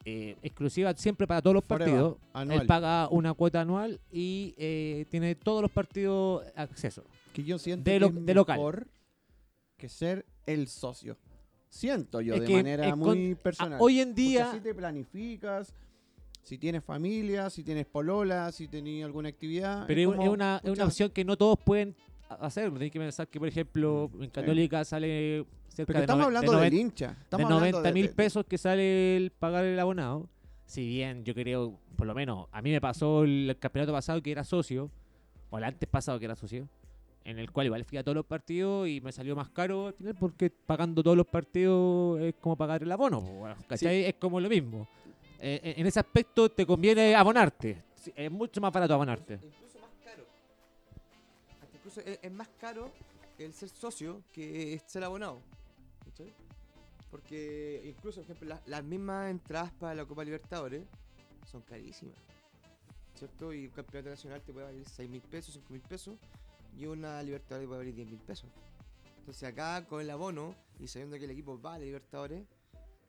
eh, exclusiva siempre para todos los Prueba partidos. anual. Él paga una cuota anual y eh, tiene todos los partidos acceso. Ah, Que yo siento de que lo- es de local. mejor que ser el socio. Siento yo Es de que manera es muy con- personal. Ah, hoy en Porque día, así te planificas, si tienes familia, si tienes polola, si tenías alguna actividad. pero es, como, es una, es una pucha, opción que no todos pueden ha- hacer. Tienes que pensar que, por ejemplo, en Católica sale cerca de, Pero Mm. estamos noven- hablando de del noven- hincha. de Estamos hablando 90 de- mil de- pesos que sale el pagar el abonado. Si bien yo creo, por lo menos, a mí me pasó el campeonato pasado que era socio, o el antes pasado que era socio, en el cual igual fui a todos los partidos y me salió más caro al final porque pagando todos los partidos es como pagar el abono. po, weón, ¿cachai? Es como lo mismo. Eh, en- en ese aspecto te conviene abonarte. Sí, Es mucho más barato abonarte. Incluso más caro. Hasta incluso es, es más caro el ser socio que ser abonado. ¿cachai? Porque incluso, por ejemplo, las, las mismas entradas para la Copa Libertadores son carísimas. ¿Cierto? Y un campeonato nacional te puede valer 6 mil pesos, 5 mil pesos. Y una Libertadores te puede valer 10 mil pesos. Entonces acá con el abono y sabiendo que el equipo va a la Libertadores,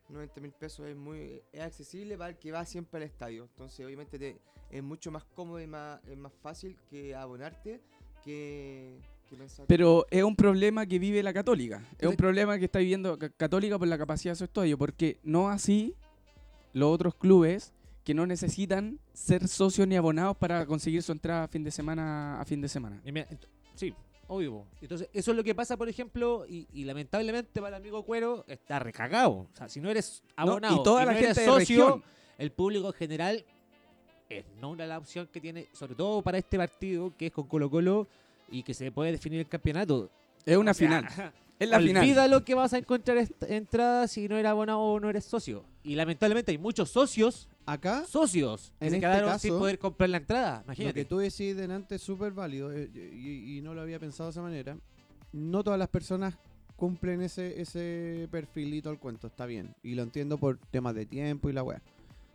90 mil pesos es muy es accesible para el que va siempre al estadio. Entonces obviamente te, es mucho más cómodo y más, es más fácil que abonarte que, que me sacó. Pero es un problema que vive la católica. Es un Entonces- problema que está viviendo ca- católica por la capacidad de su estadio. Porque no así los otros clubes que no necesitan ser socios ni abonados para conseguir su entrada a fin de semana a fin de semana. Y mira, ent- sí, obvio. po. Entonces, eso es lo que pasa, por ejemplo, y, y lamentablemente para el amigo Cuero está recagado. O sea, si no eres abonado y toda la no gente eres de socio, región. el público en general es no una la opción que tiene, sobre todo para este partido que es con Colo Colo y que se puede definir el campeonato. Es una O sea, final. Es la olvida final. lo que vas a encontrar est- entradas si no eres abonado o no eres socio. Y lamentablemente hay muchos socios, Ah. Acá, socios, que En se este quedaron sin caso, poder comprar la entrada. lo que Imagínate. tú decís delante es súper válido eh, y, y no lo había pensado de esa manera. No todas las personas cumplen ese, ese perfilito al cuento, está bien. Y lo entiendo por temas de tiempo y la weá.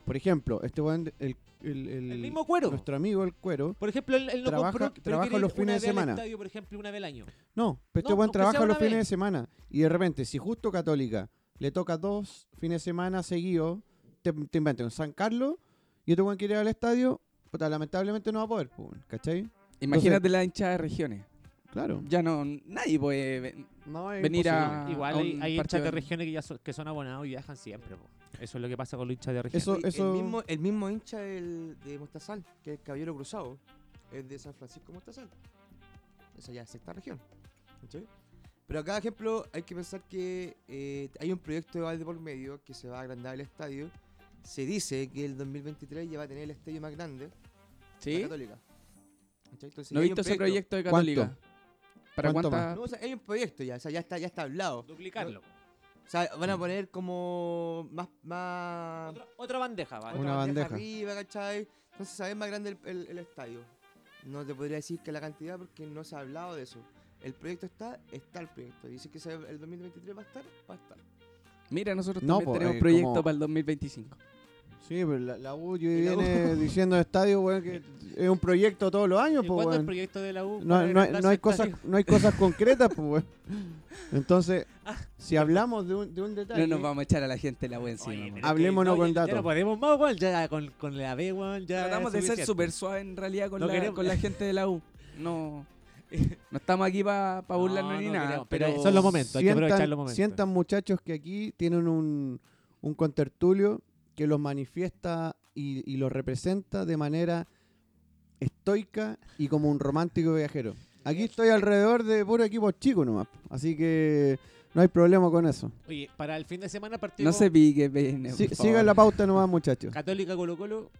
Por ejemplo, este weón, el, el- el- el mismo Cuero. nuestro amigo el cuero, Por ejemplo, él, él no Trabaja- compró, pero trabaja quería los ir fines una de vez al semana. estadio, por ejemplo, una vez al año. No, pero este No, buen aunque sea trabaja una los fines de vez. semana. Y de repente, si justo Católica le toca dos fines de semana seguidos, te, te inventan un San Carlos y otro buen quiere ir al estadio, puta, lamentablemente no va a poder, po, ¿cachai? Imagínate la hinchada de regiones. Claro. Ya no, nadie puede ven- No es venir a. Igual a hay, un hay hinchas partido de en- regiones que, ya son, que son abonados y viajan siempre. po. Eso es lo que pasa con los hinchas de regiones. Eso, Oye, eso. El, mismo, el mismo hincha del- de Mostazal, que es el Caballero Cruzado, es de San Francisco Mostazal. Esa ya es sexta región. ¿cachai? Pero acá, por ejemplo, hay que pensar que eh, hay un proyecto de Valde por medio que se va a agrandar el estadio. Se dice que el 2023 ya va a tener el estadio más grande, la ¿Sí? Católica. ¿cachai? Entonces, No he ya hay visto un ese proyecto de Católica. ¿Para ¿Cuánto cuántas? No, o sea, hay un proyecto ya, o sea, ya está, ya está hablado. Duplicarlo. O sea, van a poner como más, más Otra, otra bandeja, ¿vale? Una bandeja. arriba, ¿cachai? Entonces sabes más grande el, el- el estadio. No te podría decir que la cantidad porque no se ha hablado de eso. El proyecto está, está el proyecto. Dice que se- el 2023 va a estar, va a estar. Mira, nosotros No, también po, tenemos eh, proyecto como- para el 2025. Sí, pero la, la U yo Y la U. viene diciendo estadio, weón, que es un proyecto todos los años, ¿Y pues, cuándo el weón. proyecto de la U? No, para no, hay- agrandar no hay su cosas, estadio? no hay cosas concretas, pues, weón. Entonces, Ah. si hablamos de un, de un detalle. No nos vamos a echar a la gente la buena Oye, encima. pero po. es que no, Hablémonos con ya- Ya datos. no podemos más, weón. Ya con, con la B, weón. Ya Tratamos de es ser suficiente. súper suave en realidad con, No la, queremos- con la gente de la U. No, no estamos aquí para No, burlarnos ni no nada. queremos, pero pero son los momentos, hay que aprovechar los momentos. sientan, muchachos que aquí tienen un, un contertulio que los manifiesta y, y los representa de manera estoica y como un romántico viajero. Aquí estoy alrededor de puro equipo chico nomás, así que no hay problema con eso. Oye, para el fin de semana partido no se pique, pene, por Sí- favor. sigan la pauta nomás, muchachos. Católica Colo Colo.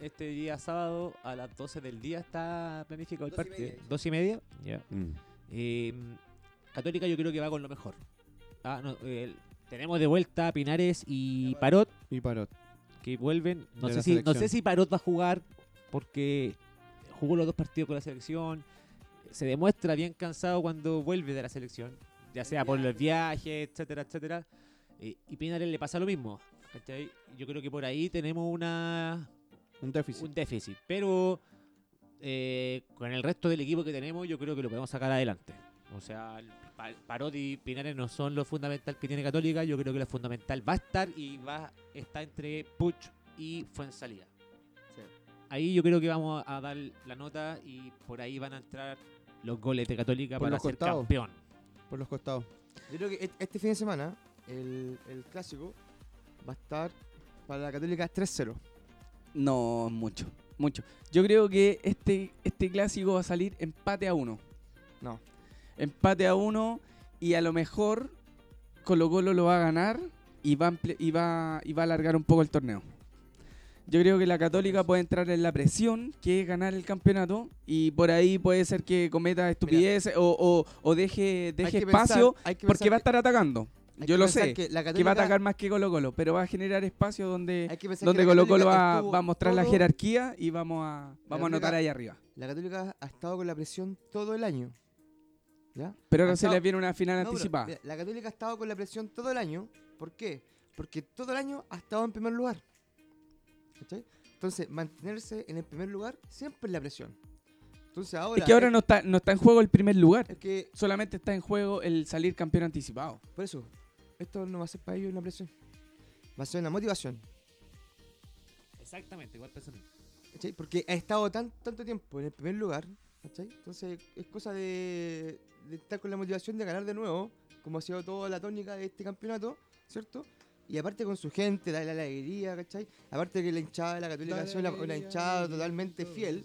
Este día sábado a las 12 del día está planificado el Dos y partido. media. ¿Dos y media? Ya. Mm. Eh, Católica yo creo que va con lo mejor. Ah, no, eh, tenemos de vuelta a Pinares y Parot, Y paró. que vuelven. No De sé, la si, no sé selección. si Parot va a jugar porque jugó los dos partidos con la selección. Se demuestra bien cansado cuando vuelve de la selección, ya sea por los viajes, etcétera, etcétera. Eh, y Pinares le pasa lo mismo. ¿cachai? Yo creo que por ahí tenemos una, Un déficit. un déficit. Pero eh, con el resto del equipo que tenemos, yo creo que lo podemos sacar adelante. O sea, el Pa- Parot y Pinares no son lo fundamental que tiene Católica. Yo creo que lo fundamental va a estar y va está entre Puch y Fuensalida. Ahí yo creo que vamos a dar la nota y por ahí van a entrar los goles de Católica Por para los ser costados. campeón. Por los costados. Yo creo que et- este fin de semana, el, el clásico, va a estar para la Católica 3-0. No, mucho, mucho. Yo creo que este, este clásico va a salir empate a uno. No. Empate a uno y a lo mejor Colo Colo lo va a ganar y va, a ample- y va, y va a alargar un poco el torneo. Yo creo que la Católica puede entrar en la presión que es ganar el campeonato y por ahí puede ser que cometa estupideces o, o- o deje, Hay deje que pensar- espacio hay que porque pensar va a que- estar atacando. hay Yo que lo pensar sé. Que, va la a Católica- atacar más que Colo Colo, pero va a generar espacio donde hay que pensar donde que la Colo Colo Católica va, estuvo va a mostrar la todo- jerarquía y vamos a, vamos a anotar Católica- ahí arriba. La Católica ha estado con la presión todo el año. ¿Ya? Pero ahora ha se estado- les viene una final No, pero, eh, anticipada. mira, la Católica ha estado con la presión todo el año. ¿Por qué? Porque todo el año ha estado en primer lugar. ¿Cachai? Entonces, mantenerse en el primer lugar siempre es la presión. Entonces, ahora. eh, es que ahora no está, no está en juego el primer lugar. es que, Solamente está en juego el salir campeón anticipado. por eso, esto no va a ser para ellos una presión. Va a ser una motivación. Exactamente, igual pensando. ¿cachai? Porque ha estado tan, tanto tiempo en el primer lugar ¿Cachai? Entonces es cosa de, de estar con la motivación de ganar de nuevo, como ha sido toda la tónica de este campeonato, ¿cierto? Y aparte con su gente, la, la alegría, ¿cachai? Aparte que la hinchada de la Católica ha sido una, una hinchada totalmente fiel,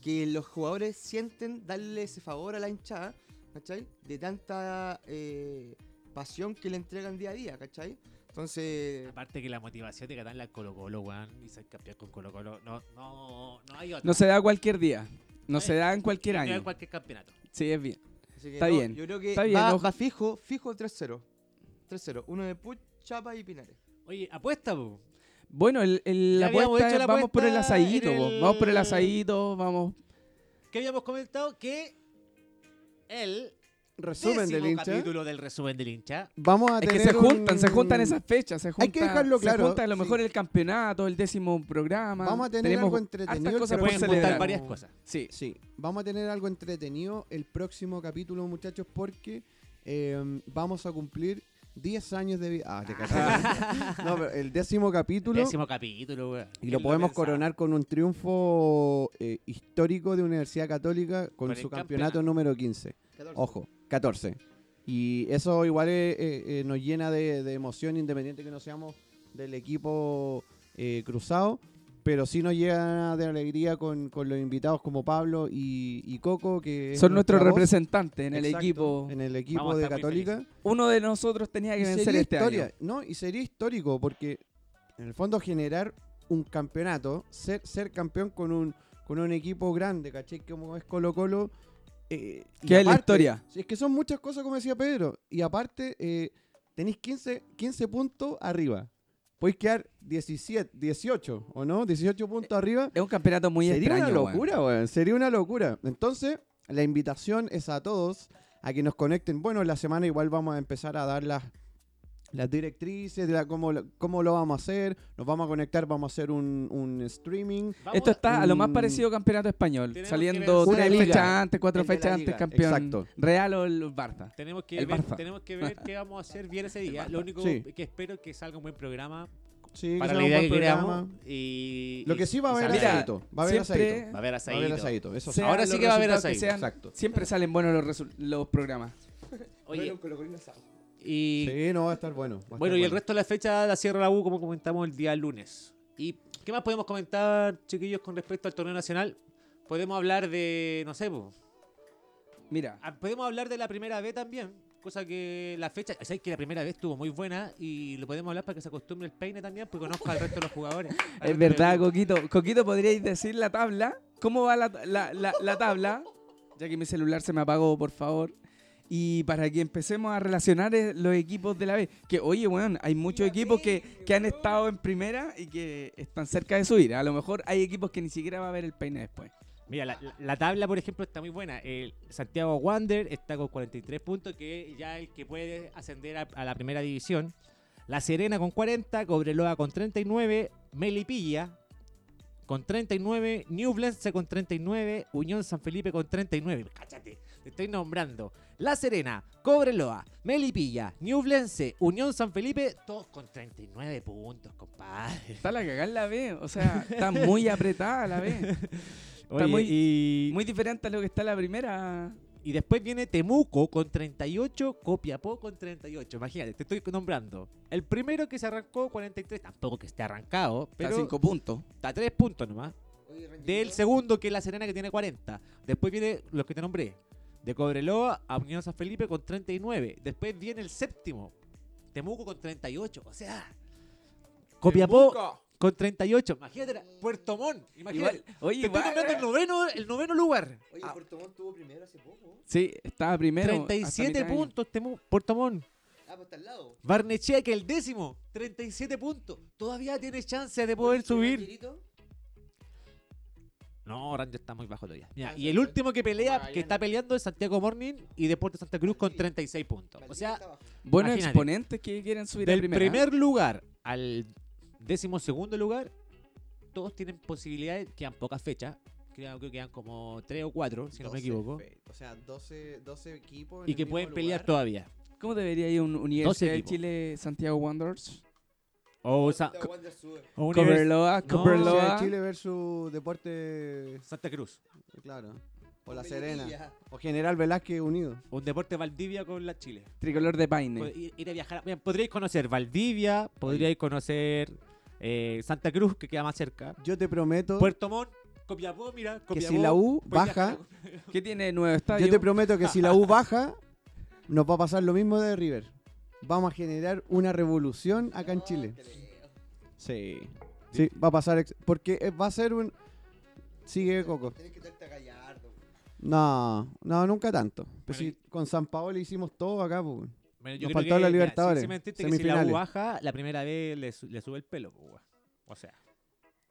que los jugadores sienten darle ese favor a la hinchada, ¿cachai? De tanta eh, pasión que le entregan día a día, ¿cachai? Entonces, Aparte que la motivación de ganar la Colo Colo, weón, y ser campeón con Colo Colo, no, no, no hay otra. No se da cualquier día. No Eh, se da en cualquier No hay año. cualquier campeonato. Sí, es bien. Así que Está no, bien, Yo creo que está va, bien, ojo. va fijo, fijo el 3-0. 3-0. Uno de Puch, Chapa y Pinares. Oye, apuesta, po. Bueno, el, el- Ya la habíamos apuesta hecho es- la vamos por el apuesta asadito, en vos. el- vamos por el asadito, vamos. Que habíamos comentado que el Resumen del décimo hincha. capítulo del resumen del hincha Vamos a Es que tener se juntan, un- se juntan esas fechas, se juntan. que dejarlo claro, Se juntan a lo sí. mejor el campeonato, el décimo programa. Vamos a tener Tenemos algo hartas entretenido el cosas por pueden próximo juntar celebrar. varias cosas. Sí. Sí, vamos a tener algo entretenido el próximo capítulo, muchachos, porque eh, vamos a cumplir 10 años de vida. Ah, te cachaste. No, pero el décimo capítulo. Décimo capítulo, weón. Y ¿Quién lo podemos pensaba? coronar con un triunfo eh, histórico de Universidad Católica con Con el su campeonato campeonato. número 15. Ojo, 14. Y eso igual eh, eh, eh, nos llena de, de emoción, independiente que no seamos del equipo eh, cruzado, pero sí nos llena de alegría con, con los invitados como Pablo y, y Coco, que es Son nuestros nuestra voz. representantes en el Exacto, equipo. En el Vamos equipo a de estar muy Católica. felices. Uno de nosotros tenía que Y vencer sería este historia, año. No, y sería histórico porque en el fondo generar un campeonato, ser, ser campeón con un con un equipo grande, ¿cachai? Como es Colo Colo. eh, y ¿Qué es la aparte- historia? sí, Es que son muchas cosas, como decía Pedro. Y aparte, eh, tenéis 15, 15 puntos arriba. Podéis quedar 17, 18, ¿o no? 18 Eh, puntos arriba. Es un campeonato muy Sería extraño. una weón. locura, weón. Sería una locura. Entonces, la invitación es a todos a que nos conecten. Bueno, la semana igual vamos a empezar a dar las, las directrices, de la, cómo, lo- cómo lo vamos a hacer. Nos vamos a conectar, vamos a hacer un, un streaming. Vamos Esto está a lo más Mm. parecido a campeonato español, Tenemos saliendo que ver- tres Una liga. fechas antes, cuatro El de la fechas antes, liga, campeón. exacto. Real o el Barça. Tenemos que, El ver, Barça. tenemos que ver qué vamos a hacer bien ese día. El Lo único Sí. que espero es que salga un buen programa Sí, para sea la un idea buen que creamos. programa. Y, Lo que y- sí va a y haber Mira, salga. asadito. Va a haber siempre- asadito. Va a haber Va a haber asadito. asadito. Eso sí. Sean Ahora sí los que va a haber resultados que asadito. sean, Exacto. Siempre salen buenos los, resu- los programas. Oye, Sí, y, no, va a estar bueno. va a Pues estar Bueno, y el resto de la fecha la cierra la U, como comentamos el día lunes. ¿Y qué más podemos comentar, chiquillos, con respecto al torneo nacional? Podemos hablar de, no sé, po, Mira, ah, podemos hablar de la primera B también, cosa que la fecha, sabéis que la primera B estuvo muy buena y lo podemos hablar para que se acostumbre el peine también, porque conozca al resto de los jugadores. al resto es del verdad, grupo. Coquito. Coquito, ¿podríais decir la tabla? ¿Cómo va la, la- la- la tabla? Ya que mi celular se me apagó, por favor. Y para que empecemos a relacionar eh, los equipos de la B. Que, oye, weón, hay muchos equipos que, que han estado en primera y que están cerca de subir. A lo mejor hay equipos que ni siquiera va a ver el peine después. Mira, la, la- la tabla, por ejemplo, está muy buena. El Santiago Wander está con 43 puntos, que ya el que puede ascender a, a la primera división. La Serena con 40, Cobreloa con 39, Melipilla con 39, Newblense con 39, Unión San Felipe con 39. Cáchate, te estoy nombrando. La Serena, Cobreloa, Melipilla, Newblense, Unión San Felipe, todos con 39 puntos, compadre. Está la cagada en la B. O sea, está muy apretada la B. Está muy- y... Muy diferente a lo que está la primera. Y después viene Temuco con 38, Copiapó con 38. Imagínate, te estoy nombrando. El primero que se arrancó 43, tampoco que esté arrancado, Está pero a cinco puntos. está a 3 puntos nomás. Del segundo que es la Serena que tiene 40. Después viene los que te nombré. De Cobreloa a Unión San Felipe con 39. Después viene el séptimo. Temuco con 38. O sea, Copiapó con 38. Imagínate, Puerto Montt. Imagínate. Igual- oye, te estoy igual- nombrando el noveno, el noveno lugar. Ah. Oye, Puerto Montt tuvo primero hace poco. Sí, estaba primero. hasta 37 mitad de año. puntos, Temu, Puerto Montt. Ah, pues está al lado. Barnechea, que el décimo, 37 puntos. Todavía tiene chance de poder subir. No, Ranger está muy bajo todavía. Mira, y el último que pelea, que está peleando es Santiago Morning y Deportes Santa Cruz con 36 puntos. O sea, Buenos Imagínate. exponentes que quieren subir a del primera. primer lugar al décimo segundo lugar, todos tienen posibilidades, quedan pocas fechas. Creo que quedan como 3 o 4, si no me equivoco. O sea, 12, 12 equipos. en Y el que mismo pueden pelear lugar. todavía. ¿Cómo debería ir un Universidad de equipos. Chile Santiago Wanderers? O, Sa- o Univers- Coverloa, No, O sea, Coverloa. Chile versus Deporte. Santa Cruz. Claro. ¿eh? O La Serena. O General Velázquez Unido. Un deporte Valdivia con la Chile. Tricolor de Pod- Paine. ir, ir a viajar. a- Mira, podríais conocer Valdivia, podríais conocer eh, Santa Cruz, que queda más cerca. Yo te prometo Puerto Montt, Copiapó, mira, Copiapó. que si la U podéis baja, viajar ¿Qué tiene nuevo estadio? yo te prometo que si la U baja, nos va a pasar lo mismo de River. Vamos a generar una revolución acá en Chile. Sí. Sí, va a pasar. ex- Porque eh, va a ser un. Sigue Coco. Tienes que traerte a Gallardo. No, no, nunca tanto. Bueno, Pero si con San Paolo hicimos todo acá, pues. a- Bueno, yo Nos creo faltó la mira, Libertadores, si- si me entiendes que si la U semifinales. baja, la primera vez le, su- le sube el pelo, pues, weón. O sea,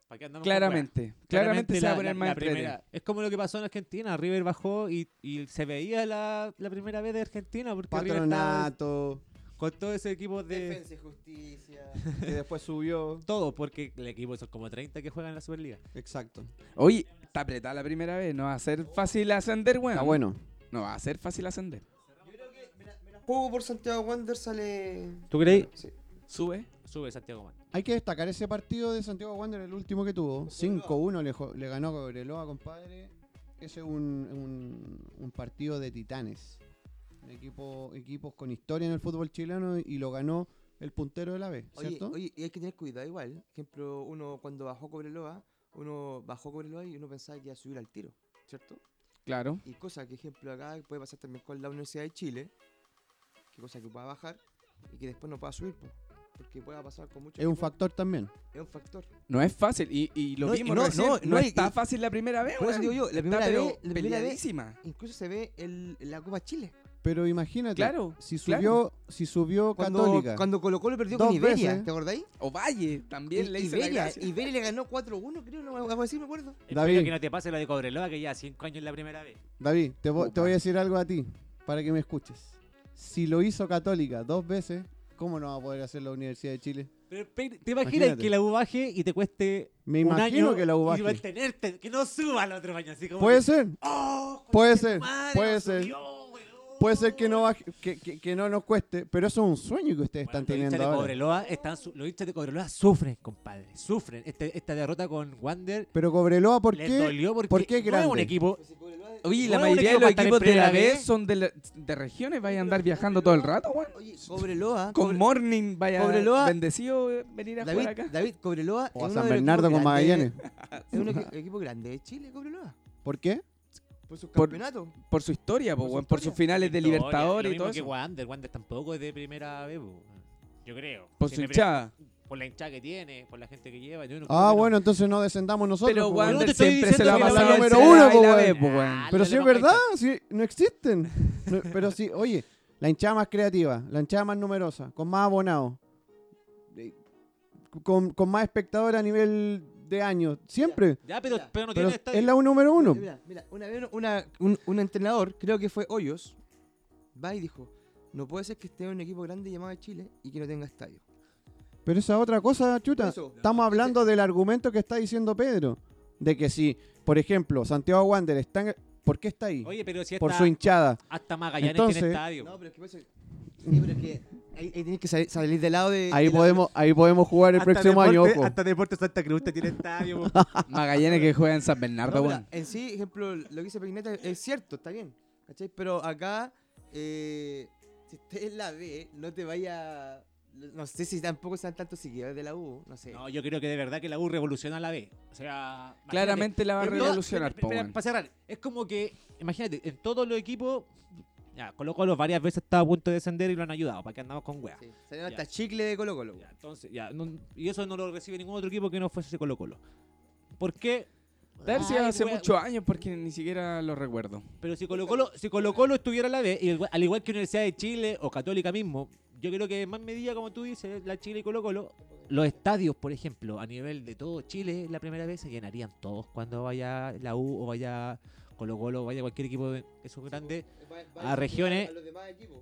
¿para qué andamos con weas? Claramente. Claramente se va a la- poner la- más la entrete. primera- Es como lo que pasó en Argentina. River bajó y, y se veía la, la primera vez de Argentina. Porque River estaba Patronato, con todo ese equipo de. Defensa y justicia. que después subió. Todo, porque el equipo son como 30 que juegan en la Superliga. Exacto. Oye, está apretada la primera vez. No va a ser fácil ascender, weón. Está bueno. No va a ser fácil ascender. Juego por Santiago Wander sale. ¿Tú crees? Sube. Sube Santiago Man. Hay que destacar ese partido de Santiago Wander, el último que tuvo. 5-1 le, jo- le ganó Cobreloa, compadre. Ese es un, un- un partido de titanes. Un equipo, equipos con historia en el fútbol chileno y lo ganó el puntero de la B, Oye, ¿cierto? oye, y hay que tener cuidado igual. Por ejemplo, uno cuando bajó Cobreloa, uno bajó Cobreloa y uno pensaba que iba a subir al tiro, ¿cierto? Claro. Y cosa que, ejemplo, acá puede pasar también con la Universidad de Chile, que cosa que pueda bajar y que después no pueda subir, po, porque pueda pasar con mucho. es un factor también. Es un factor. No es fácil. Y, y lo No, y vimos no, recién. No, no, no, y- está y- fácil la primera vez, Por eso weón. digo yo, la Está, primera pero vez- la primera vez- peleadísima. Incluso se ve el, en la Copa Chile. Pero imagínate, Claro, si subió, claro. si subió Cuando, Católica. cuando Colo Colo perdió Dos con Iberia, veces. ¿te acordáis? O Valle también le I- hizo la Iberia, gracia. Iberia le ganó 4-1, creo, no algo así, me acuerdo. David. Espero que no te pase lo de Cobreloa, que ya 5 años es la primera vez. David, te, vo- te voy a decir algo a ti, para que me escuches. Si lo hizo Católica dos veces, ¿cómo no va a poder hacer la Universidad de Chile? Pero, pero, ¿te imaginas Imagínate. que la U baje y te cueste Me un imagino año que la U y baje. mantenerte, que no suba al otro año? Así como Puede que, ser, ¡Oh, puede conche tu ser, madre, puede no ser. subió, weón! puede ser que no, baje- que, que- que no nos cueste, pero eso es un sueño que ustedes Bueno, están los hinchas teniendo de ahora. Cobreloa están su- los hinchas de Cobreloa sufren, compadre. Sufren. Este- esta derrota con Wander Pero Cobreloa, ¿por les qué? dolió porque ¿Por qué no es grande? un equipo. Oye, No es la un mayoría de equipo los para estar en equipo de la primera B vez. son de, la- de regiones. Vaya a andar viajando todo el rato, weón. Oye, Cobreloa. Con Cobre- Morning, vaya Cobreloa- bendecido eh, venir a David, jugar acá. David, Cobreloa. O a es San uno de los Bernardo equipos con grandes- Magallanes. Es un equi- equipo grande de Chile, Cobreloa. ¿Por qué? Por Pues sus Por- campeonatos. Por su historia, po, Por su weón, por sus finales de Victoria, Libertadores lo y todo mismo que eso. Wander. Wander tampoco es de primera vez, po. yo creo. Por Si su me pre- hinchada. Por la hinchada que tiene, por la gente que lleva. yo no creo Ah, que no. bueno, entonces no descendamos nosotros. pues, Pero po, Wander weón. Wander te estoy siempre se diciendo la ha que la pasado número entre uno, la A y po, la weón. B, po, weón. Ah, Pero no si le es pongáis verdad, tanto. si no existen. No, pero sí, oye, la hinchada más creativa, la hinchada más numerosa, con más abonados, eh, con, con más espectadores a nivel de años, siempre. Ya, pero, Mira, pero no Pero tiene estadio. es la un número uno. Mira, mira, una vez una- un, un entrenador, creo que fue Hoyos, va y dijo, no puede ser que esté un equipo grande llamado Chile y que no tenga estadio. Pero esa otra cosa, chuta. Eso. Estamos hablando del argumento que está diciendo Pedro. De que si, por ejemplo, Santiago Wander está en- ¿Por qué está ahí? Oye, pero si Por está- su hinchada. hasta Magallanes Entonces- tiene estadio. No, pero es que pasa- Sí, pero es que ahí, ahí tienes que sali- salir, del lado de... Ahí de la- podemos, ahí podemos jugar el próximo año, ojo. Deportes Santa Cruz tiene estadio. Magallanes que juega en San Bernardo, No, mira, weón. en sí, ejemplo, lo que dice Peineta es cierto, está bien. ¿Cachai? Pero acá, eh, si estés en la B, no te vaya... No sé si tampoco sean tantos seguidores de la U, no sé. no, yo creo que de verdad que la U revoluciona la B. O sea, imagínate, Claramente la va a en todo- revolucionar, espera, po, espera, weón. Para cerrar, es como que, imagínate, en todos los equipos, ya, Colo Colo varias veces estaba a punto de descender y lo han ayudado, para que andamos con weas. Sí, salieron Ya. hasta chicle de Colo Colo. Ya, entonces, ya, no- y eso no lo recibe ningún otro equipo que no fuese Colo Colo. ¿Por qué? De haber sido Ay, hace weón. muchos años porque ni siquiera lo recuerdo. Pero si Colo Colo, si Colo Colo estuviera a la vez, al igual que Universidad de Chile o Católica mismo, yo creo que en más medida, como tú dices, la Chile y Colo Colo, los estadios, por ejemplo, a nivel de todo Chile, la primera vez se llenarían todos cuando vaya la U o vaya Colo Colo o vaya cualquier equipo de esos grandes. a a regiones. los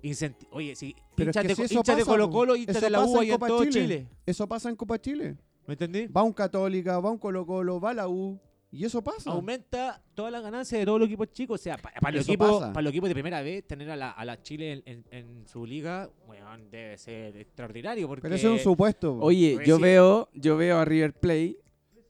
incenti- Oye, si Pero es hinchas que de, si co- eso hinchas de pasa, Colo po. Colo, hinchas Eso de la U pasa en y en Copa todo Chile. Chile. Eso pasa en Copa Chile. ¿Me entendí? Va un Católica, va un Colo Colo, va la U. Y eso pasa. Aumenta toda la ganancia de todos los equipos chicos. O sea, pa- para, los, Eso equipos, pasa. para los equipos de primera vez, tener a la, a la Chile en, en- en su liga, weón, debe ser extraordinario. Porque Pues Pero eso es un supuesto. Oye, Oye, yo sí. veo, yo veo a River Plate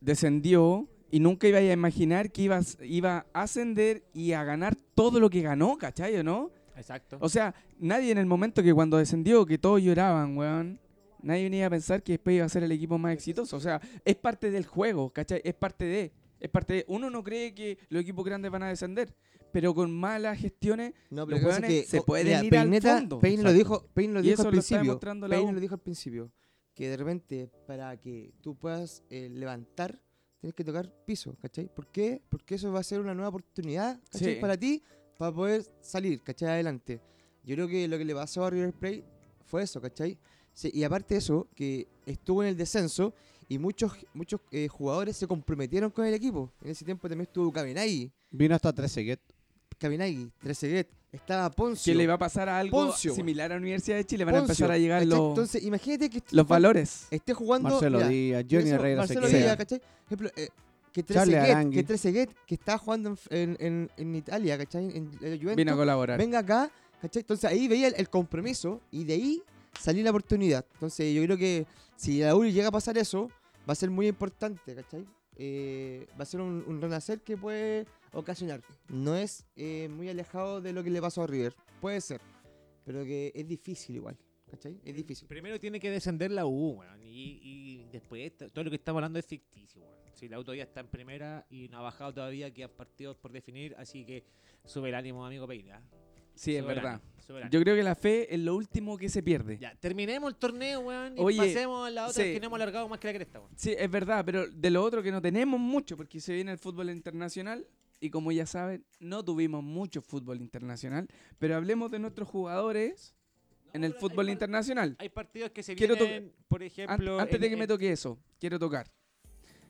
descendió Y nunca iba a imaginar que ibas, iba a ascender y a ganar todo lo que ganó, ¿cachai o no? Exacto. O sea, nadie en el momento que cuando descendió, que todos lloraban, weón. Nadie venía a pensar que después iba a ser el equipo más exitoso. O sea, es parte del juego, ¿cachai? Es parte de. Es parte de. Uno no cree que los equipos grandes van a descender. Pero con malas gestiones, No, Los lo que pasa hueones es que se co- pueden ir al fondo. Payne lo dijo, Payne lo Y dijo eso al lo está principio. demostrando la Payne U. lo dijo al principio. Que de repente, para que tú puedas eh, levantar, tienes que tocar piso, ¿cachai? ¿Por qué? Porque eso va a ser una nueva oportunidad, ¿cachai? Sí. Para ti, para poder salir, ¿cachai? Adelante. Yo creo que lo que le pasó a River Plate fue eso, ¿cachai? Sí, y aparte de eso, que estuvo en el descenso y muchos muchos eh, jugadores se comprometieron con el equipo. En ese tiempo también estuvo Caminagui, Vino hasta 13 get. Caminagui, Trezeguet, estaba Poncio. que le va a pasar a algo Poncio, weón. similar a la Universidad de Chile. Van a Poncio, empezar a llegar ¿cachai? los, Entonces, imagínate que este los Juan valores. esté jugando. Marcelo mira, Díaz, Johnny Marcelo- Herrera se Marcelo queda. Díaz, ¿cachai? Ejemplo, eh, que Charles Trezeguet, Arangui. que Trezeguet, que está jugando en, en, en- en Italia, ¿cachai? En, en la Juventus, Viene a colaborar. venga acá, ¿cachai? Entonces ahí veía el, el compromiso y de ahí salió la oportunidad. Entonces yo creo que si a la URI llega a pasar eso, va a ser muy importante, ¿cachai? Eh, va a ser un, un renacer que puede ocasionar. No es eh, muy alejado de lo que le pasó a River, puede ser, pero que es difícil igual, ¿cachai? Es difícil. Primero tiene que descender la U, weón. Y, y después t- todo lo que estamos hablando es ficticio, weón. Si la U todavía está en primera y no ha bajado todavía, quedan partidos por definir, así que sube el ánimo, amigo Peña. Sí, es verdad. Sube el ánimo. Yo creo que la fe es lo último que se pierde. Ya, terminemos el torneo, weón, y Oye, pasemos a la otra sí. que no hemos alargado más que la cresta, weón. Sí, es verdad, pero de lo otro que no tenemos mucho, porque se viene el fútbol internacional y como ya saben, no tuvimos mucho fútbol internacional, pero hablemos de nuestros jugadores en el pero hay fútbol par- internacional. Hay partidos que se Quiero to- vienen, por An- ejemplo... antes de en- que me en- toque eso, quiero tocar.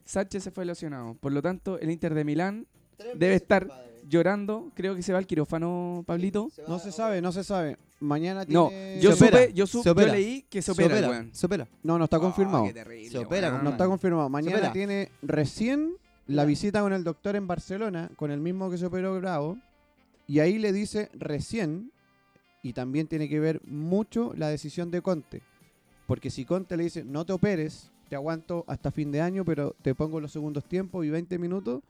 Sánchez se fue lesionado, por lo tanto, el Inter de Milán debe estar llorando. Creo que se va al quirófano, Pablito. No se sabe, no se sabe. Mañana tiene... No, yo Se opera, supe, yo, supe, se yo opera. leí que se Se opera, el opera, weón. se opera. No, no está Ah, confirmado. qué terrible, Se opera, weón. No está confirmado. Espera. Mañana tiene recién la Ya. visita con el doctor en Barcelona, con el mismo que se operó Bravo. Y ahí le dice recién, y también tiene que ver mucho la decisión de Conte. Porque si Conte le dice, no te operes, te aguanto hasta fin de año, pero te pongo los segundos tiempos y 20 minutos,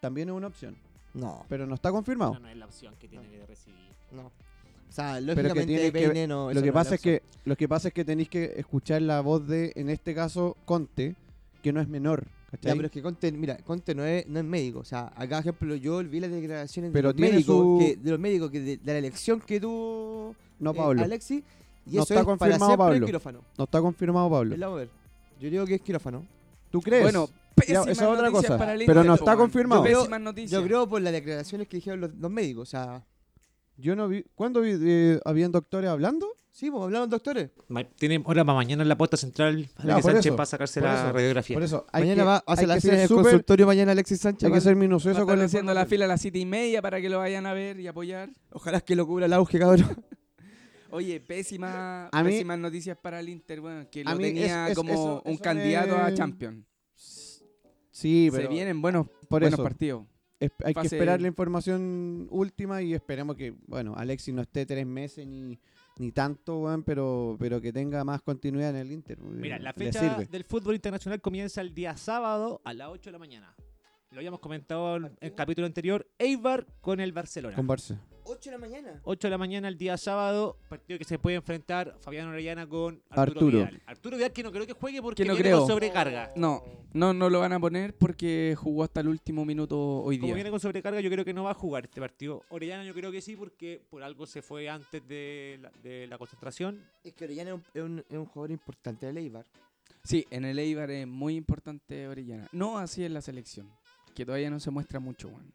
también es una opción. No, Pero no está confirmado. No, no es la opción que tiene que recibir. no. O sea, Pero que lógicamente tiene que- Peine no... lo eso que no pasa la es que lo que pasa es que tenéis que escuchar la voz de en este caso Conte que no es menor opción. Ya, ¿cachai? pero es que Conte, mira, Conte no es, no es médico. O sea, acá, por ejemplo, yo vi las declaraciones Pero de, los tiene médicos su- que, de los médicos que de, de la elección que tuvo no eh, Pablo Alexis. Y No está eso es para confirmado, siempre Pablo. quirófano. no está confirmado Pablo Él la va a ver. Yo digo que es quirófano. tú crees Bueno, Ya, pésimas esa es otra noticias cosa para el pero Inter, no weón. está confirmado Yo creo- pésimas noticias. Yo creo por las declaraciones que dijeron los, los médicos. O sea, yo no vi cuándo vi eh, habían doctores hablando sí, pues hablaron doctores. Ma- Tiene hora para mañana en la puerta central para Ya, que por Sánchez eso, va a sacarse por la eso, radiografía. por eso hay mañana que, va a hacer hay la que fila en ser el súper- consultorio mañana Alexis Sánchez. hay que weón. ser Va a minucioso estar con la haciendo la información. fila a las siete y media para que lo vayan a ver y apoyar. Ojalá que lo cubra el auge, cabrón. Oye, pésima, A mí- pésimas noticias para el Inter, weón, que lo A mí es- tenía es- como eso- un eso candidato a me- Champions. sí Se pero vienen buenos, por buenos eso partidos. es- hay que fase- esperar la información última y esperemos que bueno Alexis no esté tres meses ni ni tanto weón, pero pero que tenga más continuidad en el Inter Mira, la Le fecha sirve. del fútbol internacional comienza el día sábado a las 8 de la mañana. Lo habíamos comentado en el capítulo anterior. Eibar con el Barcelona. con Barça 8 de la mañana. 8 de la mañana el día sábado, partido que se puede enfrentar Fabián Orellana con Arturo, Arturo. Vidal. Arturo Vidal que no creo que juegue porque Que no viene creo. con Oh. sobrecarga. No, no, no lo van a poner porque jugó hasta el último minuto hoy Como día. viene con sobrecarga, yo creo que no va a jugar este partido. Orellana yo creo que sí porque por algo se fue antes de la, de la concentración. Es que Orellana es un, es un- es un jugador importante de Leibar. Sí, en el Eibar es muy importante Orellana. No así en la selección, que todavía no se muestra mucho, weón.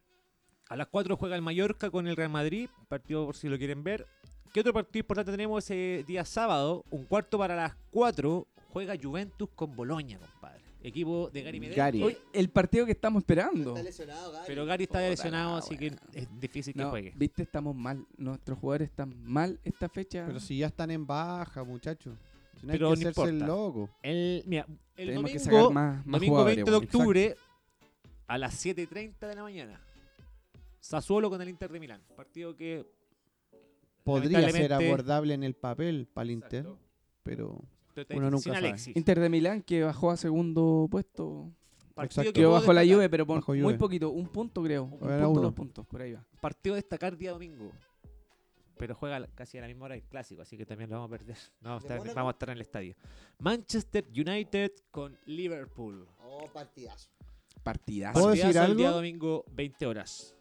A las 4 juega el Mallorca con el Real Madrid, partido por si lo quieren ver. ¿Qué otro partido importante tenemos ese día sábado? Un cuarto para las 4 juega Juventus con Boloña, compadre. Equipo de Gary Medel. Gary. que- Hoy, el partido que estamos esperando. lesionado, Pero Gary está Puta lesionado, la así que wea. es difícil que No, juegue. viste, estamos mal. Nuestros jugadores están mal esta fecha. Pero si ya están en baja, muchachos. Si no Pero hay no que hacerse el importa. loco. El, mira, el Tenemos que domingo, sacar más, más domingo jugadores, 20 de weón. octubre a las 7.30 de la mañana. Sassuolo con el Inter de Milán. Partido que... Podría ser lamentablemente- abordable en el papel para el Inter, Exacto. pero Entonces, Uno sin nunca sabe. Alexis. Inter de Milán que bajó a segundo puesto Partido Exacto. que Quedó puedo bajo la destacar. lluvia, pero por Bajo muy Juve. poquito. Un punto, creo. Un Era punto, uno. dos puntos. Por ahí va. Partido a destacar día domingo. Pero juega la- casi a la misma hora el clásico, así que también lo vamos a perder. No vamos a estar, vamos a estar en el estadio. Manchester United con Liverpool. Oh, partidazo. Partidazo. ¿Puedo decir Partidazo El día algo? domingo, 20 horas.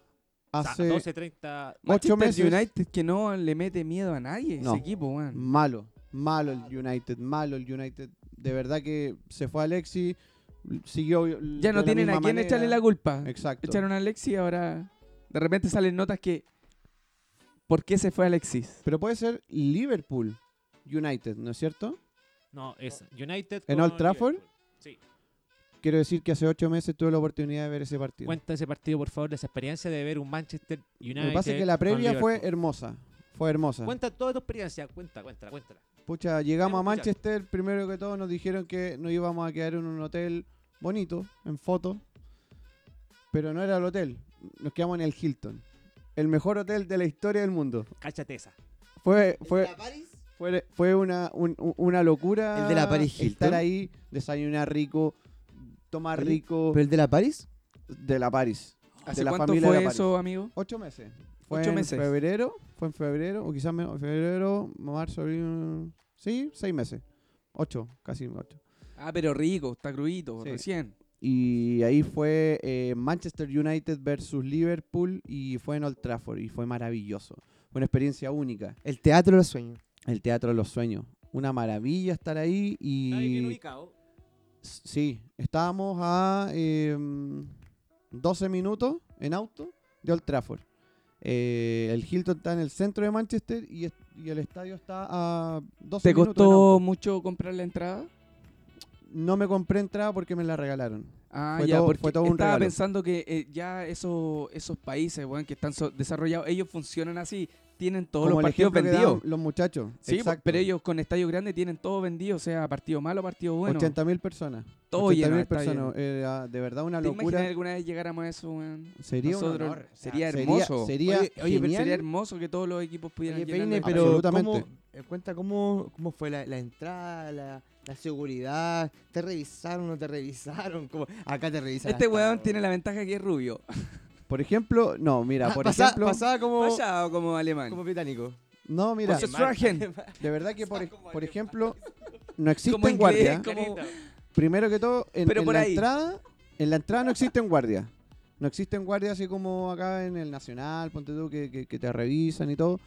O sea, Hace 12.30. ocho Manchester meses. United que no le mete miedo a nadie No. ese equipo, weón. Malo, malo el United, malo el United. De verdad que se fue Alexi, siguió. Ya no tienen a quién echarle la culpa. Exacto. Echaron a Alexis y ahora de repente salen notas que ¿por qué se fue Alexis? Pero puede ser Liverpool United, ¿no es cierto? No, es United. ¿En con Old Trafford? Liverpool. Sí. Quiero decir que hace ocho meses tuve la oportunidad de ver ese partido. Cuenta ese partido, por favor, esa experiencia de ver un Manchester United. Lo que pasa es que la con previa fue Liverpool. hermosa. Fue hermosa. Cuenta toda tu experiencia, cuenta, cuéntala, cuéntala. Pucha, llegamos a Queremos escuchar. Manchester. Primero que todo nos dijeron que nos íbamos a quedar en un hotel bonito, en foto. Pero no era el hotel. Nos quedamos en el Hilton. El mejor hotel de la historia del mundo. Cáchate esa. Fue, ¿El fue, de la Paris? Fue, fue una, un- un- una locura. ¿El de la Paris Hilton? Estar ahí, desayunar rico, tomar Oye, rico. ¿Pero el de la París? De la Paris. ¿Hace de la cuánto familia de fue la eso, amigo? Ocho meses. Fue Ocho en meses. febrero. Fue en febrero, o quizás menos. Febrero, marzo, abril. Sí, seis meses. Ocho, casi ocho. Ah, pero rico, está cruito, Sí. recién. Y ahí fue eh, Manchester United versus Liverpool y fue en Old Trafford y fue maravilloso. Fue una experiencia única. El teatro de los sueños. El Teatro de los Sueños. Una maravilla estar ahí y... Nadie bien ubicado. S- Sí, estábamos a em, 12 minutos en auto de Old Trafford. Eh, el Hilton está en el centro de Manchester y, es- y el estadio está a 12 minutos. ¿Te en auto. costó mucho comprar la entrada? No me compré entrada porque me la regalaron. Ah, Fue ya, todo- porque fue todo un estaba regalo. pensando que eh, ya esos, esos países, weón, que están so- desarrollados, ellos funcionan así, tienen todos Como los el partidos ejemplo que vendidos. daban los muchachos. Sí, pues, Exacto. pero ellos con estadios grandes tienen todo vendido, o sea, partido malo, partido bueno. 80.000 personas. todo lleno, 80.000 está personas. lleno. Era de verdad una ¿Te imaginas locura. alguna vez llegáramos a eso, weón? Sería un Nosotros- honor. O sea, sería hermoso. Sería, Oye, Oye, pero genial. sería hermoso que todos los equipos pudieran Oye, llenar Peine, la- pero Absolutamente. ¿cómo, eh, cuenta cómo, cómo fue la, la entrada, la, la seguridad, te revisaron o no te revisaron, ¿Cómo? acá te revisaron. Este weón tiene la ventaja que es rubio. Por ejemplo, no, Ah, mira, por ejemplo, pasaba como, Vaya como alemán. como británico. no, mira, Como Volkswagen. de verdad que por, Pasaba ej- como por alemán. ejemplo, no Como existen inglés, guardias. como- Primero que todo, en, Pero en por la ahí. entrada, en la entrada no existen guardias. No existen guardias así como acá en el Nacional, ponte tú, que, que- que te revisan y todo.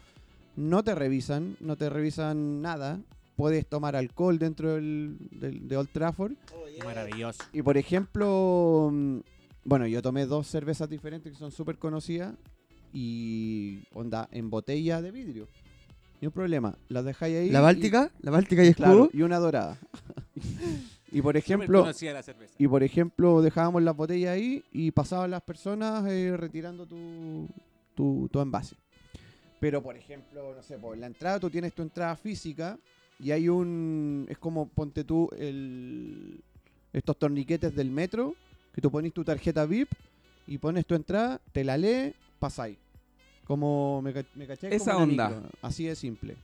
No te revisan, no te revisan nada. Puedes tomar alcohol dentro del, del- de Old Trafford. Oh, yeah. Maravilloso. Y por ejemplo, mm, bueno, yo tomé dos cervezas diferentes que son súper conocidas y onda en botella de vidrio. Ni un problema, las dejáis ahí. ¿La y- Báltica? ¿La Báltica y Claro, escudo? y una dorada. y Ejemplo. por ejemplo, Conocía la cerveza. y por ejemplo, dejábamos las botellas ahí y pasaban las personas eh, retirando tu, tu, tu envase. Pero, por ejemplo, no sé, por la entrada tú tienes tu entrada física y hay un. Es como ponte tú el, estos torniquetes del metro que tú pones tu tarjeta VIP y pones tu entrada, te la lee, pasáis. Como me, ca- me cachai? Esa Como una onda. micro, Así de simple.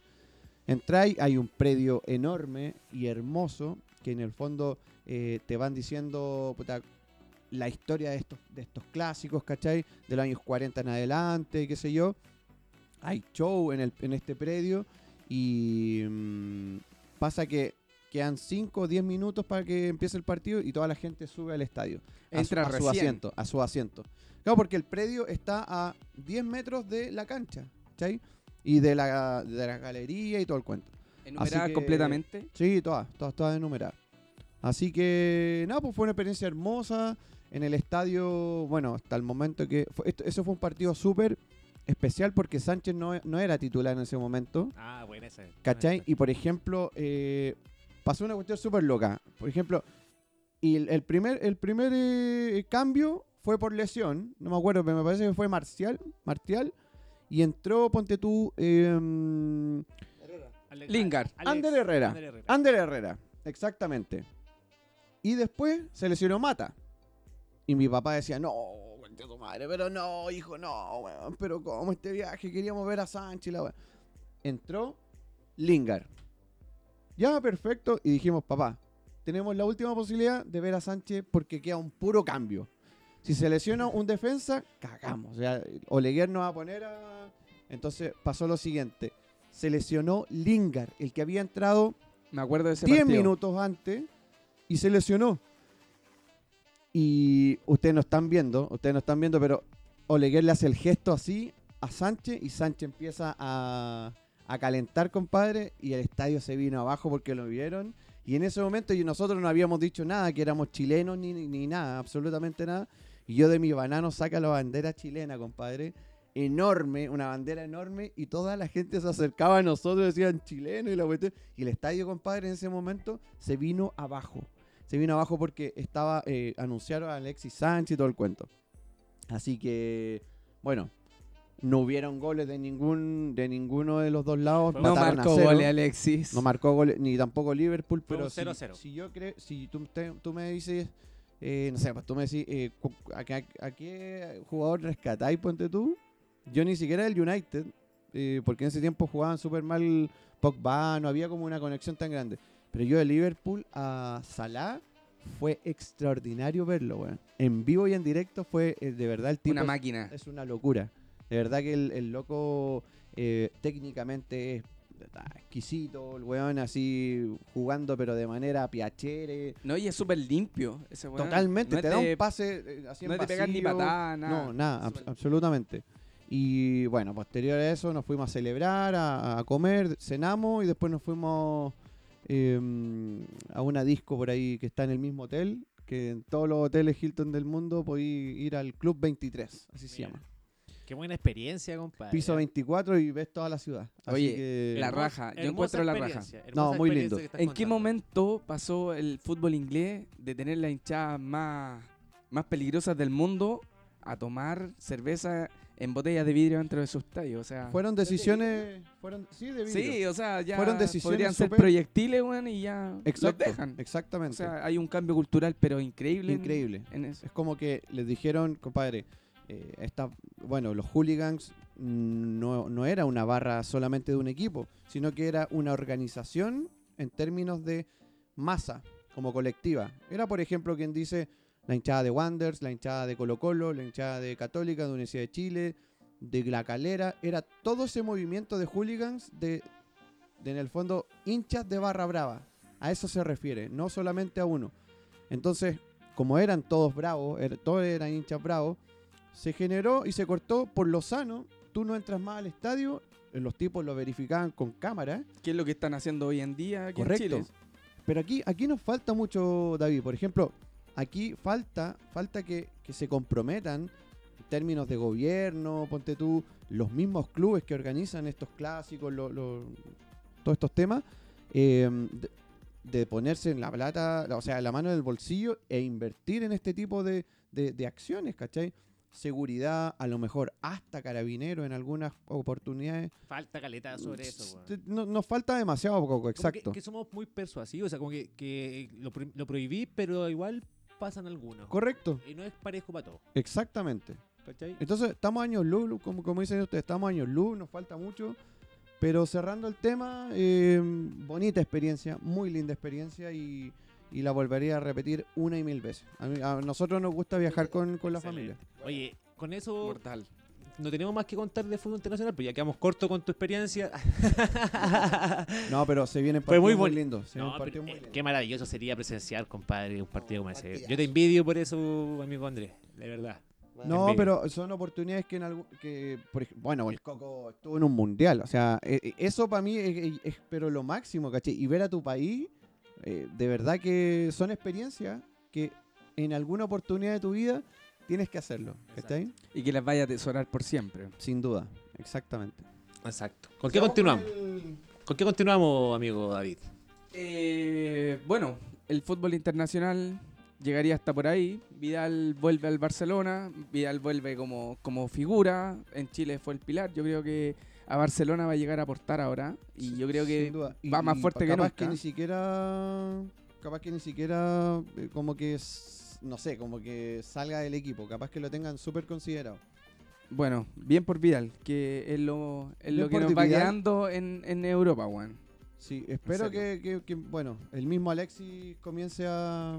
Entráis, hay un predio enorme y hermoso que en el fondo eh, te van diciendo puta, la historia de estos, de estos clásicos, ¿cachai? De los años 40 en adelante, qué sé yo. Hay show en, el, en este predio y mm, pasa que quedan 5 o 10 minutos para que empiece el partido y toda la gente sube al estadio. A su- Entra a, su recién. asiento, a su asiento. Claro, porque el predio está a 10 metros de la cancha, ¿cachai? Y de la, de la galería y todo el cuento. Enumerada que- completamente. Sí, todas, todas, todas enumeradas. Así que, nada, pues fue una experiencia hermosa en el estadio. Bueno, hasta el momento que. fue- esto- eso fue un partido súper especial porque Sánchez no, no era titular en ese momento, Ah, buena esa. ¿cachai? Buena Y por ejemplo, eh, pasó una cuestión súper loca. Por ejemplo, y el, el primer, el primer eh, cambio fue por lesión, no me acuerdo, pero me parece que fue Marcial, Martial, y entró, ponte tú, em, Herrera. esa. Alex- Lingard. Alex- Ander Herrera. Ah. Ander Herrera. Ander Herrera, exactamente. Y después se lesionó Mata. Y mi papá decía, no, concha tu madre, pero no, hijo, no, weón, pero cómo este viaje, queríamos ver a Sánchez, la weón. Entró Lingard. Ya, perfecto, y dijimos, papá, tenemos la última posibilidad de ver a Sánchez porque queda un puro cambio. Si se lesiona un defensa, cagamos. O sea, Oleguer nos va a poner a... Entonces pasó lo siguiente. Se lesionó Lingard, el que había entrado Me acuerdo de ese 10 partido. minutos antes y se lesionó. Y ustedes no están viendo, ustedes no están viendo, pero Oleguer le hace el gesto así a Sánchez y Sánchez empieza a, a calentar, compadre, y el estadio se vino abajo porque lo vieron. Y en ese momento y nosotros no habíamos dicho nada, que éramos chilenos ni, ni- ni nada, absolutamente nada. Y yo de mi banano saca la bandera chilena, compadre. Enorme, una bandera enorme, y toda la gente se acercaba a nosotros, decían chileno y la cuestión. Y el estadio, compadre, en ese momento se vino abajo. Se vino abajo porque estaba eh, anunciaron a Alexis Sánchez y todo el cuento. Así que, bueno, no hubieron goles de ningún de ninguno de los dos lados. No mataron a marcó cero. goles, Alexis. No marcó goles, ni tampoco Liverpool, Fue pero un si, 0-0. si yo creo, si tú, te- tú me dices, eh, no sé, pues tú me decís, eh, cu- a, qué- a qué jugador rescatáis, ponte tú? Yo ni siquiera del United, eh, porque en ese tiempo jugaban súper mal Pogba, no había como una conexión tan grande. Pero yo de Liverpool a Salah fue extraordinario verlo, weón. En vivo y en directo fue, eh, de verdad, el tipo Una es- máquina. es una locura. De verdad que el, el loco eh, técnicamente es ah, exquisito, el weón así jugando pero de manera piachere. No, y es súper limpio ese weón. Totalmente, No es te da de- un pase eh, así No en es de pegar ni vacío. patada, nada. No, nada, abs- Súper- absolutamente. Y bueno, posterior a eso nos fuimos a celebrar, a, a comer, cenamos y después nos fuimos eh, a una disco por ahí que está en el mismo hotel, que en todos los hoteles Hilton del mundo podéis ir al Club 23, así se Mira. llama. Qué buena experiencia, compadre. Piso 24 y ves toda la ciudad. Así Ah, Oye, que- la raja. Yo encuentro la raja. No, muy lindo. ¿En qué momento pasó el fútbol inglés de tener las hinchadas más, más peligrosas del mundo a tomar cerveza en botellas de vidrio dentro de sus estadios? O sea, fueron decisiones, fueron sí, de vidrio. sí, o sea, ya Fueron decisiones podrían ser súper- proyectiles, weón, y ya exacto, los dejan. O exactamente. sea, hay un cambio cultural, pero increíble. en- Increíble. En eso. Es como que les dijeron, compadre, eh, esta, bueno, los hooligans mm, no, no era una barra solamente de un equipo, sino que era una organización en términos de masa, como colectiva. Era, por ejemplo, quien dice la hinchada de Wanderers, la hinchada de Colo Colo, la hinchada de Católica, de Universidad de Chile, de La Calera. Era todo ese movimiento de hooligans de, de, en el fondo, hinchas de barra brava. A eso se refiere, no solamente a uno. Entonces, como eran todos bravos, er- todos eran hinchas bravos, se generó y se cortó por lo sano. Tú no entras más al estadio, eh, los tipos lo verificaban con cámara. ¿Qué es lo que están haciendo hoy en día aquí Correcto. en Chile? Pero aquí, aquí nos falta mucho, David. Por ejemplo, aquí falta, falta que, que se comprometan en términos de gobierno, ponte tú, los mismos clubes que organizan estos clásicos, lo- lo- todos estos temas, eh, de, de ponerse en la plata, o sea, la mano en el bolsillo e invertir en este tipo de, de- de acciones, ¿cachai? Seguridad, a lo mejor hasta carabinero en algunas oportunidades. Falta caleta sobre eso, weón. Te- no- nos falta demasiado poco, Como que- exacto. Que, somos muy persuasivos, o sea, como que, que lo, pro- lo prohibí, pero igual pasan algunos. Correcto, Y no es parejo para todos, exactamente. ¿cachai? Entonces, estamos años luz, luz, como, como dicen ustedes, estamos años luz, nos falta mucho. Pero cerrando el tema, eh, bonita experiencia, muy linda experiencia y, y la volvería a repetir una y mil veces. A, mí- a nosotros nos gusta viajar con, con la familia. Excelente. Oye, con eso Mortal. no tenemos más que contar de fútbol internacional, pues ya quedamos corto con tu experiencia. No, pero se vienen Fue partidos muy muy, boni- lindos. Se No, vienen partidos pero, muy eh, lindos. qué maravilloso sería presenciar, compadre, un partido como ese. Yo te envidio por eso, amigo Andrés, de verdad. No, envidia. pero son oportunidades que en algún, que por ej- bueno, el Coco estuvo en un mundial, o sea, e- e- eso para mí es, es- es pero lo máximo, ¿caché? Y ver a tu país, eh, de verdad que son experiencias que en alguna oportunidad de tu vida tienes que hacerlo, ¿cachai? Y que las vaya a atesorar por siempre. Sin duda, exactamente. Exacto. ¿Con qué continuamos? ¿Con qué continuamos, amigo David? Eh, bueno, el fútbol internacional llegaría hasta por ahí. Vidal vuelve al Barcelona, Vidal vuelve como, como figura, en Chile fue el pilar. Yo creo que a Barcelona va a llegar a aportar ahora y yo creo Sin que duda. va más fuerte que capaz nunca. que ni siquiera capaz que ni siquiera eh, como que s- no sé, como que salga del equipo, capaz que lo tengan súper considerado. bueno, bien por Vidal, que es lo, es Bien lo que por nos va Vidal. quedando en, en Europa, weón. Sí, espero que, que- que, bueno, el mismo Alexis comience a.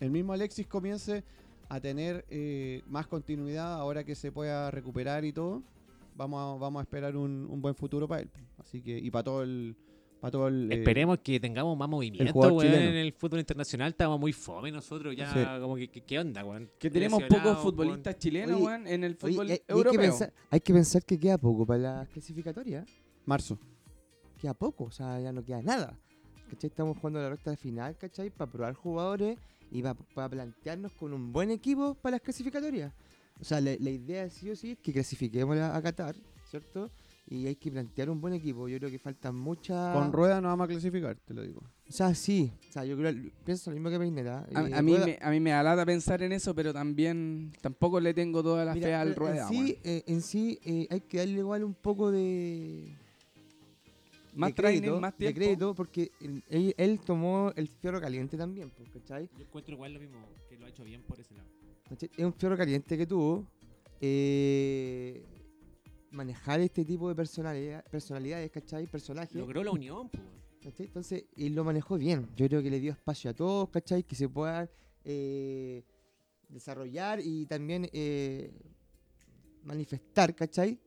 El mismo Alexis comience a tener eh, más continuidad ahora que se pueda recuperar y todo. Vamos a, vamos a esperar un, un buen futuro para él. Así que, y para todo el. Para todo el eh, Esperemos que tengamos más movimiento, jugador weón, chileno. en el fútbol internacional. Estamos muy fome nosotros ya, Sí. como que, que- ¿qué onda, weón? Que tenemos pocos Lesionados, futbolistas chilenos, Oye, weón, en el Oye, fútbol y hay- y hay, que europeo. pensar, hay que pensar que queda poco para las clasificatorias. marzo. Queda poco, o sea, ya no queda nada. ¿Cachai? Estamos jugando la recta de final, ¿cachai? Para probar jugadores y para, plantearnos con un buen equipo para las clasificatorias. O sea, la, la idea sí o sí es que clasifiquemos a, a Qatar, ¿cierto? Y hay que plantear un buen equipo. Yo creo que faltan Ah. muchas... Con rueda no vamos a clasificar, te lo digo. O sea, sí. O sea, yo creo, pienso lo mismo que Peineta. eh, A, a mí me, a mí me alata pensar en eso, pero también tampoco le tengo toda la fe Mira, al en- rueda. En sí, weón. eh, en sí eh, hay que darle igual un poco de, Más de crédito, training, más de tiempo. crédito, porque él, él- él tomó el fierro caliente también, pues, ¿cachai? Yo encuentro igual lo mismo, que lo ha hecho bien por ese lado. ¿Cachai? Es un fierro caliente que tuvo. eh, manejar este tipo de personalidad, personalidades, ¿cachai? Personajes. Logró la unión, pues. ¿cachai? Entonces, él lo manejó bien. Yo creo que le dio espacio a todos, ¿cachai? Que se puedan eh, desarrollar y también eh, manifestar, ¿cachai?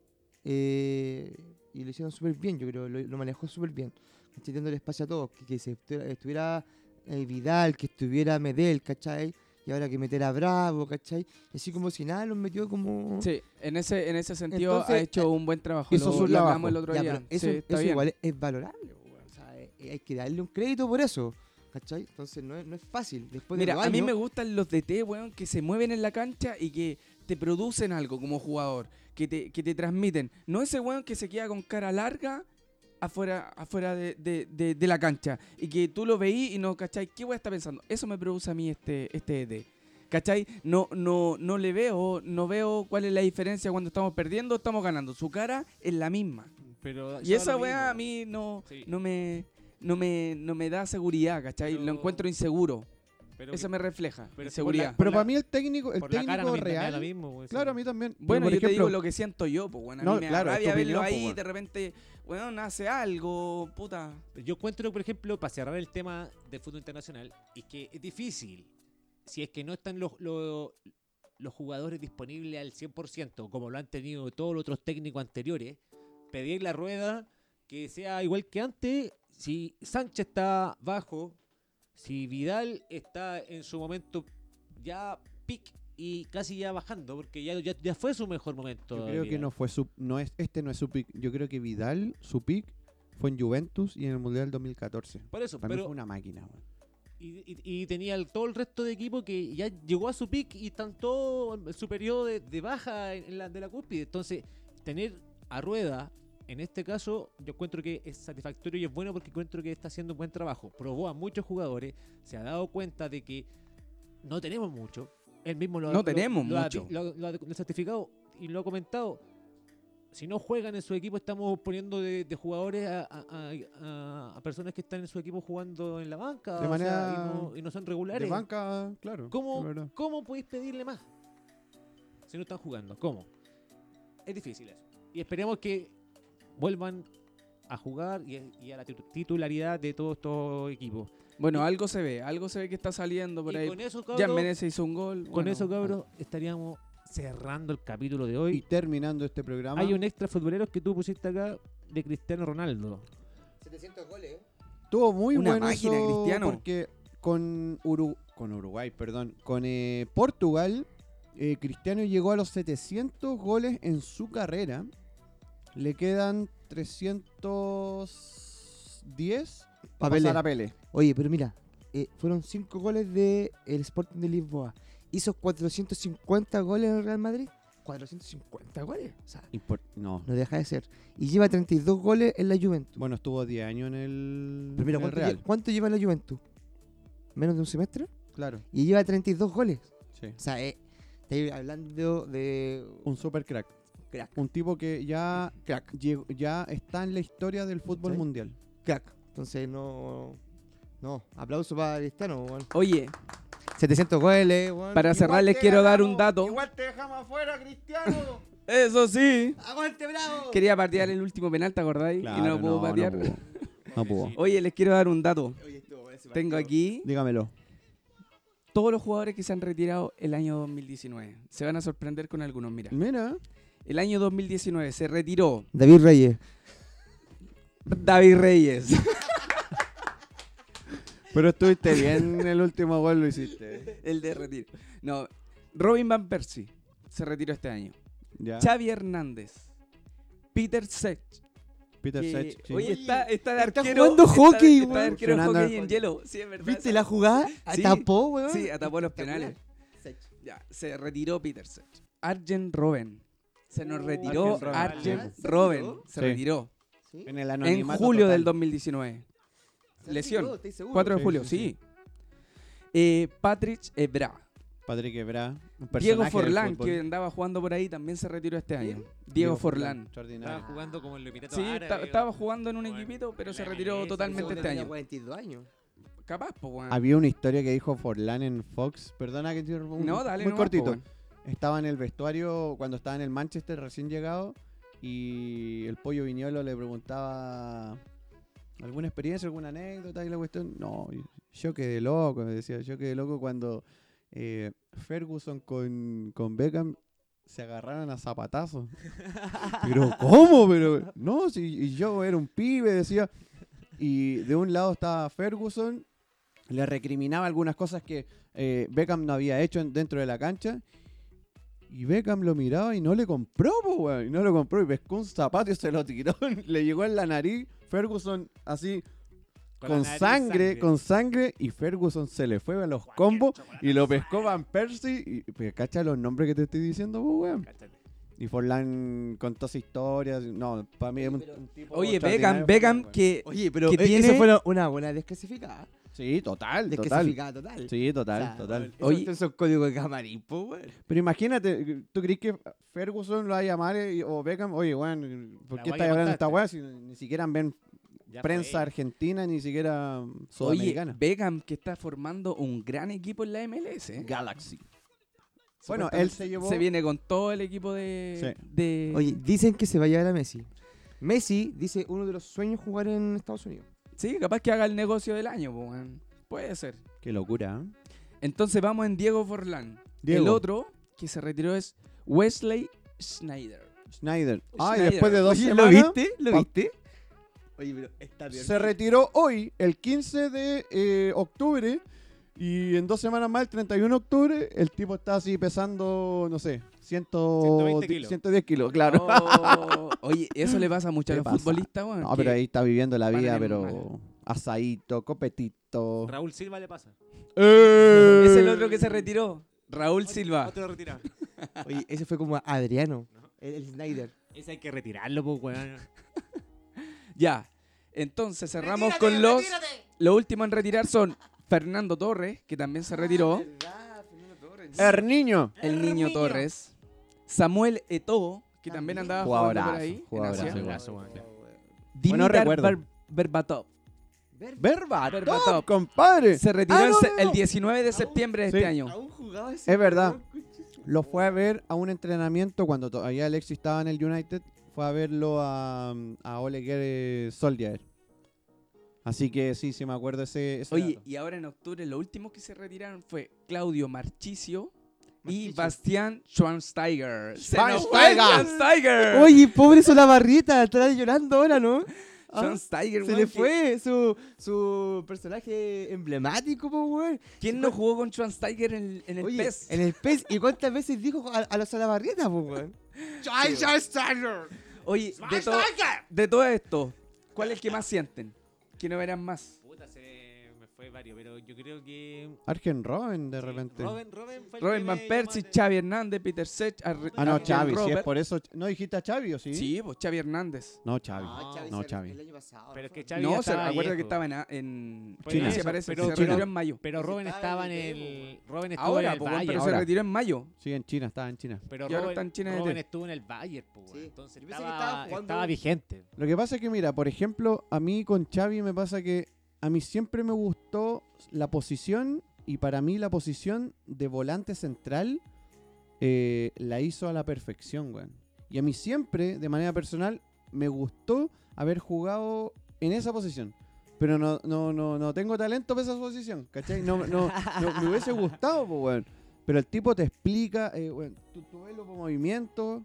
Eh, y lo hicieron súper bien, yo creo, lo, lo manejó súper bien. ¿Cachai? Dándole espacio a todos, que, que se estu- estuviera, eh, Vidal, que estuviera Medel, ¿cachai? Y ahora que meter a Bravo, ¿cachai? Y así como si nada, los metió como... Sí, en ese, en ese sentido ha Entonces, eh, hecho un buen trabajo. hizo Lo, su lo trabajo. hablamos el otro Ya, día. pero eso, Sí, está eso bien. igual es, es valorable, weón. O sea, eh, eh, hay que darle un crédito por eso. ¿Cachai? Entonces no es, no es fácil. Después de Mira, dos a mí años- me gustan los DT, weón, que se mueven en la cancha y que te producen algo como jugador, que te, que te transmiten. No ese weón que se queda con cara larga afuera, afuera de, de- de- de la cancha y que tú lo veís y no, ¿cachai? ¿Qué weón está pensando? Eso me produce a mí este, este DT. ¿Cachai? No, no, no le veo, no veo cuál es la diferencia cuando estamos perdiendo o estamos ganando. Su cara es la misma. Pero Y esa weá a mí no, Sí. no me. No me, no me da seguridad, ¿cachai? Pero- Lo encuentro inseguro. Pero Eso que- me refleja. pero es que por la- inseguridad. Pero la- para mí el técnico, el por la cara no técnico me da real. lo mismo, weón, claro, a sí. mí también. Pero, Bueno, por yo te ejemplo, digo lo que siento yo, pues, bueno, a No, mí me claro, da es rabia tu verlo opinión, po, ahí, weón. de repente, weón, hace algo, puta. Yo encuentro, por ejemplo, para cerrar el tema del fútbol internacional, es que es difícil. Si es que no están los, los, los jugadores disponibles al 100%, como lo han tenido todos los otros técnicos anteriores, pedir la rueda que sea igual que antes. Si Sánchez está bajo, si Vidal está en su momento ya pic y casi ya bajando, porque ya, ya, ya fue su mejor momento. Yo creo que Vidal. no fue su, no es, este no es su pick. Yo creo que Vidal, su pick, fue en Juventus y en el Mundial 2014. Por eso, Para mí pero fue una máquina, weón. Y, y- y tenía el- todo el resto de equipo que ya llegó a su pick y están todos en su periodo de, de baja en, en la, de la cúspide. Entonces, tener a rueda, en este caso, yo encuentro que es satisfactorio y es bueno porque encuentro que está haciendo un buen trabajo. Probó a muchos jugadores, se ha dado cuenta de que no tenemos mucho. Él mismo lo ha- No lo- tenemos lo ha- mucho. Lo, ha- lo ha- lo ha certificado y lo ha comentado. Si no juegan en su equipo, estamos poniendo de, de jugadores a, a- a- a personas que están en su equipo jugando en la banca. De o sea, manera- y, no, y no son De regulares. banca, claro. es verdad. ¿Cómo, ¿Cómo podéis pedirle más? Si no están jugando, ¿cómo? Es difícil eso. Y esperemos que vuelvan a jugar y, y a la titu- titularidad de todos estos equipos. Bueno, algo se ve, algo se ve que está saliendo por Y ahí. con eso, ya cabros, Menezes hizo un gol. con bueno, eso, cabros, estaríamos cerrando el capítulo de hoy. Y terminando este programa, Hay un extra futbolero que tú pusiste acá de Cristiano Ronaldo. 700 goles. ¿eh? tuvo muy Una bueno máquina, eso Cristiano. porque con, Uru- con Uruguay, perdón, con eh, Portugal, eh, Cristiano llegó a los 700 goles en su carrera. Le quedan 310 para Papelé. pasar a Pele. Oye, pero mira, eh, fueron 5 goles de el Sporting de Lisboa. Hizo 450 goles en el Real Madrid. 450 goles. O sea, Impor- no. no deja de ser. Y lleva 32 goles en la Juventus. Bueno, estuvo 10 años en el, Pero mira, en el ¿cuánto, lle- Real. cuánto lleva en la Juventus? Menos de un semestre. Claro, Y lleva 32 goles. sí. O sea, eh, estoy hablando de Un super crack. Crack. Un tipo que ya, crack. llegó- ya está en la historia del fútbol ¿Sí? mundial. Crack. Entonces, no. No, aplauso para Cristiano, weón. Oye, 700 goles, weón. para cerrar les quiero dar un dato. Igual te dejamos afuera, Cristiano. Eso sí. Aguante, bravo. Quería patear el último penal, ¿te acordáis? y no lo pudo patear. No pudo. Oye, les quiero dar un dato. Tengo aquí Dígamelo. todos los jugadores que se han retirado el año 2019. Se van a sorprender con algunos, mira. Mira. El año 2019 se retiró David Reyes. David Reyes. Pero estuviste bien el último gol, lo hiciste. El de retiro. No, Robin Van Persie se retiró este año. Ya. Xavi Hernández. Peter Sech. Ah. Peter que- Sech. sí. Oye, está, está de Está arquero. jugando hockey, está, de weón. arquero Fernando hockey en Alfonso. hielo. Sí, es verdad. ¿Viste la jugada? Sí. Tapó, weón. Sí, atapó los penales. Ya, se retiró Peter Sech. Arjen Robben. Se nos retiró Arjen Robben. Arjen Vale. Robben. Se Sí. retiró. En el En anonimato julio total. del 2019. Lesión. 4 de Sí, julio, sí, sí. Eh, Patrick Ebra. Patrick Ebra. un personaje Diego del Forlán, fútbol. que andaba jugando por ahí, también se retiró este año. Diego Forlán. Estaba Extraordinario. jugando como en los Emiratos Ah. Sí, Árabes, ta- weón. estaba jugando en un Bueno, equipito, pero la se retiró MLS, totalmente este año. 42 años. Capaz, pues, weón. Había una historia que dijo Forlán en Fox. Perdona que te interrumpa, un- No, dale, Muy nomás, cortito. po, weón. Estaba en el vestuario cuando estaba en el Manchester recién llegado y el pollo viñolo le preguntaba alguna experiencia, alguna anécdota y la cuestión. No, yo quedé loco, me decía, yo quedé loco cuando eh, Ferguson con, con Beckham se agarraron a zapatazos. Pero ¿cómo? Pero no, si y yo era un pibe, decía. Y de un lado estaba Ferguson, le recriminaba algunas cosas que eh, Beckham no había hecho en- dentro de la cancha. Y Beckham lo miraba y no le compró, po, weón. Y no lo compró. Y pescó un zapato y se lo tiró. le llegó en la nariz. Ferguson así, con, la nariz, sangre, con sangre. Y Ferguson se le fue a los combos. Y lo pescó Van Persie. Y, pero cacha los nombres que te estoy diciendo, po, weón. Cáchate. Y Forlán contó sus historias. No, para mí es un, un tipo. Oye, extraordinario, Beckham, Beckham, Oh, weón. que Oye, pero Que eh, tiene- eso fue lo- una buena desclasificada. Sí, total, total. Desclasificada total. Sí, total, O sea, total. Eso, Oye. es un código de camarín, po, weón. Pero imagínate, ¿tú crees que Ferguson lo va a llamar eh, o Beckham? Oye, weón, ¿por La qué weá estás que hablando de esta contaste. weá si ni siquiera ven Ya prensa fue. argentina, ni siquiera mm, Oye, sudamericana? Beckham que está formando un gran equipo en la MLS. ¿eh? Galaxy. Bueno, él se llevó. Se viene con todo el equipo de. Sí. de- Oye, dicen que se va a llevar a Messi. Messi dice uno de los sueños jugar en Estados Unidos. Sí, capaz que haga el negocio del año, pues, weón. Puede ser. Qué locura, ¿eh? Entonces vamos en Diego Forlán. Diego. El otro que se retiró es Wesley Schneider. Schneider. Ah, y Schneider. después de dos Oye, ¿lo semanas. viste? ¿Lo pa- viste? Oye, pero está bien. Se retiró hoy, el 15 de eh, octubre. Y en dos semanas más, el 31 de octubre, el tipo está así pesando, no sé, 100, 120 kilos. 110 kilos, claro. Oh, oye, eso le pasa mucho a ¿Qué los pasa? futbolistas, weón. No, que- pero ahí está viviendo la van vida, en el pero asadito, copetito. Raúl Silva le pasa. ¡Eh! Es el otro que se retiró. Raúl Silva. Otro retirado. Oye, ese fue como Adriano, el, el Snyder. Ese hay que retirarlo, pues, weón. Ya. Entonces cerramos con los. Lo último en retirar son Fernando Torres, que también se retiró. Erniño. Ah, El niño Torres. Samuel Eto'o, que también, También. andaba jugando por Jugadorazo, ahí. en jugadorazo, Asia. sí, weón. Bueno, Dimitar recuerdo. Ber- Berbatov. Verba, Berbatov. compadre. Se retiró Ah, el, no, se- no, el no. 19 de septiembre de Sí. este año. Es verdad. Lo fue a ver a un entrenamiento cuando todavía Alexis estaba en el United. Fue a verlo a, a Oleguer eh, Soldier. Así que sí, sí me acuerdo ese. ese Oye, dato. y ahora en octubre, los últimos que se retiraron fue Claudio Marchicio y Marchisio. Bastián Schweinsteiger. ¡Se nos fue ¡Schweinsteiger! Schweinsteiger! Oye, pobre Solabarrieta, está llorando ahora, ¿no? Ah, Schweinsteiger, se weón, le que- fue su, su personaje emblemático, po, weón. ¿Quién no jugó con Schweinsteiger en, en el Oye, PES? En el PES. ¿Y cuántas veces dijo a, a los Solabarrieta, po, weón? Oye, de, todo- de todo esto, ¿cuál es el que más sienten? ¿Que no verán más? Puta, se Eh, me fue varios, pero yo creo que. Arjen Robben de repente. Robin, Robin fue el Robin que Van me Persie, llamó de- Xavi Hernández, Peter Sech, Ar- Ah, no, Arjen Xavi. Si es Robert. por eso. ¿No dijiste a Xavi o sí? Sí, Ah. pues Xavi Hernández. No, Xavi. no, Xavi. año pasado. Pero es que Xavi ya No, se estaba acuerda viejo. que estaba en, a- en Por Chile, eso, se parece, pero se Chile- retiró en mayo. Pero Robin estaba estaba en en el. Robin estuvo Ahora, en el pues, bueno, Bayern. pero se ahora. retiró en mayo. Sí, en China, estaba en China. Pero Y ahora Robin, está en China de Robin T. estuvo en el Bayern, pues, weón. Sí. entonces Yo estaba, pensé que estaba jugando- estaba vigente. Lo que pasa es que, mira, por ejemplo, a mí con Xavi me pasa que a mí siempre me gustó la posición y para mí la posición de volante central eh, la hizo a la perfección, weón. Y a mí siempre, de manera personal, me gustó haber jugado en esa posición. pero no, no, no, no tengo talento para esa asociación, ¿cachai? No, no, no, me hubiese gustado, pues, weón. Pero el tipo te explica, eh, weón, tu, tu velo por movimiento.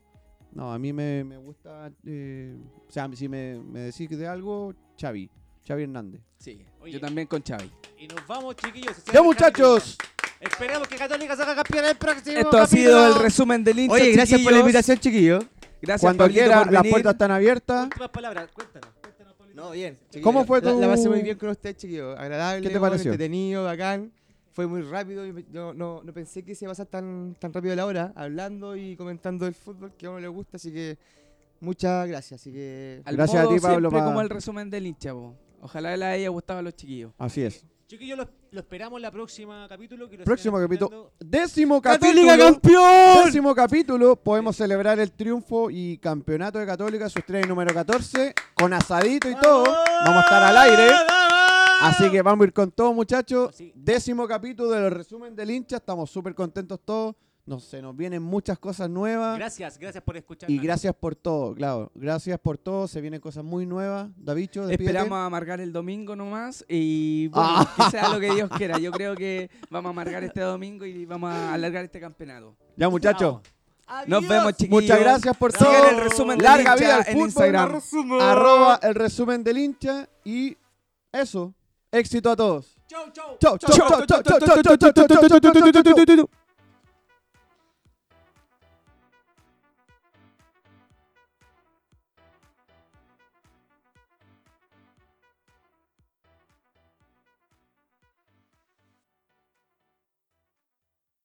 No, a mí me, me gusta, eh, o sea, si me, me decís de algo, Xavi, Xavi Hernández. Sí, Oye. yo también con Xavi. Y nos vamos, chiquillos. ¡Ya, muchachos! Esperemos que Católica salga campeón el próximo Esto ha sido el resumen del hincha. Oye, gracias por la chiquillos. invitación, chiquillos. Gracias, Cuando Pablito, quiera, por las venir. puertas están abiertas. Últimas palabras, cuéntanos. cuéntanos Pablito. No, bien. chiquillos, ¿Cómo fue la- tu- La, pasé muy bien con usted, chiquillos. Agradable, ¿Qué te pareció? entretenido, bacán. Fue muy rápido. y me- No, no, no pensé que se iba a pasar tan, tan rápido la hora hablando y comentando el fútbol que a uno le gusta. Así que muchas gracias. Así que Al Gracias a modo ti, Pablo, Siempre pa- como el resumen del hincha, po. Ojalá les haya gustado a los chiquillos. Así es. Chiquillos, lo, lo esperamos la próxima capítulo. que lo Próximo sigan capítulo. escuchando. Décimo ¡Católica capítulo. campeón! Décimo capítulo, podemos celebrar el triunfo y campeonato de Católica, su estrella número 14, con asadito y todo. Vamos a estar al aire. Así que vamos a ir con todo, muchachos. Sí. Décimo capítulo del resumen del hincha. Estamos súper contentos todos. Nos, se nos vienen muchas cosas nuevas. Gracias, gracias por escuchar. Y gracias por todo, claro. Gracias por todo. Se vienen cosas muy nuevas. Davicho, despídete. Esperamos a amargar el domingo nomás y bueno, Ah. que sea lo que Dios quiera. Yo creo que vamos a amargar este domingo y vamos a alargar este campeonato. Ya, muchachos. Nos vemos, chiquillos. Muchas gracias por todo. Sigan el resumen del Larga hincha vida al en fútbol. Instagram. Arroba el resumen del hincha. Y eso. Éxito a todos. Chau, chau. Chau, chau, chau, chau, chau, chau, chau, chau, chau, chau, chau, chau.